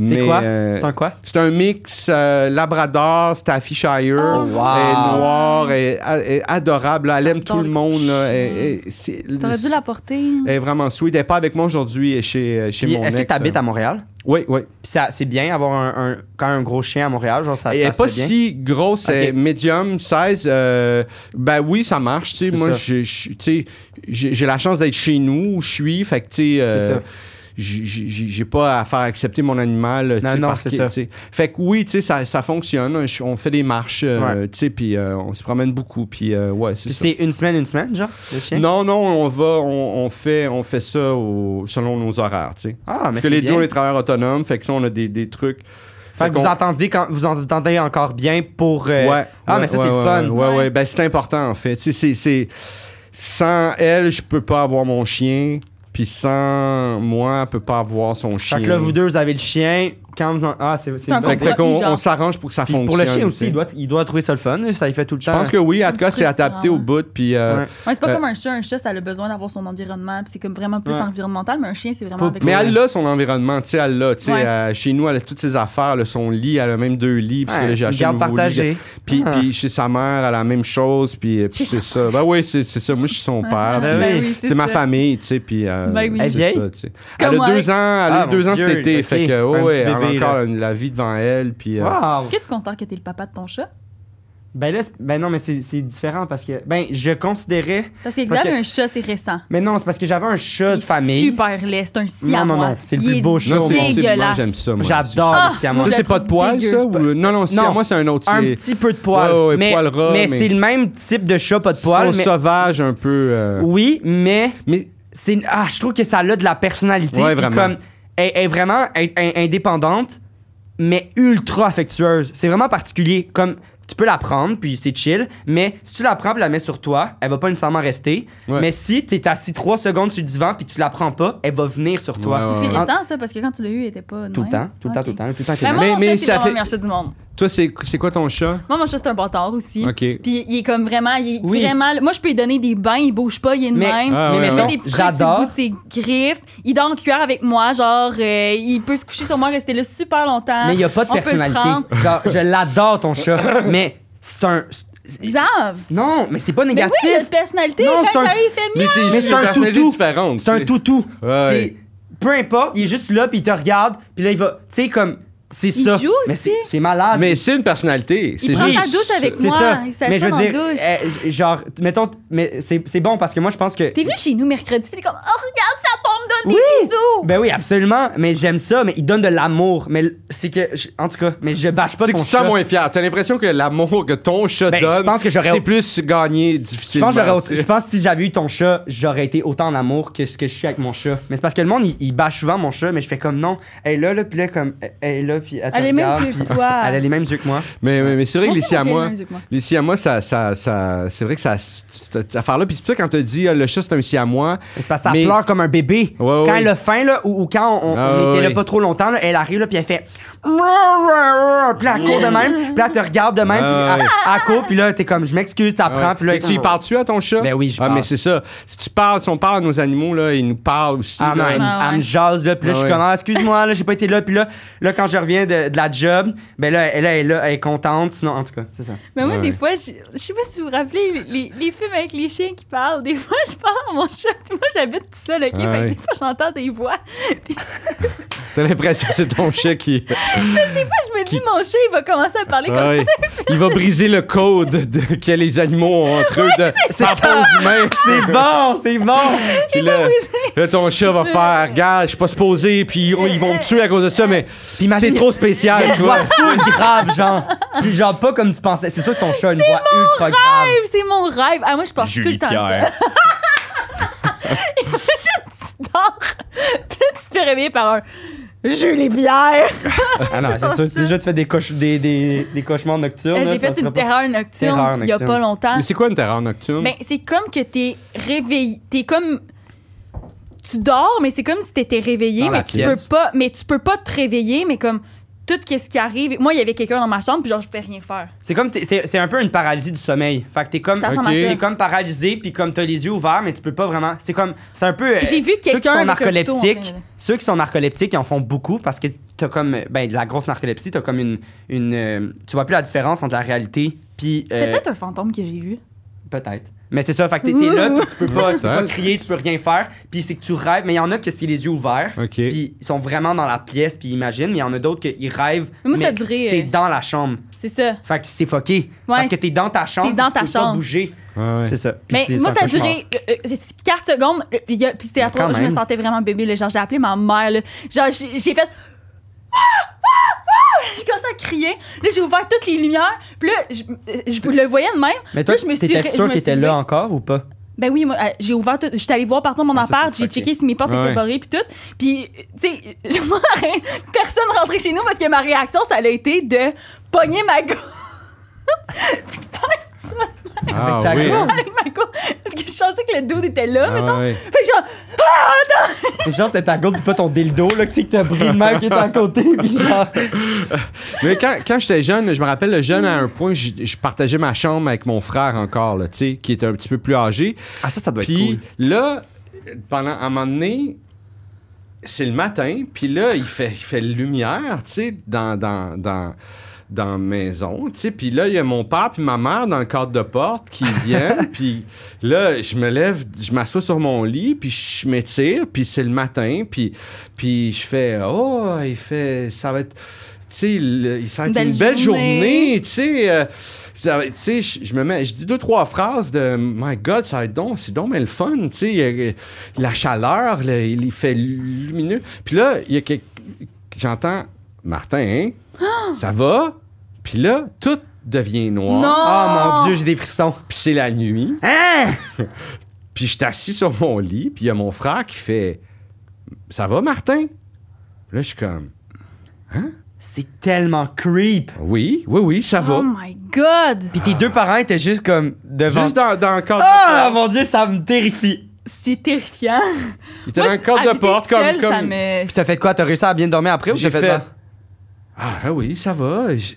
Speaker 1: C'est
Speaker 3: mais,
Speaker 1: quoi?
Speaker 3: euh,
Speaker 1: C'est un quoi?
Speaker 3: c'est un mix euh, Labrador, Staffordshire,
Speaker 2: Oh,
Speaker 3: et
Speaker 1: wow.
Speaker 3: noir, et, et adorable. là. Elle aime tout
Speaker 2: J'adore
Speaker 3: le
Speaker 2: le
Speaker 3: monde. là.
Speaker 2: chien.
Speaker 3: Et- et c'est-
Speaker 2: T'aurais dû la porter.
Speaker 3: Elle est vraiment sweet. Elle n'est pas avec moi aujourd'hui elle est chez, euh, chez
Speaker 1: Puis
Speaker 3: mon
Speaker 1: Est-ce que
Speaker 3: ex.
Speaker 1: t'habites à Montréal?
Speaker 3: Oui, oui.
Speaker 1: Puis ça- c'est bien avoir un, un- quand un gros chien à Montréal, genre ça, Ah,
Speaker 3: Elle
Speaker 1: ça
Speaker 3: n'est
Speaker 1: se
Speaker 3: pas
Speaker 1: fait bien.
Speaker 3: si grosse, elle est
Speaker 1: Ok.
Speaker 3: médium, 16. euh, ben oui, ça marche. tu sais.
Speaker 1: C'est
Speaker 3: Moi,
Speaker 1: ça.
Speaker 3: j'ai- je- tu sais, j'ai j'ai la chance d'être chez nous où je suis. Fait que, tu sais, euh,
Speaker 1: C'est ça.
Speaker 3: j'ai- j'ai j'ai pas à faire accepter mon animal. euh, tu
Speaker 1: Non,
Speaker 3: sais,
Speaker 1: non,
Speaker 3: par
Speaker 1: c'est
Speaker 3: qui-
Speaker 1: ça.
Speaker 3: tu sais. Fait que oui, tu sais, ça, ça fonctionne. hein, Je- On fait des marches, euh, tu sais, puis euh, on se promène beaucoup. Puis euh, ouais, c'est
Speaker 1: Puis
Speaker 3: ça.
Speaker 1: c'est une semaine, une semaine, genre, le chien?
Speaker 3: Non, non, on va, on, on fait, on fait ça au- selon nos horaires, tu sais.
Speaker 1: Ah, mais
Speaker 3: Parce
Speaker 1: c'est
Speaker 3: que les deux,
Speaker 1: bien.
Speaker 3: on est travailleurs autonomes, fait que ça, on a des, des trucs.
Speaker 1: Fait que
Speaker 3: qu'on-
Speaker 1: vous entendiez, quand, vous entendez encore bien pour... euh,
Speaker 3: Ouais.
Speaker 1: Ah,
Speaker 3: ouais,
Speaker 1: mais ça,
Speaker 3: ouais,
Speaker 1: c'est le
Speaker 3: ouais,
Speaker 1: fun.
Speaker 3: Ouais, ouais,
Speaker 2: Ouais.
Speaker 3: Ben, c'est important, en fait. Tu sais, c'est- c'est. Sans elle, je peux pas avoir mon chien. Puis sans moi, elle peut pas avoir son chien.
Speaker 1: Fait que là, vous deux, vous avez le chien. Quand vous en- Ah, c'est c'est
Speaker 2: un
Speaker 1: une
Speaker 3: Fait
Speaker 1: bonne
Speaker 3: que- fait
Speaker 2: compromis,
Speaker 3: qu'on
Speaker 2: genre.
Speaker 3: on s'arrange pour que ça
Speaker 1: Puis
Speaker 3: fonctionne.
Speaker 1: Pour le chien aussi,
Speaker 3: tu sais.
Speaker 1: il doit, il doit trouver ça le fun. Ça, il fait tout le
Speaker 3: Je
Speaker 1: temps.
Speaker 3: pense que oui, en tout cas, c'est
Speaker 2: Différent.
Speaker 3: adapté au bout. Puis. euh,
Speaker 1: Ouais.
Speaker 2: Ouais, c'est pas
Speaker 3: Euh,
Speaker 2: comme un chat. Un chat, ça a besoin d'avoir son environnement. Puis c'est comme vraiment plus
Speaker 1: Ouais.
Speaker 2: environnemental, mais un chien, c'est vraiment
Speaker 1: Pou-
Speaker 2: avec
Speaker 3: Mais
Speaker 1: Ouais.
Speaker 3: elle a son environnement, tu sais, elle l'a, tu sais,
Speaker 2: Ouais.
Speaker 3: euh, chez nous, elle a toutes ses affaires, là, son lit, elle a même deux lits, parce que
Speaker 1: Ouais,
Speaker 3: là, j'ai
Speaker 1: c'est une
Speaker 3: acheté un
Speaker 1: garde
Speaker 3: nouveau lit.
Speaker 1: partagée.
Speaker 3: Puis,
Speaker 1: Ah.
Speaker 3: puis chez sa mère, elle a la même chose, puis, puis
Speaker 2: Chez Ah.
Speaker 3: c'est ça. Ben oui, c'est c'est ça, moi je suis son père,
Speaker 1: Ben
Speaker 3: puis euh,
Speaker 1: oui.
Speaker 3: c'est ma
Speaker 2: ça.
Speaker 3: famille, tu sais, puis... euh,
Speaker 2: Ben oui.
Speaker 1: Elle est
Speaker 3: c'est
Speaker 1: vieille?
Speaker 3: ça, tu
Speaker 2: C'est
Speaker 3: sais. Elle
Speaker 2: comme
Speaker 3: a
Speaker 2: moi.
Speaker 3: deux ans, elle a
Speaker 1: Ah,
Speaker 3: eu deux
Speaker 1: mon
Speaker 3: ans cet
Speaker 1: Dieu,
Speaker 3: été,
Speaker 1: ok.
Speaker 3: fait que, oh,
Speaker 1: Un
Speaker 3: ouais,
Speaker 1: petit
Speaker 3: elle a
Speaker 1: bébé,
Speaker 3: encore
Speaker 1: là.
Speaker 3: une- la vie devant elle, puis... euh,
Speaker 1: Wow.
Speaker 2: Est-ce que tu considères que t'es le papa de ton chat?
Speaker 1: Ben là, c'est- ben non, mais c'est c'est différent parce que. Ben, je considérais.
Speaker 2: Parce que
Speaker 1: Parce
Speaker 2: Xav,
Speaker 1: que-
Speaker 2: un chat, c'est récent.
Speaker 1: Mais non, c'est parce que j'avais un chat
Speaker 2: Il
Speaker 1: de
Speaker 2: est
Speaker 1: famille.
Speaker 2: Super laid, c'est un siamois.
Speaker 1: Non, non, non, c'est le
Speaker 2: Il
Speaker 1: plus
Speaker 2: est
Speaker 1: beau chat
Speaker 3: Non,
Speaker 1: au
Speaker 3: c'est-
Speaker 1: monde.
Speaker 3: c'est moi,
Speaker 2: dégueulasse.
Speaker 3: j'aime ça, moi.
Speaker 1: J'adore
Speaker 2: Ah,
Speaker 1: les siamois.
Speaker 3: Ça,
Speaker 2: Je
Speaker 3: c'est
Speaker 2: la
Speaker 3: pas de
Speaker 2: trouve
Speaker 3: poil,
Speaker 2: dégueu.
Speaker 3: ça? Ou... euh, Non, non, si,
Speaker 1: Non.
Speaker 3: moi, c'est un autre...
Speaker 1: Un
Speaker 3: c'est-
Speaker 1: petit peu de poil.
Speaker 3: Ouais, ouais,
Speaker 1: mais
Speaker 3: poil ras,
Speaker 1: mais
Speaker 3: mais-
Speaker 1: c'est le même type de chat, pas de
Speaker 3: Ils sont
Speaker 1: poil. Mais...
Speaker 3: sauvages un peu... euh,
Speaker 1: Oui, mais.
Speaker 3: Mais
Speaker 1: c'est une- ah je trouve que ça a de la personnalité
Speaker 3: Ouais,
Speaker 1: puis
Speaker 3: vraiment.
Speaker 1: comme elle elle est vraiment in- in- indépendante mais ultra affectueuse c'est vraiment particulier comme tu peux la prendre puis c'est chill mais si tu la prends puis la mets sur toi elle va pas nécessairement rester
Speaker 3: Ouais.
Speaker 1: mais si t'es assis trois secondes sur le divan puis tu la prends pas elle va venir sur toi
Speaker 3: Ouais, ouais,
Speaker 2: C'est
Speaker 3: ouais.
Speaker 2: récent, ça, parce que quand tu l'as eu, il était pas. de
Speaker 1: Ah. tout le
Speaker 2: même.
Speaker 1: temps tout le temps
Speaker 2: Ok.
Speaker 1: tout le temps tout le temps
Speaker 2: Mais
Speaker 1: qu'elle
Speaker 2: moi,
Speaker 1: est là.
Speaker 3: Mais-
Speaker 2: mon
Speaker 3: mais
Speaker 2: chat,
Speaker 3: ça
Speaker 2: c'est vraiment
Speaker 3: fait-
Speaker 2: le meilleur chat du monde.
Speaker 3: toi, c'est c'est quoi ton chat?
Speaker 2: Moi, mon chat, c'est un bâtard aussi.
Speaker 3: OK.
Speaker 2: Puis il est comme vraiment, il est
Speaker 1: Oui.
Speaker 2: vraiment. Moi, je peux lui donner des bains, il bouge pas, il est de
Speaker 1: Mais-
Speaker 2: même.
Speaker 3: Ah,
Speaker 2: mais
Speaker 3: ouais,
Speaker 2: je
Speaker 3: ouais.
Speaker 2: mets des petits trucs sur
Speaker 1: J'adore.
Speaker 2: le bout de ses griffes. Il dort en cuillère avec moi, genre, euh, il peut se coucher sur moi, rester là super longtemps.
Speaker 1: mais il y a pas de
Speaker 2: On peut le
Speaker 1: personnalité
Speaker 2: prendre.
Speaker 1: genre je l'adore ton
Speaker 3: [LAUGHS]
Speaker 1: chat mais c'est un c'est-
Speaker 2: Xav!
Speaker 1: non mais c'est pas
Speaker 2: Mais oui,
Speaker 1: négatif
Speaker 2: il a une personnalité.
Speaker 1: Non, c'est
Speaker 2: quand
Speaker 1: un-
Speaker 2: j'arrive, il fait mieux.
Speaker 3: Mais c'est
Speaker 1: Mais
Speaker 3: juste
Speaker 1: c'est
Speaker 3: une
Speaker 1: un
Speaker 3: personnalité
Speaker 1: toutou.
Speaker 3: différente.
Speaker 1: C'est un
Speaker 3: tu sais.
Speaker 1: toutou.
Speaker 3: Ouais.
Speaker 1: C'est- Peu importe, il est juste là, puis il te regarde, puis là, il va. Tu sais, comme. C'est
Speaker 2: Il
Speaker 1: ça.
Speaker 2: joue
Speaker 1: mais
Speaker 2: aussi?
Speaker 1: c'est c'est malade.
Speaker 3: Mais c'est une personnalité.
Speaker 2: Il
Speaker 3: C'est
Speaker 2: prend
Speaker 3: juste.
Speaker 2: sa douche avec
Speaker 1: C'est
Speaker 2: moi.
Speaker 1: ça.
Speaker 2: Il s'assoit
Speaker 1: mais je veux
Speaker 2: en
Speaker 1: dire,
Speaker 2: douche.
Speaker 1: euh, j- genre, mettons, mais c'est c'est bon parce que moi, je pense que.
Speaker 2: T'es venu chez nous mercredi, t'es comme « Oh, regarde, ça tombe, donne
Speaker 1: Oui!
Speaker 2: des bisous!
Speaker 1: Ben oui, absolument. Mais j'aime ça, mais il donne de l'amour. Mais l- c'est que. je- En tout cas, mais je bâche pas
Speaker 3: C'est que
Speaker 1: ton
Speaker 3: tu te sens
Speaker 1: chat.
Speaker 3: moins fier. T'as l'impression que l'amour que ton chat
Speaker 1: Ben, je
Speaker 3: donne,
Speaker 1: pense que j'aurais-
Speaker 3: c'est plus gagné
Speaker 1: Je
Speaker 3: difficilement.
Speaker 1: pense, que j'aurais autre-
Speaker 3: tu sais.
Speaker 1: je pense que si j'avais eu ton chat, j'aurais été autant en amour que ce que je suis avec mon chat. Mais c'est parce que le monde, il, il bâche souvent mon chat, mais je fais comme non. Elle est là, là, puis là, comme. Elle est là, puis elle te
Speaker 2: Elle a les mêmes
Speaker 1: regarde,
Speaker 2: yeux que
Speaker 1: puis
Speaker 2: toi.
Speaker 1: Elle a les mêmes yeux que moi.
Speaker 3: Mais, mais, mais c'est vrai que
Speaker 2: Moi,
Speaker 3: les
Speaker 2: c'est moi, j'ai
Speaker 3: Siamois,
Speaker 2: le même yeux que moi.
Speaker 3: les Siamois, ça, ça, ça, c'est vrai que ça, cette affaire-là. Puis c'est pour ça quand t'as dit ah, le chat c'est un Siamois,
Speaker 1: C'est parce que ça
Speaker 3: Mais-
Speaker 1: pleure comme un bébé.
Speaker 3: Ouais, ouais,
Speaker 1: quand
Speaker 3: ouais.
Speaker 1: elle a faim, là, ou, ou quand on, on-
Speaker 3: Ah,
Speaker 1: on
Speaker 3: ouais,
Speaker 1: était là
Speaker 3: ouais.
Speaker 1: pas trop longtemps, là, elle arrive, là, puis elle fait. Puis là, elle court de même, puis là, elle te regarde de même,
Speaker 3: Ah,
Speaker 1: puis
Speaker 3: ouais.
Speaker 1: elle, elle court, puis là, t'es comme, je m'excuse, t'apprends,
Speaker 3: Ouais.
Speaker 1: puis là.
Speaker 3: Et euh, tu y parles-tu à ton chat?
Speaker 1: Ben oui, je
Speaker 3: Ah,
Speaker 1: parle.
Speaker 3: mais c'est ça. Si tu parles, si on parle à nos animaux, là, ils nous parlent aussi.
Speaker 1: Ah non,
Speaker 3: là.
Speaker 1: elle,
Speaker 2: Ah ouais.
Speaker 1: elle me jase là, puis là
Speaker 3: Ah
Speaker 1: je suis
Speaker 3: ouais.
Speaker 1: comme Ah, excuse-moi là, j'ai pas été là, puis là, là quand je reviens de, de la job, ben là elle, là, elle est là, elle est contente, sinon en tout cas, c'est ça.
Speaker 2: Mais moi,
Speaker 3: Ouais.
Speaker 2: des fois, je je sais pas si vous vous rappelez les- les, les films avec les chiens qui parlent. Des fois, je parle à mon chat, puis moi, j'habite tout seul, OK?
Speaker 3: Ah
Speaker 2: Fait que
Speaker 3: ouais.
Speaker 2: des fois, j'entends des voix. Puis
Speaker 3: T'as l'impression que c'est ton
Speaker 1: [LAUGHS]
Speaker 3: chat qui.
Speaker 2: là, je me dis, mon chat, il va commencer à parler
Speaker 1: Euh,
Speaker 2: comme
Speaker 3: Ouais. Il va briser le code de- que les animaux ont entre eux de
Speaker 1: c'est
Speaker 3: par
Speaker 1: ça.
Speaker 3: rapport aux humains.
Speaker 1: C'est bon, c'est bon!
Speaker 3: Puis là, là, ton chat va faire, gars, je suis pas supposé, puis ils, ils vont me tuer à cause de ça, mais
Speaker 1: Puis imagine,
Speaker 3: t'es trop spécial,
Speaker 1: une
Speaker 3: tu vois.
Speaker 1: voix full grave, genre. Tu genre pas comme tu pensais. C'est sûr que ton chat a une voix ultra grave.
Speaker 2: [LAUGHS] Hey, C'est mon rêve. Ah, moi, je pense tout le temps à ça. [LAUGHS] Tu dors, puis là, tu te fais réveiller par un « Julie Bière!
Speaker 1: Ah non, c'est sûr, déjà tu fais des, coche- des, des, des cauchemars » nocturnes. là,
Speaker 2: Euh, J'ai
Speaker 1: ça
Speaker 2: fait
Speaker 1: sera
Speaker 2: une
Speaker 1: pas-
Speaker 2: terreur nocturne,
Speaker 1: Terreur
Speaker 2: il y a
Speaker 1: nocturne.
Speaker 2: pas longtemps.
Speaker 3: Mais c'est quoi une terreur nocturne?
Speaker 1: Ben,
Speaker 2: Mais c'est comme que t'es réveillé. T'es comme. Tu dors, mais c'est comme si t'étais réveillé,
Speaker 1: Dans la
Speaker 2: mais tu
Speaker 1: pièce.
Speaker 2: peux pas. Mais tu peux pas te réveiller, mais comme tout ce qui arrive. Moi, il y avait quelqu'un dans ma chambre, puis genre, je pouvais rien faire.
Speaker 1: C'est comme t'es- t'es- c'est un peu une paralysie du sommeil. Fait que t'es comme
Speaker 2: Ça ressemble
Speaker 3: Ok.
Speaker 2: à
Speaker 1: t'es
Speaker 2: ça.
Speaker 1: comme paralysé puis comme t'as les yeux ouverts mais tu peux pas vraiment. C'est comme c'est un peu. euh,
Speaker 2: J'ai vu
Speaker 1: ceux qui
Speaker 2: quelqu'un
Speaker 1: sont
Speaker 2: avec un couteau en
Speaker 1: narcoleptiques.
Speaker 2: train de-
Speaker 1: Ceux qui sont narcoleptiques, ils en font beaucoup parce que t'as comme euh, ben de la grosse narcolepsie, t'as comme une une euh, tu vois plus la différence entre la réalité puis euh,
Speaker 2: C'est peut-être un fantôme que j'ai vu.
Speaker 1: peut-être. Mais c'est ça, fait que t'es t'es
Speaker 2: [LAUGHS]
Speaker 1: là, puis tu peux pas, tu peux pas
Speaker 3: Peut-être.
Speaker 1: crier, tu peux rien faire, puis c'est que tu rêves. Mais il y en a que c'est les yeux ouverts,
Speaker 3: Ok.
Speaker 1: puis ils sont vraiment dans la pièce, puis ils imaginent. Mais il y en a d'autres qu'ils rêvent,
Speaker 2: Mais moi, ça durait,
Speaker 1: c'est
Speaker 2: euh,
Speaker 1: dans la chambre.
Speaker 2: C'est ça.
Speaker 1: Fait que c'est fucké.
Speaker 2: Ouais,
Speaker 1: parce que t'es dans ta chambre.
Speaker 2: t'es dans
Speaker 1: puis tu
Speaker 2: ta
Speaker 1: peux pas
Speaker 2: chambre.
Speaker 1: bouger.
Speaker 3: Ouais, ouais.
Speaker 1: C'est ça. Puis
Speaker 2: Mais
Speaker 1: c'est-
Speaker 2: moi,
Speaker 1: c'est
Speaker 2: ça
Speaker 1: un
Speaker 2: a duré euh, euh, c'est 4 secondes. euh, puis il y a- Puis c'était à
Speaker 1: Quand
Speaker 2: 3 Je me
Speaker 1: même.
Speaker 2: sentais vraiment bébé. Là, genre, j'ai appelé ma mère. Là, genre, j'ai j'ai fait. Ah! Ah! Ah! J'ai commencé à crier. Là, j'ai ouvert toutes les lumières. Puis là, je, euh, je le voyais de même.
Speaker 1: Mais toi,
Speaker 2: Là, je me suis
Speaker 1: t'étais
Speaker 2: ré- je
Speaker 1: sûr
Speaker 2: me
Speaker 1: que
Speaker 2: suis
Speaker 1: t'étais
Speaker 2: levée.
Speaker 1: là encore ou pas?
Speaker 2: Ben oui, moi, euh, j'ai ouvert tout. J'étais allée voir partout mon
Speaker 1: Ah, ça,
Speaker 2: appart,
Speaker 1: c'est
Speaker 2: j'ai
Speaker 1: fucké.
Speaker 2: checké si mes portes
Speaker 3: Ouais.
Speaker 2: étaient barrées puis tout. Puis, euh, tu sais, [LAUGHS] je- moi, rien- personne rentrait chez nous parce que ma réaction, ça a été de pogner ma gueule. puis de faire ça
Speaker 3: Ah,
Speaker 1: Avec ta
Speaker 3: oui.
Speaker 1: grande.
Speaker 2: avec [LAUGHS] ma gueule. Parce que je pensais que le dude était là,
Speaker 3: Ah,
Speaker 2: mettons.
Speaker 3: ouais.
Speaker 2: Fait que genre,
Speaker 1: [LAUGHS] Genre, c'était ta gauche, puis pas ton dildo, là, que tu sais, que t'as pris de même qui est à côté,
Speaker 2: [LAUGHS]
Speaker 1: puis genre.
Speaker 3: Mais quand, quand j'étais jeune, je me rappelle, le jeune, à un point, je, je partageais ma chambre avec mon frère encore, là, tu sais, qui était un petit peu plus âgé.
Speaker 1: Ah, ça, ça doit
Speaker 3: Puis là, pendant un moment donné, c'est le matin, puis là, il fait, il fait lumière, tu sais, dans, dans, dans, dans la maison, tu sais. Puis là, il y a mon père puis ma mère dans le cadre de porte qui viennent, puis là, je me lève, je m'assois sur mon lit, puis je m'étire, puis c'est le matin, puis, puis je fais « Oh! » Il fait « Ça va être... » Tu sais, le- ça va être
Speaker 2: Belle
Speaker 3: une belle
Speaker 2: journée.
Speaker 3: journée, tu sais, euh, ça va- tu sais, je je me mets, je dis deux trois phrases de my God, ça va être donc, c'est donc mais le fun, tu sais, euh, la chaleur, le- il fait lumineux. Puis là, il y a quelque- j'entends Martin, hein? ça va. Puis là, tout devient noir.
Speaker 2: Non.
Speaker 1: Oh mon dieu, j'ai des frissons.
Speaker 3: Puis c'est la nuit.
Speaker 1: Hein?
Speaker 3: Puis je suis assis sur mon lit, puis il y a mon frère qui fait ça va Martin. Là, je suis comme
Speaker 1: C'est tellement creep.
Speaker 3: oui, oui, oui, ça va.
Speaker 2: oh my god!
Speaker 1: Puis tes deux parents étaient juste comme devant.
Speaker 3: Juste dans, dans le cadre
Speaker 1: Ah
Speaker 3: de porte.
Speaker 1: mon dieu, ça me terrifie.
Speaker 2: C'est terrifiant.
Speaker 3: Il était
Speaker 2: Moi,
Speaker 3: dans le cadre de
Speaker 2: habiter
Speaker 3: porte comme,
Speaker 2: seule,
Speaker 3: comme
Speaker 2: ça me-
Speaker 1: Puis t'as fait quoi? T'as réussi à bien dormir après ou
Speaker 3: J'ai
Speaker 1: t'as fait.
Speaker 3: fait-
Speaker 1: quoi?
Speaker 3: Ah ah oui, ça va. Je-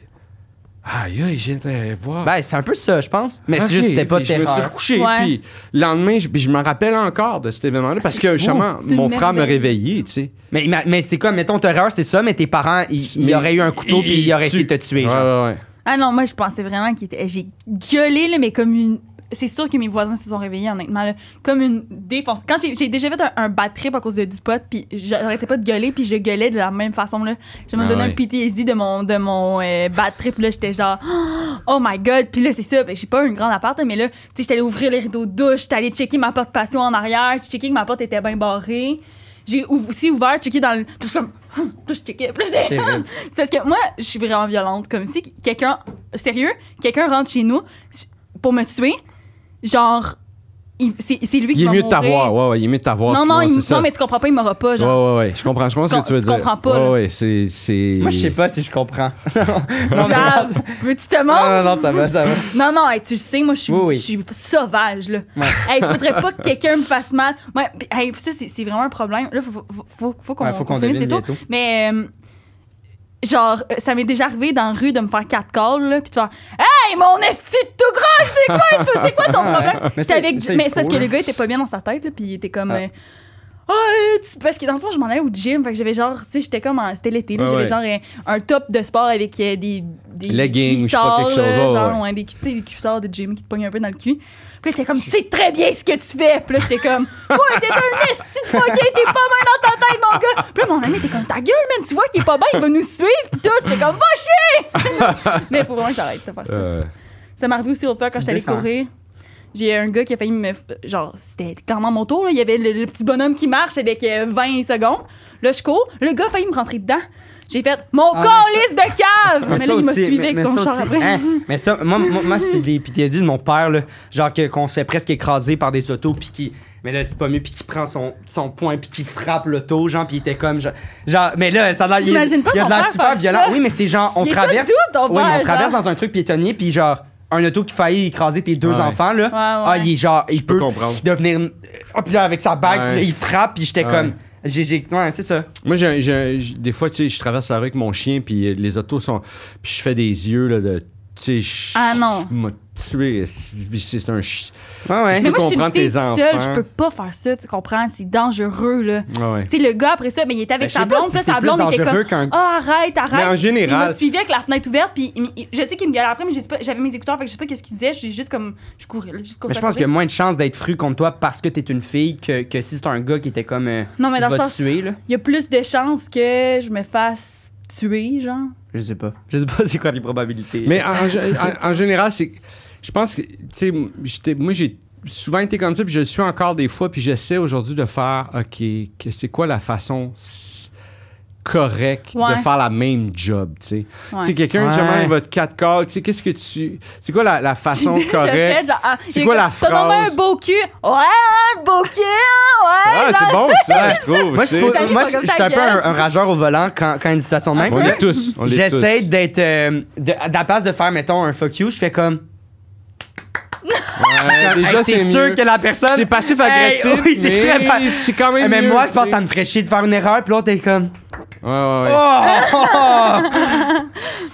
Speaker 3: Aïe, aïe, j'ai été
Speaker 2: Ah.
Speaker 3: voir.
Speaker 1: Ben, c'est un peu ça, je pense. Mais c'est juste,
Speaker 3: Ok,
Speaker 1: c'était pas
Speaker 3: puis Je me suis
Speaker 1: terreur.
Speaker 3: recouché.
Speaker 2: Ouais. Ah,
Speaker 3: Puis le lendemain, je, puis je me rappelle encore de cet événement-là parce
Speaker 1: fou.
Speaker 3: que justement,
Speaker 2: C'est une
Speaker 3: mon frère me
Speaker 2: merveille.
Speaker 3: réveillait, tu sais.
Speaker 1: Mais, mais, mais c'est comme, mettons, terreur, c'est ça, mais tes parents, ils, ils
Speaker 3: Mais
Speaker 1: auraient eu un couteau, puis ils auraient essayé de te tuer.
Speaker 3: Ouais,
Speaker 1: genre.
Speaker 3: ouais, ouais.
Speaker 2: Ah non, moi, je pensais vraiment qu'il était. J'ai gueulé, là, mais comme une. c'est sûr que mes voisins se sont réveillés, honnêtement. là. comme une défonce. Quand j'ai, j'ai déjà fait un, un bad trip à cause de du pot, puis j'arrêtais pas de gueuler, puis je gueulais de la même façon. Là. Je me
Speaker 3: Ah
Speaker 2: donnais
Speaker 3: ouais.
Speaker 2: un PTSD de mon, de mon euh, bad trip. Là. J'étais genre, [GASPS] oh my god. Puis là, c'est ça. Ben, j'ai pas une grande appart, mais là, tu sais, j'étais allée ouvrir les rideaux de douche, j'étais allée checker ma porte patio en arrière, j'ai checké que ma porte était bien barrée. J'ai ouv- aussi ouvert, checké dans le. Puis je suis comme, [LAUGHS] Hum, puis je checkais. Puis là, j'ai-
Speaker 1: Terrible.
Speaker 2: c'est parce que moi, je suis vraiment violente. Comme si quelqu'un, sérieux, quelqu'un rentre chez nous pour me tuer, genre, il- c'est c'est lui qui
Speaker 3: Il est
Speaker 2: va
Speaker 3: mieux de
Speaker 2: mourir.
Speaker 3: t'avoir. Ouais, ouais, il est mieux de t'avoir.
Speaker 2: non,
Speaker 3: sinon,
Speaker 2: non, il-
Speaker 3: c'est ça.
Speaker 2: non, mais tu comprends pas, il m'aura pas, genre.
Speaker 3: Ouais, ouais, ouais. Je comprends, je comprends ce
Speaker 2: Tu
Speaker 3: que tu veux
Speaker 2: com-
Speaker 3: dire.
Speaker 2: tu comprends pas,
Speaker 3: Ouais,
Speaker 2: là.
Speaker 3: ouais, c'est. c'est-
Speaker 1: Moi, je sais pas si je comprends. [LAUGHS] non, non, non,
Speaker 2: Gab, veux-tu te montrer?
Speaker 1: non, non, ça va, ça va.
Speaker 2: Non, non, hey, tu le sais, moi, je suis
Speaker 1: Oui, oui.
Speaker 2: je suis sauvage, là.
Speaker 1: Ouais.
Speaker 2: Hey, faudrait pas que quelqu'un me fasse mal. Ouais, pis, hey, ça, c'est c'est vraiment un problème. Là, faut, faut, faut, faut qu'on
Speaker 1: Ouais, faut qu'on
Speaker 2: finisse
Speaker 1: devine
Speaker 2: les taux.
Speaker 1: bientôt.
Speaker 2: Mais, euh, genre, euh, ça m'est déjà arrivé dans la rue de me faire quatre calls, là, puis de faire Hey, mon esti de tout croche, c'est quoi, et tout, c'est quoi ton
Speaker 1: Ah,
Speaker 2: problème?
Speaker 1: [LAUGHS] mais
Speaker 2: J'étais
Speaker 1: ça,
Speaker 2: avec-
Speaker 1: ça, il
Speaker 2: mais c'est
Speaker 1: faut,
Speaker 2: parce que
Speaker 1: là.
Speaker 2: le gars était pas bien dans sa tête, là, puis il était comme.
Speaker 1: Ah.
Speaker 2: euh, Ah, euh, tu- parce que dans le fond, je m'en allais au gym, fait que j'avais genre, tu sais, j'étais comme, en- c'était l'été, là,
Speaker 3: Ouais,
Speaker 2: j'avais
Speaker 3: ouais.
Speaker 2: genre euh, un, un top de sport avec euh, des, des
Speaker 3: Leggings, je sais
Speaker 2: cuissards,
Speaker 3: pas, quelque chose,
Speaker 2: là,
Speaker 3: ouais,
Speaker 2: genre,
Speaker 3: ouais.
Speaker 2: ouais, des, cu- tu sais, des cuissards de gym qui te pognent un peu dans le cul. Puis là, t'es comme, tu sais très bien ce que tu fais. Puis là, j'étais
Speaker 3: [LAUGHS]
Speaker 2: comme, ouais, t'es un esti de fucké, t'es pas mal dans ta tête, mon gars. Puis là, mon ami était comme, ta gueule, man, tu vois qu'il est pas bien, il va nous suivre. Puis tout, j'étais comme, va chier! [LAUGHS] Mais faut vraiment que j'arrête de faire ça.
Speaker 3: Euh,
Speaker 2: Ça m'est arrivé aussi l'autre fois quand
Speaker 1: Tu
Speaker 2: j'étais allée
Speaker 1: défends.
Speaker 2: courir. J'ai un gars qui a failli me. f- Genre, c'était clairement mon tour. Là. Il y avait le, le petit bonhomme qui marche avec euh, 20 secondes. Là, je cours. Le gars a failli me rentrer dedans. J'ai fait mon
Speaker 1: Ah,
Speaker 2: calice de cave! Mais, là,
Speaker 1: ça
Speaker 2: il m'a
Speaker 1: aussi,
Speaker 2: suivi
Speaker 1: mais-
Speaker 2: avec
Speaker 1: mais
Speaker 2: son
Speaker 1: ça
Speaker 2: char
Speaker 1: aussi,
Speaker 2: après.
Speaker 1: hein, mais ça, moi, moi, moi, c'est les PTSD de mon père, là, genre que- qu'on se fait presque écraser par des autos, puis qui. Mais là, c'est pas mieux, puis qui prend son, son poing, puis qui frappe l'auto, genre, puis il était comme. Genre, genre- mais là, ça a l'air. Il,
Speaker 2: J'imagine pas
Speaker 1: il a de
Speaker 2: ton
Speaker 1: l'air
Speaker 2: père
Speaker 1: super
Speaker 2: faire
Speaker 1: violent.
Speaker 2: ça.
Speaker 1: Oui, mais c'est genre, on
Speaker 2: Il est tout
Speaker 1: traverse.
Speaker 2: doux, ton
Speaker 1: oui, mais
Speaker 2: père,
Speaker 1: on traverse
Speaker 2: genre.
Speaker 1: dans un truc piétonnier, puis genre, un auto qui faillit écraser tes deux
Speaker 3: Ouais.
Speaker 1: enfants, là.
Speaker 2: Ouais, ouais.
Speaker 1: Ah, il est genre. Il
Speaker 3: je peux
Speaker 1: peut
Speaker 3: comprendre.
Speaker 1: devenir. Ah, puis là, avec sa bague,
Speaker 3: Ouais.
Speaker 1: puis là, il frappe, puis j'étais
Speaker 3: Ouais.
Speaker 1: comme. J'ai, j'ai- ouais, c'est ça.
Speaker 3: Moi, j'ai, un- j'ai un- j'ai- des fois, tu sais, je traverse la rue avec mon chien, puis euh, les autos sont. Puis je fais des yeux, là, de. Tu sais, je-
Speaker 2: Ah, non.
Speaker 3: je m'a tué. C'est c'est un chien.
Speaker 1: Ouais, ouais.
Speaker 2: Mais
Speaker 3: peux
Speaker 2: moi, je suis une
Speaker 3: comprendre
Speaker 2: fille
Speaker 3: tes
Speaker 2: toute seule. Je
Speaker 3: enfants.
Speaker 2: peux pas faire ça, tu comprends? C'est dangereux, là.
Speaker 3: Ouais, ouais.
Speaker 2: Tu sais, le gars, après ça, mais il était avec
Speaker 1: Ben, je
Speaker 2: sa
Speaker 1: sais pas
Speaker 2: blonde.
Speaker 1: si
Speaker 2: puis là,
Speaker 1: c'est
Speaker 2: sa
Speaker 1: plus
Speaker 2: blonde était
Speaker 1: dangereux qu'un-
Speaker 2: comme. Ah, arrête, arrête.
Speaker 3: Mais en général-
Speaker 2: Il me suivait avec la fenêtre ouverte, puis il- il- je sais qu'il me galère après, mais je sais pas- j'avais mes écouteurs, fait que je sais pas qu'est-ce qu'il disait. Je suis juste comme. Je courais, là, juste comme
Speaker 1: Mais je pense qu'il y a moins de chances d'être fru contre toi parce que t'es une fille que, que si c'est un gars qui était comme. euh,
Speaker 2: Non, mais
Speaker 1: je
Speaker 2: dans
Speaker 1: vais
Speaker 2: le
Speaker 1: te
Speaker 2: sens-
Speaker 1: tuer, là.
Speaker 2: Il y a plus de chances que je me fasse tuer, genre.
Speaker 1: Je sais pas. Je sais pas [LAUGHS] c'est quoi les probabilités.
Speaker 3: Mais en, en gé- en- en général, c'est. Je pense que. Tu sais, j'étais- moi, j'ai souvent été comme ça, puis je le suis encore des fois, puis j'essaie aujourd'hui de faire, OK, que c'est quoi la façon s- correcte
Speaker 2: Ouais.
Speaker 3: de faire la même job, tu sais. Tu
Speaker 2: [LAUGHS]
Speaker 3: sais,
Speaker 2: Ouais.
Speaker 3: quelqu'un,
Speaker 1: Ouais.
Speaker 3: jamais, il va te 4 calls, tu sais, qu'est-ce que tu. C'est quoi la, la façon
Speaker 2: J'ai déjà fait,
Speaker 3: correcte?
Speaker 2: genre, ah,
Speaker 3: C'est
Speaker 2: il est
Speaker 3: quoi la
Speaker 2: comme, T'as nommé
Speaker 3: phrase?
Speaker 2: un beau cul. Ouais, un beau cul. Ouais.
Speaker 3: Ah, c'est bon,
Speaker 2: [LAUGHS]
Speaker 3: ça, je
Speaker 1: moi,
Speaker 3: trouve. tu
Speaker 1: je
Speaker 3: sais.
Speaker 1: suis
Speaker 2: Les
Speaker 1: pas-
Speaker 2: amis
Speaker 1: moi,
Speaker 2: sont
Speaker 1: je
Speaker 2: comme
Speaker 1: je suis
Speaker 2: ta
Speaker 1: un peu un,
Speaker 2: gueule.
Speaker 1: un rageur au volant quand, quand une situation de même.
Speaker 3: On
Speaker 1: Là,
Speaker 3: l'est tous. on l'est
Speaker 1: J'essaie
Speaker 3: tous.
Speaker 1: d'être. euh, de, à la place de faire, mettons, un fuck you, je fais comme.
Speaker 3: Ouais,
Speaker 1: comme,
Speaker 3: déjà,
Speaker 1: hey, Euh, c'est
Speaker 3: c'est
Speaker 1: sûr
Speaker 3: mieux.
Speaker 1: que la personne.
Speaker 3: C'est passif-agressif. [LAUGHS]
Speaker 1: Hey, oui, c'est
Speaker 3: mais
Speaker 1: très pa-
Speaker 3: C'est quand
Speaker 1: Eh,
Speaker 3: même.
Speaker 1: mais
Speaker 3: mieux,
Speaker 1: moi, je pense
Speaker 3: tu
Speaker 1: que
Speaker 3: sais.
Speaker 1: ça me ferait chier de faire une erreur, puis l'autre est comme.
Speaker 3: [LAUGHS] Ouais, ouais, ouais.
Speaker 1: Oh!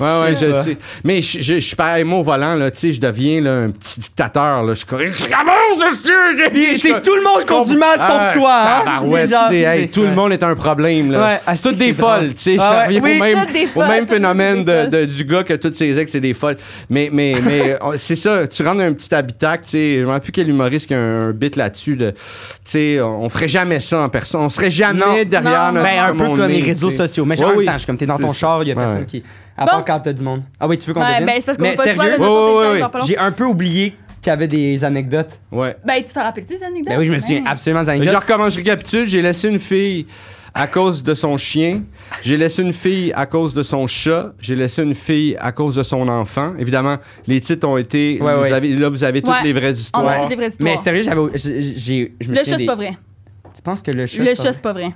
Speaker 3: Ouais, ouais,
Speaker 1: Je sais
Speaker 3: je
Speaker 1: pas.
Speaker 3: sais. Mais je, je, je suis pas aimé au volant, là. Tu sais, je deviens là, un petit dictateur, là. Je corrige. Avance,
Speaker 1: [LAUGHS] Puis,
Speaker 3: je Ah,
Speaker 1: tu sais, tout le monde compte du mal sauf toi, hein?
Speaker 3: Tabarouette,
Speaker 1: Les gens,
Speaker 3: tu sais, hey,
Speaker 1: c'est-
Speaker 3: tout le
Speaker 1: ouais.
Speaker 3: monde est un problème, là.
Speaker 1: Ouais, ah,
Speaker 3: c'est toutes
Speaker 1: c'est-
Speaker 3: des
Speaker 1: c'est
Speaker 3: folles,
Speaker 1: drôle.
Speaker 3: tu sais. Je
Speaker 1: Ah ouais,
Speaker 3: reviens
Speaker 1: oui,
Speaker 3: au même,
Speaker 2: toutes des
Speaker 3: au
Speaker 2: folles,
Speaker 3: même
Speaker 2: toutes des
Speaker 3: phénomène de,
Speaker 2: folles.
Speaker 3: de- du gars que toutes ses ex, c'est des folles. Mais, mais,
Speaker 1: [LAUGHS]
Speaker 3: mais on- c'est ça, tu rentres dans un petit habitacle, tu sais. Je me rappelle plus quel humoriste qui a un, un bit là-dessus de, tu sais, on on ferait jamais ça en personne. On serait jamais
Speaker 1: Non.
Speaker 3: derrière
Speaker 2: Non,
Speaker 3: notre
Speaker 1: Ben, un
Speaker 3: mon
Speaker 1: peu comme
Speaker 3: nez,
Speaker 1: les réseaux
Speaker 3: tu sais.
Speaker 1: sociaux. Mais j'ai
Speaker 3: Ouais,
Speaker 1: en même
Speaker 3: oui.
Speaker 1: temps, je suis comme t'es dans ton
Speaker 3: C'est ça.
Speaker 1: char, il y a personne
Speaker 3: Ouais.
Speaker 1: qui. À
Speaker 2: Bon.
Speaker 1: part quand t'as du monde. Ah oui, tu veux qu'on
Speaker 2: Ouais,
Speaker 1: devine?
Speaker 2: ben, c'est parce qu'on
Speaker 1: Mais
Speaker 2: peut pas
Speaker 1: sérieux,
Speaker 2: se
Speaker 3: Ouais, ouais, ouais, ouais.
Speaker 1: j'ai un peu oublié qu'il y avait des anecdotes.
Speaker 3: Ouais.
Speaker 2: Ben, tu t'en rappelles-tu, cette anecdote?
Speaker 1: Ben oui, je me souviens
Speaker 2: Ben.
Speaker 1: absolument des
Speaker 3: Je
Speaker 1: anecdotes.
Speaker 3: recommence, je récapitule. J'ai laissé une fille à cause de son chien. J'ai laissé une fille à cause de son chat. J'ai laissé une fille à cause de son enfant. Évidemment, les titres ont été.
Speaker 1: Ouais,
Speaker 3: vous
Speaker 1: ouais.
Speaker 3: avez- là, vous avez toutes
Speaker 2: Ouais.
Speaker 3: les vraies
Speaker 2: On
Speaker 3: histoires.
Speaker 2: a toutes les vraies histoires.
Speaker 1: Mais sérieux, j'avais. j'ai- j'ai- je me
Speaker 2: Le
Speaker 1: souviens
Speaker 2: chat, c'est
Speaker 1: des-
Speaker 2: pas vrai.
Speaker 1: Tu penses que le chat.
Speaker 2: Le
Speaker 1: c'est pas
Speaker 2: chat,
Speaker 1: vrai?
Speaker 2: c'est pas vrai.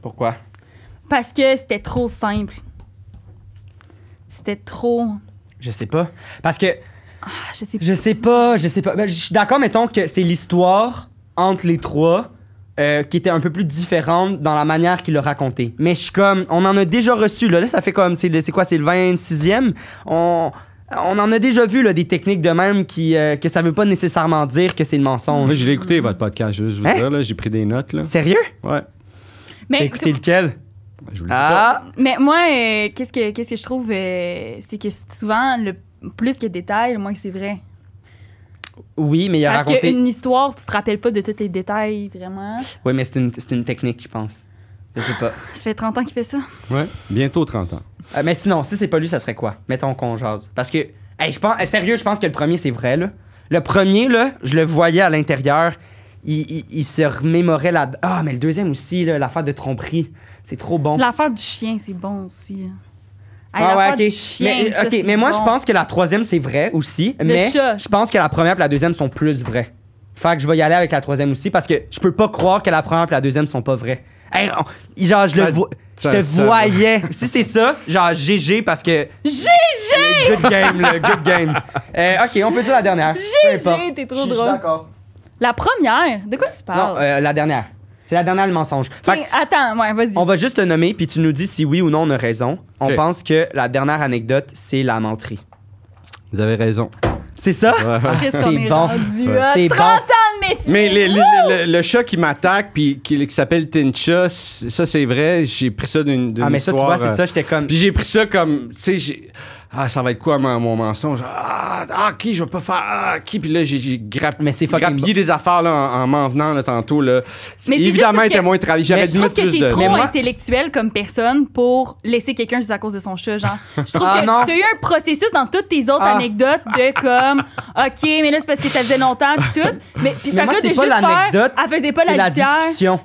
Speaker 1: Pourquoi?
Speaker 2: Parce que c'était trop simple. C'était trop.
Speaker 1: Je sais pas. Parce que
Speaker 2: Ah, je sais pas.
Speaker 1: je sais pas, je sais pas. Ben, je suis d'accord, mettons que c'est l'histoire entre les trois. euh, qui était un peu plus différente dans la manière qu'il l'a raconté. Mais je suis comme, on en a déjà reçu, là, là ça fait comme, c'est le- c'est quoi, c'est le 26e? On, on en a déjà vu, là, des techniques de même qui, euh, que ça veut pas nécessairement dire que c'est le
Speaker 3: Moi,
Speaker 1: mensonge.
Speaker 3: je l'ai écouté, votre podcast. Je veux juste vous
Speaker 1: Hein?
Speaker 3: dire, là, j'ai pris des notes. Là.
Speaker 1: Sérieux?
Speaker 3: Ouais.
Speaker 1: T'as
Speaker 2: Mais,
Speaker 1: écouté lequel?
Speaker 3: Je vous le dis pas.
Speaker 1: Ah!
Speaker 2: mais moi, euh, qu'est-ce que, qu'est-ce que je trouve, euh, c'est que souvent, le plus que détails, le moins que c'est vrai.
Speaker 1: Oui, mais il a
Speaker 2: Parce
Speaker 1: raconté.
Speaker 2: qu'une histoire, tu te rappelles pas de tous les détails, vraiment.
Speaker 1: Oui, mais c'est une, c'est une technique, je pense. Je sais pas.
Speaker 2: Ça fait 30 ans qu'il fait ça.
Speaker 3: Ouais. Bientôt 30 ans.
Speaker 1: Euh, mais sinon, si c'est pas lui, ça serait quoi? Mettons qu'on jase. Parce que, hey, je pense, euh, sérieux, je pense que le premier, c'est vrai, là. Le premier, là, je le voyais à l'intérieur. Il, il- il se remémorait là. Ah, mais le deuxième aussi, là, l'affaire de tromperie. C'est trop bon.
Speaker 2: L'affaire du chien, c'est bon aussi. hein. Hey,
Speaker 1: ah
Speaker 2: l'affaire
Speaker 1: ouais,
Speaker 2: du
Speaker 1: ok.
Speaker 2: chien,
Speaker 1: mais,
Speaker 2: ça,
Speaker 1: ok,
Speaker 2: c'est
Speaker 1: mais moi, je
Speaker 2: bon.
Speaker 1: pense que la troisième, c'est vrai aussi.
Speaker 2: Le
Speaker 1: mais
Speaker 2: chat.
Speaker 1: je pense que la première et la deuxième sont plus vraies. Fait que je vais y aller avec la troisième aussi parce que je peux pas croire que la première et la deuxième sont pas vraies. Hey, on- genre, je,
Speaker 3: Ça-
Speaker 1: le vois- je
Speaker 3: ça-
Speaker 1: te
Speaker 3: ça-
Speaker 1: voyais. si c'est ça, genre GG parce que.
Speaker 2: GG!
Speaker 1: Good game, là, good game. Euh, ok, on peut dire la dernière. Peu importe.
Speaker 2: GG, t'es
Speaker 1: Je
Speaker 2: trop
Speaker 1: suis- je suis
Speaker 2: drôle.
Speaker 1: d'accord.
Speaker 2: La première, de quoi tu
Speaker 1: Non,
Speaker 2: parles?
Speaker 1: euh, la dernière. C'est la dernière, le mensonge. Fait que
Speaker 2: Tiens, Attends, ouais, vas-y.
Speaker 1: on va juste te nommer, puis tu nous dis si oui ou non on a raison. On
Speaker 3: Ok.
Speaker 1: pense que la dernière anecdote, c'est la menterie.
Speaker 3: Vous avez raison.
Speaker 1: C'est ça?
Speaker 2: Chris,
Speaker 1: c'est
Speaker 2: on est
Speaker 1: bon.
Speaker 2: rendu
Speaker 1: Ouais.
Speaker 2: à
Speaker 1: C'est
Speaker 2: 30
Speaker 1: bon.
Speaker 2: ans de métier.
Speaker 3: [LAUGHS] Mais les- les- le, le chat qui m'attaque puis qui, qui s'appelle Tincha, c- ça c'est vrai, j'ai pris ça d'une d'une
Speaker 1: Ah, mais ça, tu
Speaker 3: histoire,
Speaker 1: vois, c'est
Speaker 3: euh,
Speaker 1: ça, j'étais comme.
Speaker 3: Puis j'ai pris ça comme, tu sais, j'ai- ah, ça va être quoi mon, mon mensonge? Ah, ah, qui, je vais pas faire, ah, qui? Puis là, j'ai- j'ai grapp-
Speaker 1: Mais c'est fucking
Speaker 3: grappillé des affaires là, en, en m'en venant là, tantôt. Là.
Speaker 2: Mais c'est juste
Speaker 3: Évidemment,
Speaker 2: parce
Speaker 3: il était
Speaker 2: que-
Speaker 3: moins travaillé. J'avais
Speaker 1: Mais
Speaker 2: Je
Speaker 3: dû
Speaker 2: trouve
Speaker 3: mettre
Speaker 2: que
Speaker 3: plus
Speaker 2: t'es
Speaker 3: de.
Speaker 2: trop
Speaker 1: Mais moi-
Speaker 2: intellectuel comme personne pour laisser quelqu'un juste à cause de son chat, genre. Je trouve
Speaker 1: Ah,
Speaker 2: que
Speaker 1: non.
Speaker 2: t'as eu un processus dans toutes tes autres
Speaker 1: Ah.
Speaker 2: anecdotes de comme, OK, mais là, c'est parce que ça faisait longtemps, pis tout. Mais, pis,
Speaker 1: Mais
Speaker 2: fait
Speaker 1: moi,
Speaker 2: que là, de
Speaker 1: c'est pas
Speaker 2: juste
Speaker 1: l'anecdote,
Speaker 2: faire, elle faisait pas
Speaker 1: c'est
Speaker 2: la
Speaker 1: la
Speaker 2: litière.
Speaker 1: discussion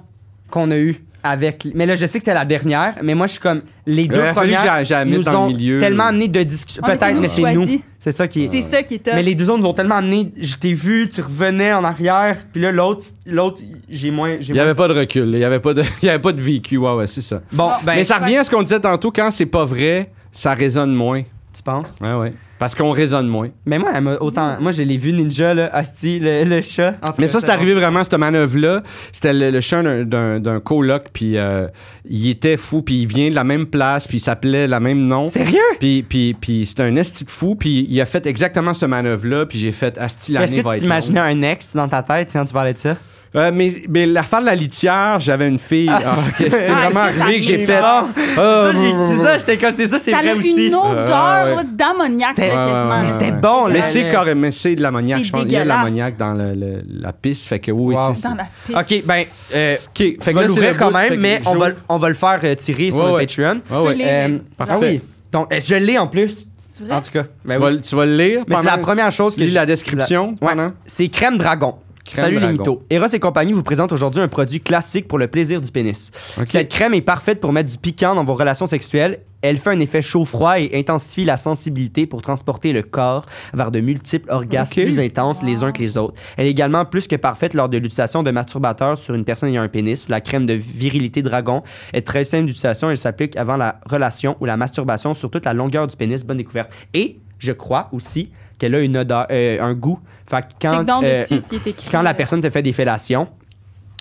Speaker 1: qu'on a eue avec. Mais là, je sais que c'était la dernière, mais moi, je suis comme. Les deux
Speaker 3: Euh, fallu que
Speaker 1: premières
Speaker 3: j'aille- j'aille mettre
Speaker 1: nous
Speaker 3: dans le
Speaker 1: ont
Speaker 3: milieu.
Speaker 1: tellement amené de discussion.
Speaker 2: Ouais, mais c'est
Speaker 1: Peut-être,
Speaker 2: nous
Speaker 1: mais
Speaker 2: qui
Speaker 1: c'est nous.
Speaker 2: choisis.
Speaker 1: C'est ça qui est.
Speaker 2: C'est ça qui est top.
Speaker 1: Mais les deux autres nous ont tellement amené, je t'ai vu, tu revenais en arrière, puis là l'autre, l'autre, j'ai moins, j'ai
Speaker 3: Il n'y
Speaker 1: moins-
Speaker 3: avait pas de recul, là. il n'y avait, pas de- [LAUGHS] il y avait pas de vécu. Ouais, ouais, c'est ça.
Speaker 1: Bon, ben,
Speaker 3: mais ça revient à ce qu'on disait tantôt, quand c'est pas vrai, ça résonne moins.
Speaker 1: tu penses
Speaker 3: Ouais, ouais. Parce qu'on résonne moins.
Speaker 1: Mais moi, elle m'a autant, moi, je l'ai vu Ninja là, Asti, le, le chat. Mm. En tout
Speaker 3: Mais
Speaker 1: cas,
Speaker 3: ça, c'est arrivé vraiment, cette manœuvre-là. C'était le, le chien d'un- d'un d'un coloc, puis euh, il était fou, puis il vient de la même place, puis il s'appelait la même nom.
Speaker 1: Sérieux
Speaker 3: Puis, puis, puis c'était un esti de fou, puis il a fait exactement ce manœuvre-là, puis j'ai fait asti
Speaker 1: Est-ce
Speaker 3: l'année
Speaker 1: que
Speaker 3: va
Speaker 1: tu
Speaker 3: être
Speaker 1: t'imaginais un ex dans ta tête quand tu parlais de ça
Speaker 3: longue. Euh, mais, mais l'affaire de la litière, j'avais une fille. Ah, ok,
Speaker 1: [LAUGHS]
Speaker 3: c'est
Speaker 2: Ah,
Speaker 3: vraiment
Speaker 2: ça, ça
Speaker 3: arrivé que j'ai
Speaker 2: arrive.
Speaker 3: fait.
Speaker 1: Bon,
Speaker 3: Ah,
Speaker 1: ça, j'ai- c'est ça, j'étais comme, c'est ça, c'est
Speaker 2: ça a
Speaker 1: vrai aussi.
Speaker 2: une odeur
Speaker 3: Ah, ouais.
Speaker 2: là, d'ammoniaque,
Speaker 1: C'était-
Speaker 2: là, quasiment.
Speaker 1: Mais c'était
Speaker 3: ouais.
Speaker 1: bon, là.
Speaker 3: Mais c'est
Speaker 1: Mais-
Speaker 3: correct, mais c'est de l'ammoniac,
Speaker 2: C'est
Speaker 3: je pense. Il y a de
Speaker 2: dégueulasse.
Speaker 3: l'ammoniac dans le- le- la piste, fait que oui,
Speaker 1: Wow.
Speaker 3: tu sais,
Speaker 2: Dans la piste.
Speaker 1: Ok, ben, euh,
Speaker 3: OK, fait
Speaker 1: tu
Speaker 3: que là,
Speaker 1: vas
Speaker 3: c'est
Speaker 1: l'ouvrir
Speaker 3: le
Speaker 1: quand
Speaker 3: bout, fait
Speaker 1: même,
Speaker 3: que
Speaker 1: mais on
Speaker 3: j'ouvre.
Speaker 1: va, le- on va le faire euh, tirer sur
Speaker 3: Ouais,
Speaker 1: le
Speaker 3: ouais.
Speaker 1: Patreon.
Speaker 3: Ah ouais.
Speaker 2: Tu peux
Speaker 1: Euh,
Speaker 2: lire.
Speaker 1: ah oui. Donc, euh, je l'ai en plus.
Speaker 2: C'est
Speaker 1: En
Speaker 2: vrai?
Speaker 1: tout cas, ben
Speaker 3: tu,
Speaker 1: oui.
Speaker 3: vas, tu vas le lire.
Speaker 1: Mais c'est la
Speaker 3: pendant-
Speaker 1: première chose
Speaker 3: Tu
Speaker 1: que
Speaker 3: lis
Speaker 1: je-
Speaker 3: la description
Speaker 1: la- ouais.
Speaker 3: pendant?
Speaker 1: C'est crème dragon.
Speaker 3: Crème
Speaker 1: Salut les
Speaker 3: Dragon.
Speaker 1: mythos. Eros et compagnie vous présente aujourd'hui un produit classique pour le plaisir du pénis.
Speaker 3: Ok.
Speaker 1: Cette crème est parfaite pour mettre du piquant dans vos relations sexuelles. Elle fait un effet chaud-froid et intensifie la sensibilité pour transporter le corps vers de multiples orgasmes
Speaker 3: Ok.
Speaker 1: plus intenses les uns que les autres. Elle est également plus que parfaite lors de l'utilisation de masturbateurs sur une personne ayant un pénis. La crème de virilité dragon est très simple d'utilisation. Elle s'applique avant la relation ou la masturbation sur toute la longueur du pénis. Bonne découverte. Et je crois aussi qu'elle a une odeur, euh, un goût. Fait que quand,
Speaker 2: Check down
Speaker 1: euh,
Speaker 2: dessus, si c'est écrit.
Speaker 1: quand la personne te fait des fellations,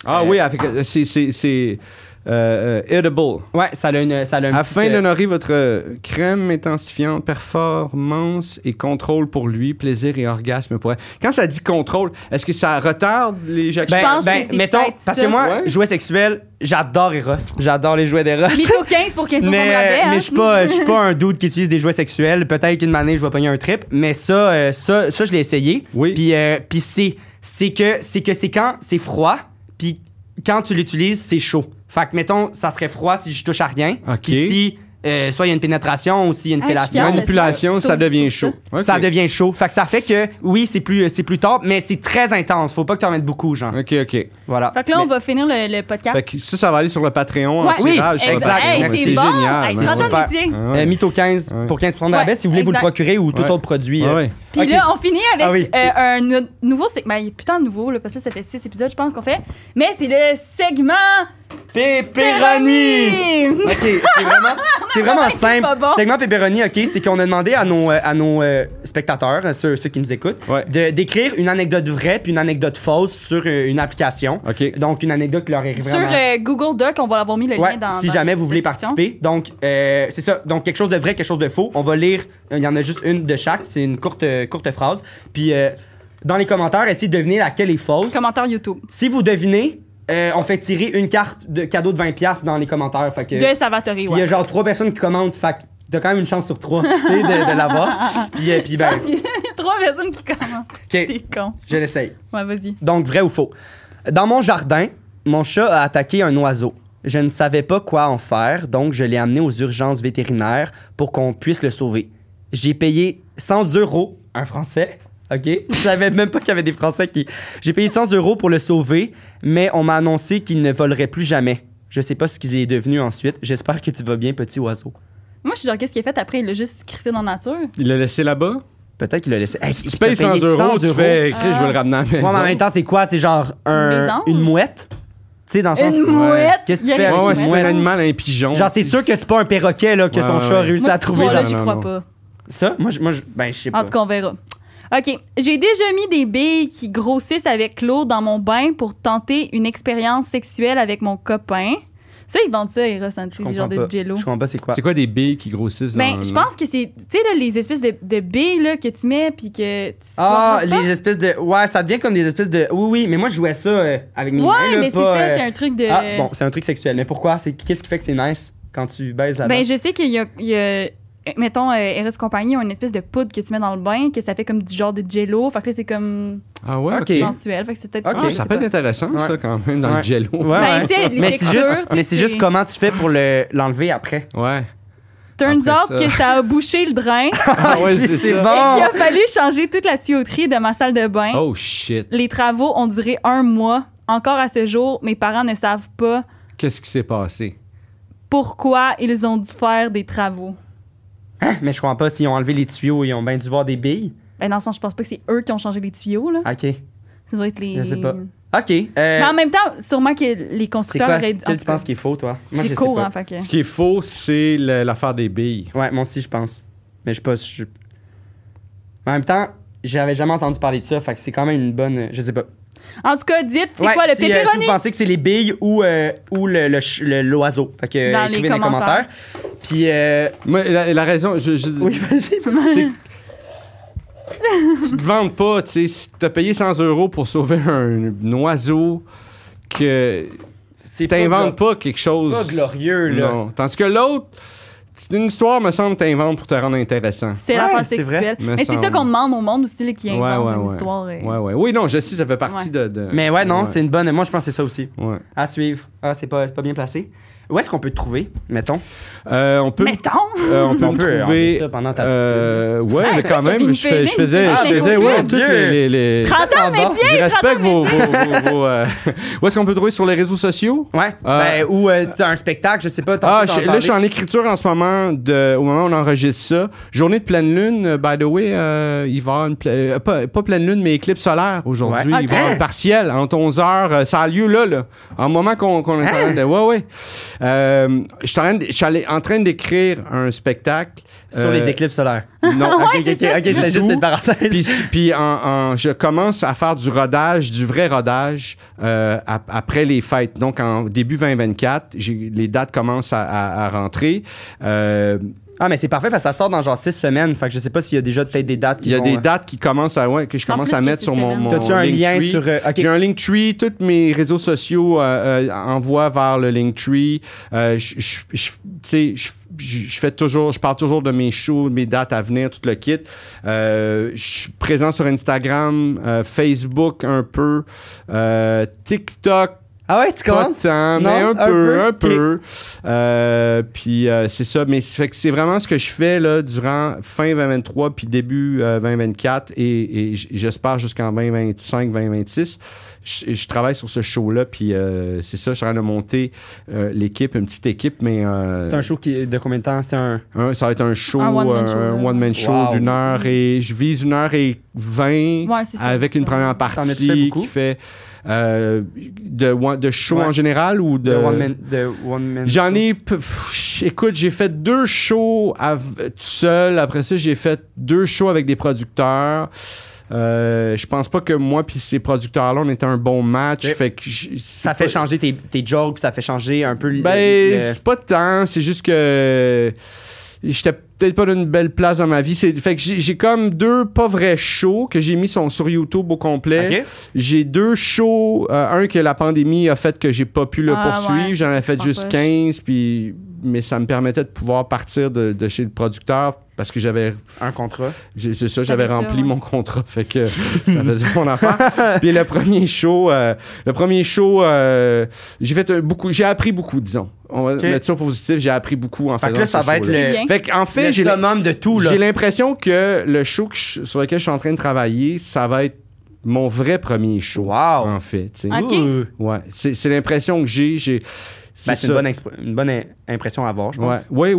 Speaker 3: Ah
Speaker 1: Euh,
Speaker 3: oui, avec- euh, c'est- c'est c'est, euh, euh, edible.
Speaker 1: ouais, ça a une, ça a un
Speaker 3: Afin
Speaker 1: petit, euh,
Speaker 3: d'honorer votre euh, crème intensifiante, performance et contrôle pour lui, plaisir et orgasme pour elle. Quand ça dit contrôle, est-ce que ça retarde
Speaker 1: Ben,
Speaker 3: l'éjaculation?
Speaker 2: Je pense que c'est
Speaker 1: mettons,
Speaker 2: peut-être
Speaker 1: parce
Speaker 2: ça.
Speaker 1: que moi,
Speaker 3: Ouais.
Speaker 1: jouet sexuel, j'adore Eros. J'adore les jouets d'Eros.
Speaker 2: Mito 15 pour 15 euros de rabais.
Speaker 1: mais
Speaker 2: hein.
Speaker 1: mais je suis pas, je suis pas un dude qui utilise des jouets sexuels. Peut-être qu'une année, je vais pogner un trip. Mais ça, euh, ça, ça je l'ai essayé.
Speaker 3: Oui.
Speaker 1: Puis, euh, puis c'est, c'est que c'est que c'est quand c'est froid, puis quand tu l'utilises, c'est chaud. Fait que, mettons, ça serait froid si je touche à rien.
Speaker 3: Ok.
Speaker 1: Puis si, euh, soit il y a une pénétration ou s'il y a une
Speaker 2: Ah, je suis
Speaker 1: fellation.
Speaker 2: fière de
Speaker 3: Manipulation,
Speaker 2: C'est-
Speaker 3: ça
Speaker 2: c'est-
Speaker 3: devient
Speaker 2: c'est-
Speaker 3: chaud. Ok.
Speaker 1: Ça devient chaud. Fait que ça fait que, oui, c'est plus, c'est plus tard, mais c'est très intense. Faut pas que t'en mettes beaucoup, genre.
Speaker 3: OK, OK.
Speaker 1: Voilà.
Speaker 2: Fait que là,
Speaker 1: Mais-
Speaker 2: on va finir le, le podcast.
Speaker 3: Fait que ça, ça va aller sur le Patreon
Speaker 2: Ouais.
Speaker 3: en tirage.
Speaker 1: Oui,
Speaker 3: sur le
Speaker 1: exact.
Speaker 3: Patreon.
Speaker 1: Hey,
Speaker 3: Mais
Speaker 1: t'es
Speaker 3: c'est
Speaker 2: bon.
Speaker 3: génial.
Speaker 2: Hey,
Speaker 3: mais
Speaker 1: c'est
Speaker 3: ouais.
Speaker 1: super.
Speaker 2: métier.
Speaker 3: Ah ouais.
Speaker 1: Euh, Mytho 15
Speaker 3: Ouais.
Speaker 1: pour 15 de rabais
Speaker 2: Ouais,
Speaker 1: si vous voulez vous le
Speaker 2: exact.
Speaker 1: procurer ou tout
Speaker 3: Ouais.
Speaker 1: autre produit.
Speaker 3: Ah
Speaker 1: euh,
Speaker 3: ouais.
Speaker 2: Puis
Speaker 1: Ok.
Speaker 2: là, on finit avec
Speaker 1: Ah oui.
Speaker 2: euh, un nou- nouveau segment. Ben, il est putain de nouveau, là, parce que là, ça fait six épisodes, je pense, qu'on fait. Mais c'est le segment
Speaker 1: Pepperoni! [LAUGHS] OK, c'est vraiment, c'est
Speaker 2: [LAUGHS]
Speaker 1: vraiment simple.
Speaker 2: pas bon.
Speaker 1: Segment pepperoni, OK, c'est qu'on a demandé à nos, euh, à nos euh, spectateurs, à ceux, ceux qui nous écoutent,
Speaker 3: Ouais.
Speaker 1: de d'écrire une anecdote vraie puis une anecdote fausse sur euh, une application.
Speaker 3: OK.
Speaker 1: Donc, une anecdote qui leur est
Speaker 2: Sur
Speaker 1: vraiment...
Speaker 2: euh, Google Doc, on va l'avoir mis le
Speaker 1: Ouais,
Speaker 2: lien dans.
Speaker 1: si
Speaker 2: dans
Speaker 1: jamais
Speaker 2: la
Speaker 1: vous voulez
Speaker 2: description.
Speaker 1: participer. Donc, euh, c'est ça. Donc, quelque chose de vrai, quelque chose de faux. On va lire. euh, Il y en a juste une de chaque. C'est une courte, euh, courte phrase. Puis, euh, dans les commentaires, essayez de deviner laquelle est fausse.
Speaker 2: Commentaire YouTube.
Speaker 1: Si vous devinez, euh, on fait tirer une carte de cadeau de 20$ dans les commentaires. Fait que,
Speaker 2: De Salvatore,
Speaker 1: puis il y a
Speaker 2: ouais.
Speaker 1: genre [LAUGHS]
Speaker 2: [LAUGHS]
Speaker 1: trois personnes qui commentent. Fait que t'as quand même une chance sur trois, tu sais, de, de l'avoir. Puis, euh, puis ben,
Speaker 2: Trois trois personnes qui commentent. T'es
Speaker 1: Ok,
Speaker 2: con.
Speaker 1: je l'essaye.
Speaker 2: Ouais, vas-y.
Speaker 1: Donc, vrai ou faux? Dans mon jardin, mon chat a attaqué un oiseau. Je ne savais pas quoi en faire, donc je l'ai amené aux urgences vétérinaires pour qu'on puisse le sauver. J'ai payé 100 euros, un Français, OK? Je savais même pas qu'il y avait des Français qui... J'ai payé 100 euros pour le sauver, mais on m'a annoncé qu'il ne volerait plus jamais. Je sais pas ce qu'il est devenu ensuite. J'espère que tu vas bien, petit oiseau.
Speaker 2: Moi, je suis genre, qu'est-ce qu'il a fait après? Il l'a juste crissé dans la nature.
Speaker 3: Il l'a laissé là-bas.
Speaker 1: Peut-être qu'il a laissé... Hey,
Speaker 3: Tu payes 100 euros, tu fais, Chris, je vais le ramener à la
Speaker 1: Moi, en
Speaker 3: maison.
Speaker 1: même temps, c'est quoi? C'est genre un-
Speaker 2: Maison?
Speaker 1: une mouette? Tu sais, dans le sens...
Speaker 2: Une mouette!
Speaker 1: Qu'est-ce que
Speaker 2: Il y
Speaker 1: tu
Speaker 2: a
Speaker 1: fais
Speaker 2: une
Speaker 1: avec
Speaker 3: Ouais, ouais,
Speaker 1: mouette?
Speaker 3: c'est un animal, un pigeon.
Speaker 1: Genre, c'est sûr que c'est pas un perroquet là, que
Speaker 3: Ouais,
Speaker 1: son
Speaker 3: ouais,
Speaker 1: chat a
Speaker 3: ouais.
Speaker 1: réussi
Speaker 2: Moi,
Speaker 1: à
Speaker 2: cette
Speaker 1: trouver.
Speaker 2: histoire-là,
Speaker 1: dans-
Speaker 2: j'y
Speaker 3: Non,
Speaker 2: crois
Speaker 3: non,
Speaker 2: pas.
Speaker 1: Ça, moi, je- moi, je- ben, je sais pas.
Speaker 2: En tout cas, on verra. OK. J'ai déjà mis des billes qui grossissent avec l'eau dans mon bain pour tenter une expérience sexuelle avec mon copain. Ça, ils vendent ça, Eros
Speaker 1: je
Speaker 2: Antique, des
Speaker 1: comprends
Speaker 2: genres
Speaker 1: pas.
Speaker 2: de jello.
Speaker 1: Je comprends pas c'est quoi.
Speaker 3: C'est quoi des billes qui grossissent dans
Speaker 2: Ben, je pense que c'est, tu sais, là, les espèces de, de billes là, que tu mets puis que tu.
Speaker 1: Ah,
Speaker 2: tu comprends pas?
Speaker 1: les espèces de. Ouais, ça devient comme des espèces de. Oui, oui, mais moi, je jouais ça euh, avec mes mains.
Speaker 2: Ouais,
Speaker 1: là,
Speaker 2: mais c'est
Speaker 1: pas,
Speaker 2: ça,
Speaker 1: euh,
Speaker 2: c'est un truc de.
Speaker 1: Ah, bon, c'est un truc sexuel. Mais pourquoi C'est Qu'est-ce qui fait que c'est nice quand tu baises la
Speaker 2: Ben, je sais qu'il y a, il y a- mettons, euh, Eros Compagnie ont une espèce de poudre que tu mets dans le bain, que ça fait comme du genre de jello. Fait que là, c'est comme
Speaker 3: Ah ouais,
Speaker 1: Ok.
Speaker 3: ok.
Speaker 2: sensuel. Fait que c'est peut-être.
Speaker 1: Ok,
Speaker 3: Ah,
Speaker 2: je sais
Speaker 3: ça peut
Speaker 2: pas.
Speaker 3: être intéressant,
Speaker 1: Ouais.
Speaker 3: ça, quand même, dans
Speaker 1: Ouais.
Speaker 3: le jello.
Speaker 1: Ouais,
Speaker 2: Ben,
Speaker 1: ouais.
Speaker 2: tu sais, les
Speaker 1: mais c'est
Speaker 2: textures,
Speaker 1: juste,
Speaker 2: tu
Speaker 1: mais
Speaker 2: sais,
Speaker 1: c'est juste
Speaker 2: c'est-
Speaker 1: comment tu fais pour le- l'enlever
Speaker 2: [LAUGHS]
Speaker 1: après.
Speaker 3: Ouais.
Speaker 2: Turns out
Speaker 3: Après ça.
Speaker 2: que ça a bouché le drain.
Speaker 3: Ah ouais,
Speaker 1: Si,
Speaker 3: c'est
Speaker 1: c'est
Speaker 3: ça.
Speaker 1: bon.
Speaker 2: Et qu'il a fallu changer toute la tuyauterie de ma salle de bain.
Speaker 3: Oh shit.
Speaker 2: Les travaux ont duré un mois. Encore à ce jour, mes parents ne savent pas
Speaker 3: Qu'est-ce qui s'est passé?
Speaker 2: pourquoi ils ont dû faire des travaux.
Speaker 1: Hein? Mais je comprends pas s'ils ont enlevé les tuyaux, ils ont bien dû voir des billes.
Speaker 2: Ben, dans le sens, je pense pas que c'est eux qui ont changé les tuyaux, là.
Speaker 1: Ok.
Speaker 2: Ça doit être les.
Speaker 1: Ah, Je sais pas. Ok. euh,
Speaker 2: Mais en même temps, sûrement que les
Speaker 1: c'est
Speaker 2: constructeurs
Speaker 1: quoi
Speaker 2: auraient en
Speaker 1: Quel tu
Speaker 2: tout cas,
Speaker 1: penses qu'il faut, toi Moi, je
Speaker 2: C'est
Speaker 1: sais
Speaker 2: court,
Speaker 1: pas.
Speaker 2: hein, fait que.
Speaker 3: Ce qui est faux, c'est le- l'affaire des billes.
Speaker 1: Ouais, moi aussi, je pense. Mais je sais pas. je- En même temps, j'avais jamais entendu parler de ça, fait que c'est quand même une bonne. euh, Je sais pas.
Speaker 2: En tout cas, dites, c'est
Speaker 1: Ouais,
Speaker 2: quoi le
Speaker 1: si, euh, si
Speaker 2: pepperoni?
Speaker 1: vous pensez que c'est les billes ou, euh, ou le, le ch- le- l'oiseau. Fait que euh,
Speaker 2: Dans les
Speaker 1: écrivez dans les
Speaker 2: commentaires.
Speaker 1: commentaires. Puis, euh,
Speaker 3: Moi, la, la raison, je, je-
Speaker 1: oui, vas-y.
Speaker 3: c'est que tu te vantes pas, tu sais, si t'as payé 100 euros pour sauver un, oiseau, que
Speaker 1: C'est
Speaker 3: t'inventes
Speaker 1: pas,
Speaker 3: pas quelque chose.
Speaker 1: glo- pas glorieux, là.
Speaker 3: Non. Tandis que l'autre, c'est une histoire, me semble, t'inventes pour te rendre intéressant.
Speaker 2: C'est
Speaker 1: Ouais,
Speaker 2: l'affaire
Speaker 1: c'est vrai.
Speaker 2: sexuelle.
Speaker 3: Me
Speaker 2: Mais c'est ça
Speaker 3: semble.
Speaker 2: qu'on demande au monde aussi, là, qui
Speaker 3: Ouais,
Speaker 2: invente
Speaker 3: ouais,
Speaker 2: une
Speaker 3: ouais.
Speaker 2: histoire. euh.
Speaker 3: Ouais, ouais. Oui, non, je sais, ça fait partie de, de-
Speaker 1: Mais ouais, non, c'est une bonne. Moi, je pense que c'est ça aussi.
Speaker 3: Ouais.
Speaker 1: À suivre. Ah, c'est pas, c'est pas bien placé. Où est-ce qu'on peut te trouver, mettons
Speaker 3: Euh, on peut.
Speaker 2: Mettons!
Speaker 3: euh, on
Speaker 1: [LAUGHS]
Speaker 3: peut
Speaker 1: On
Speaker 3: me
Speaker 1: peut
Speaker 3: trouver.
Speaker 1: enlever ça pendant ta petite
Speaker 3: euh, ouais,
Speaker 2: Hey,
Speaker 3: mais quand
Speaker 2: toi, Ah, t'as
Speaker 3: même,
Speaker 2: une
Speaker 3: je, fais- je
Speaker 2: cuisine,
Speaker 3: faisais,
Speaker 2: une
Speaker 3: je
Speaker 2: cuisine
Speaker 3: faisais,
Speaker 2: au
Speaker 3: ouais,
Speaker 1: club.
Speaker 3: toutes les, les, les-
Speaker 2: 30 ans,
Speaker 1: Ah,
Speaker 2: mais
Speaker 1: bon.
Speaker 2: dis-
Speaker 3: Je respecte
Speaker 2: Pardon,
Speaker 3: vos. vos, vos- vos, euh, [LAUGHS] Où est-ce qu'on peut trouver sur les réseaux sociaux?
Speaker 1: Ouais.
Speaker 3: Euh,
Speaker 1: ben, ou euh, t'as un spectacle, je sais pas. tantôt,
Speaker 3: Ah,
Speaker 1: t'en
Speaker 3: je- là, je suis
Speaker 1: parlais.
Speaker 3: en écriture en ce moment, de, au moment où on enregistre ça. Journée de pleine lune, euh, by the way, euh, il va y avoir une pla- euh, pas, pas pleine lune, mais éclipse solaire
Speaker 1: Ouais.
Speaker 3: aujourd'hui.
Speaker 1: Ah, hein?
Speaker 3: Il va y avoir
Speaker 1: Ok.
Speaker 3: un partiel entre 11h. ça a lieu là, là. En moment qu'on qu'on est en
Speaker 1: Hein?
Speaker 3: train de. Ouais, ouais. Euh, je suis en train de- je suis allé- en train d'écrire un spectacle.
Speaker 1: Sur les
Speaker 3: euh,
Speaker 1: éclipses solaires. [LAUGHS]
Speaker 3: Non,
Speaker 1: Ok,
Speaker 2: Ah, Ouais,
Speaker 1: ok,
Speaker 2: c'est
Speaker 1: ok,
Speaker 2: ça,
Speaker 1: ok,
Speaker 3: c'est
Speaker 1: c'est juste
Speaker 3: tout.
Speaker 1: une [LAUGHS] parenthèse.
Speaker 3: Puis, si- puis en- en- je commence à faire du rodage, du vrai rodage euh, ap- après les fêtes. Donc en début 2024, j'ai- les dates commencent à, à- à rentrer. Euh,
Speaker 1: Ah, mais c'est parfait parce que ça sort dans genre 6 semaines. Fait que je sais pas s'il y a déjà peut-être des dates qui
Speaker 3: il y a
Speaker 1: vont,
Speaker 3: des
Speaker 1: euh,
Speaker 3: dates qui commencent à ouais, que je
Speaker 2: En
Speaker 3: commence
Speaker 2: plus
Speaker 3: à
Speaker 2: que
Speaker 3: mettre
Speaker 2: c'est
Speaker 3: sur mon,
Speaker 2: Seven.
Speaker 3: mon
Speaker 1: T'as-tu un lien
Speaker 3: Linktree.
Speaker 1: sur. euh, ok.
Speaker 3: J'ai un Linktree, tous mes réseaux sociaux euh, euh, envoient vers le Linktree. Euh, je- je- je- tu sais, je- je je fais toujours, je parle toujours de mes shows, de mes dates à venir, tout le kit. Euh, je suis présent sur Instagram, euh, Facebook un peu, euh, TikTok.
Speaker 1: Ah ouais, tu
Speaker 3: Pas
Speaker 1: commences?
Speaker 3: tant, mais
Speaker 1: Non,
Speaker 3: un,
Speaker 1: un
Speaker 3: peu,
Speaker 1: peu,
Speaker 3: un
Speaker 1: ok.
Speaker 3: peu. Euh, puis euh, c'est ça, mais c'est fait que c'est vraiment ce que je fais là, durant fin 2023 puis début euh, 2024 et, et j- j'espère jusqu'en 2025, 2026. Je, je travaille sur ce show-là, puis euh, c'est ça, je suis en train de monter euh, l'équipe, une petite équipe, mais euh,
Speaker 1: C'est un show qui, de combien de temps? C'est un.
Speaker 3: un- ça va être un show, euh,
Speaker 2: Un one-man show,
Speaker 3: un
Speaker 2: là.
Speaker 3: one-man show
Speaker 1: Wow.
Speaker 3: d'une heure et je vise une heure et vingt
Speaker 2: Ouais, c'est ça.
Speaker 3: avec une
Speaker 2: Ça.
Speaker 3: première
Speaker 1: T'en
Speaker 3: partie
Speaker 1: as-tu fait beaucoup?
Speaker 3: qui fait euh, de, one- de show
Speaker 1: Ouais.
Speaker 3: en général ou de,
Speaker 1: De one man. De one man
Speaker 3: J'en
Speaker 1: show.
Speaker 3: ai. p- pff, écoute, j'ai fait deux shows av- tout seul. Après ça, j'ai fait deux shows avec des producteurs. Euh, je pense pas que moi puis ces producteurs-là, on était un bon match.
Speaker 1: Ok.
Speaker 3: Fait que j- c'est
Speaker 1: Ça fait
Speaker 3: pas-
Speaker 1: changer tes, tes jokes, puis ça fait changer un peu. le-
Speaker 3: Ben,
Speaker 1: le-
Speaker 3: c'est pas tant. C'est juste que j'étais peut-être pas d'une belle place dans ma vie. C'est fait que j'ai j'ai comme deux pas vrais shows que j'ai mis sont sur YouTube au complet.
Speaker 1: Ok.
Speaker 3: J'ai deux shows, euh, un que la pandémie a fait que j'ai pas pu le
Speaker 2: Ah,
Speaker 3: poursuivre,
Speaker 2: ouais,
Speaker 3: j'en
Speaker 2: c'est
Speaker 3: ai fait
Speaker 2: super
Speaker 3: juste
Speaker 2: poche.
Speaker 3: 15, puis mais ça me permettait de pouvoir partir de, de chez le producteur parce que j'avais
Speaker 1: Un contrat.
Speaker 3: j'ai- c'est ça, j'avais
Speaker 2: fait ça,
Speaker 3: rempli
Speaker 2: ouais.
Speaker 3: mon contrat, fait que [LAUGHS] ça faisait
Speaker 2: [LAUGHS]
Speaker 3: mon affaire. Puis le premier show, euh, le premier show, euh, j'ai fait un- beaucoup, j'ai appris beaucoup, disons. On va
Speaker 1: Ok.
Speaker 3: mettre ça au positif, j'ai appris beaucoup en
Speaker 1: Fait que
Speaker 3: faisant
Speaker 1: là, ça
Speaker 3: ce
Speaker 1: va être
Speaker 3: show-là.
Speaker 1: le,
Speaker 2: Bien.
Speaker 3: Fait qu'en fait,
Speaker 1: le
Speaker 3: j'ai la-
Speaker 1: summum de tout, là.
Speaker 3: j'ai l'impression que le show que je- sur lequel je suis en train de travailler, ça va être mon vrai premier show,
Speaker 1: Wow.
Speaker 3: en fait. tu sais.
Speaker 2: Ok.
Speaker 1: Ouh.
Speaker 3: Ouais, c'est c'est l'impression que j'ai. j'ai-
Speaker 1: Ben, c'est
Speaker 3: ça.
Speaker 1: une bonne, expo- une bonne im- impression à avoir, je pense.
Speaker 3: Ouais. Oui,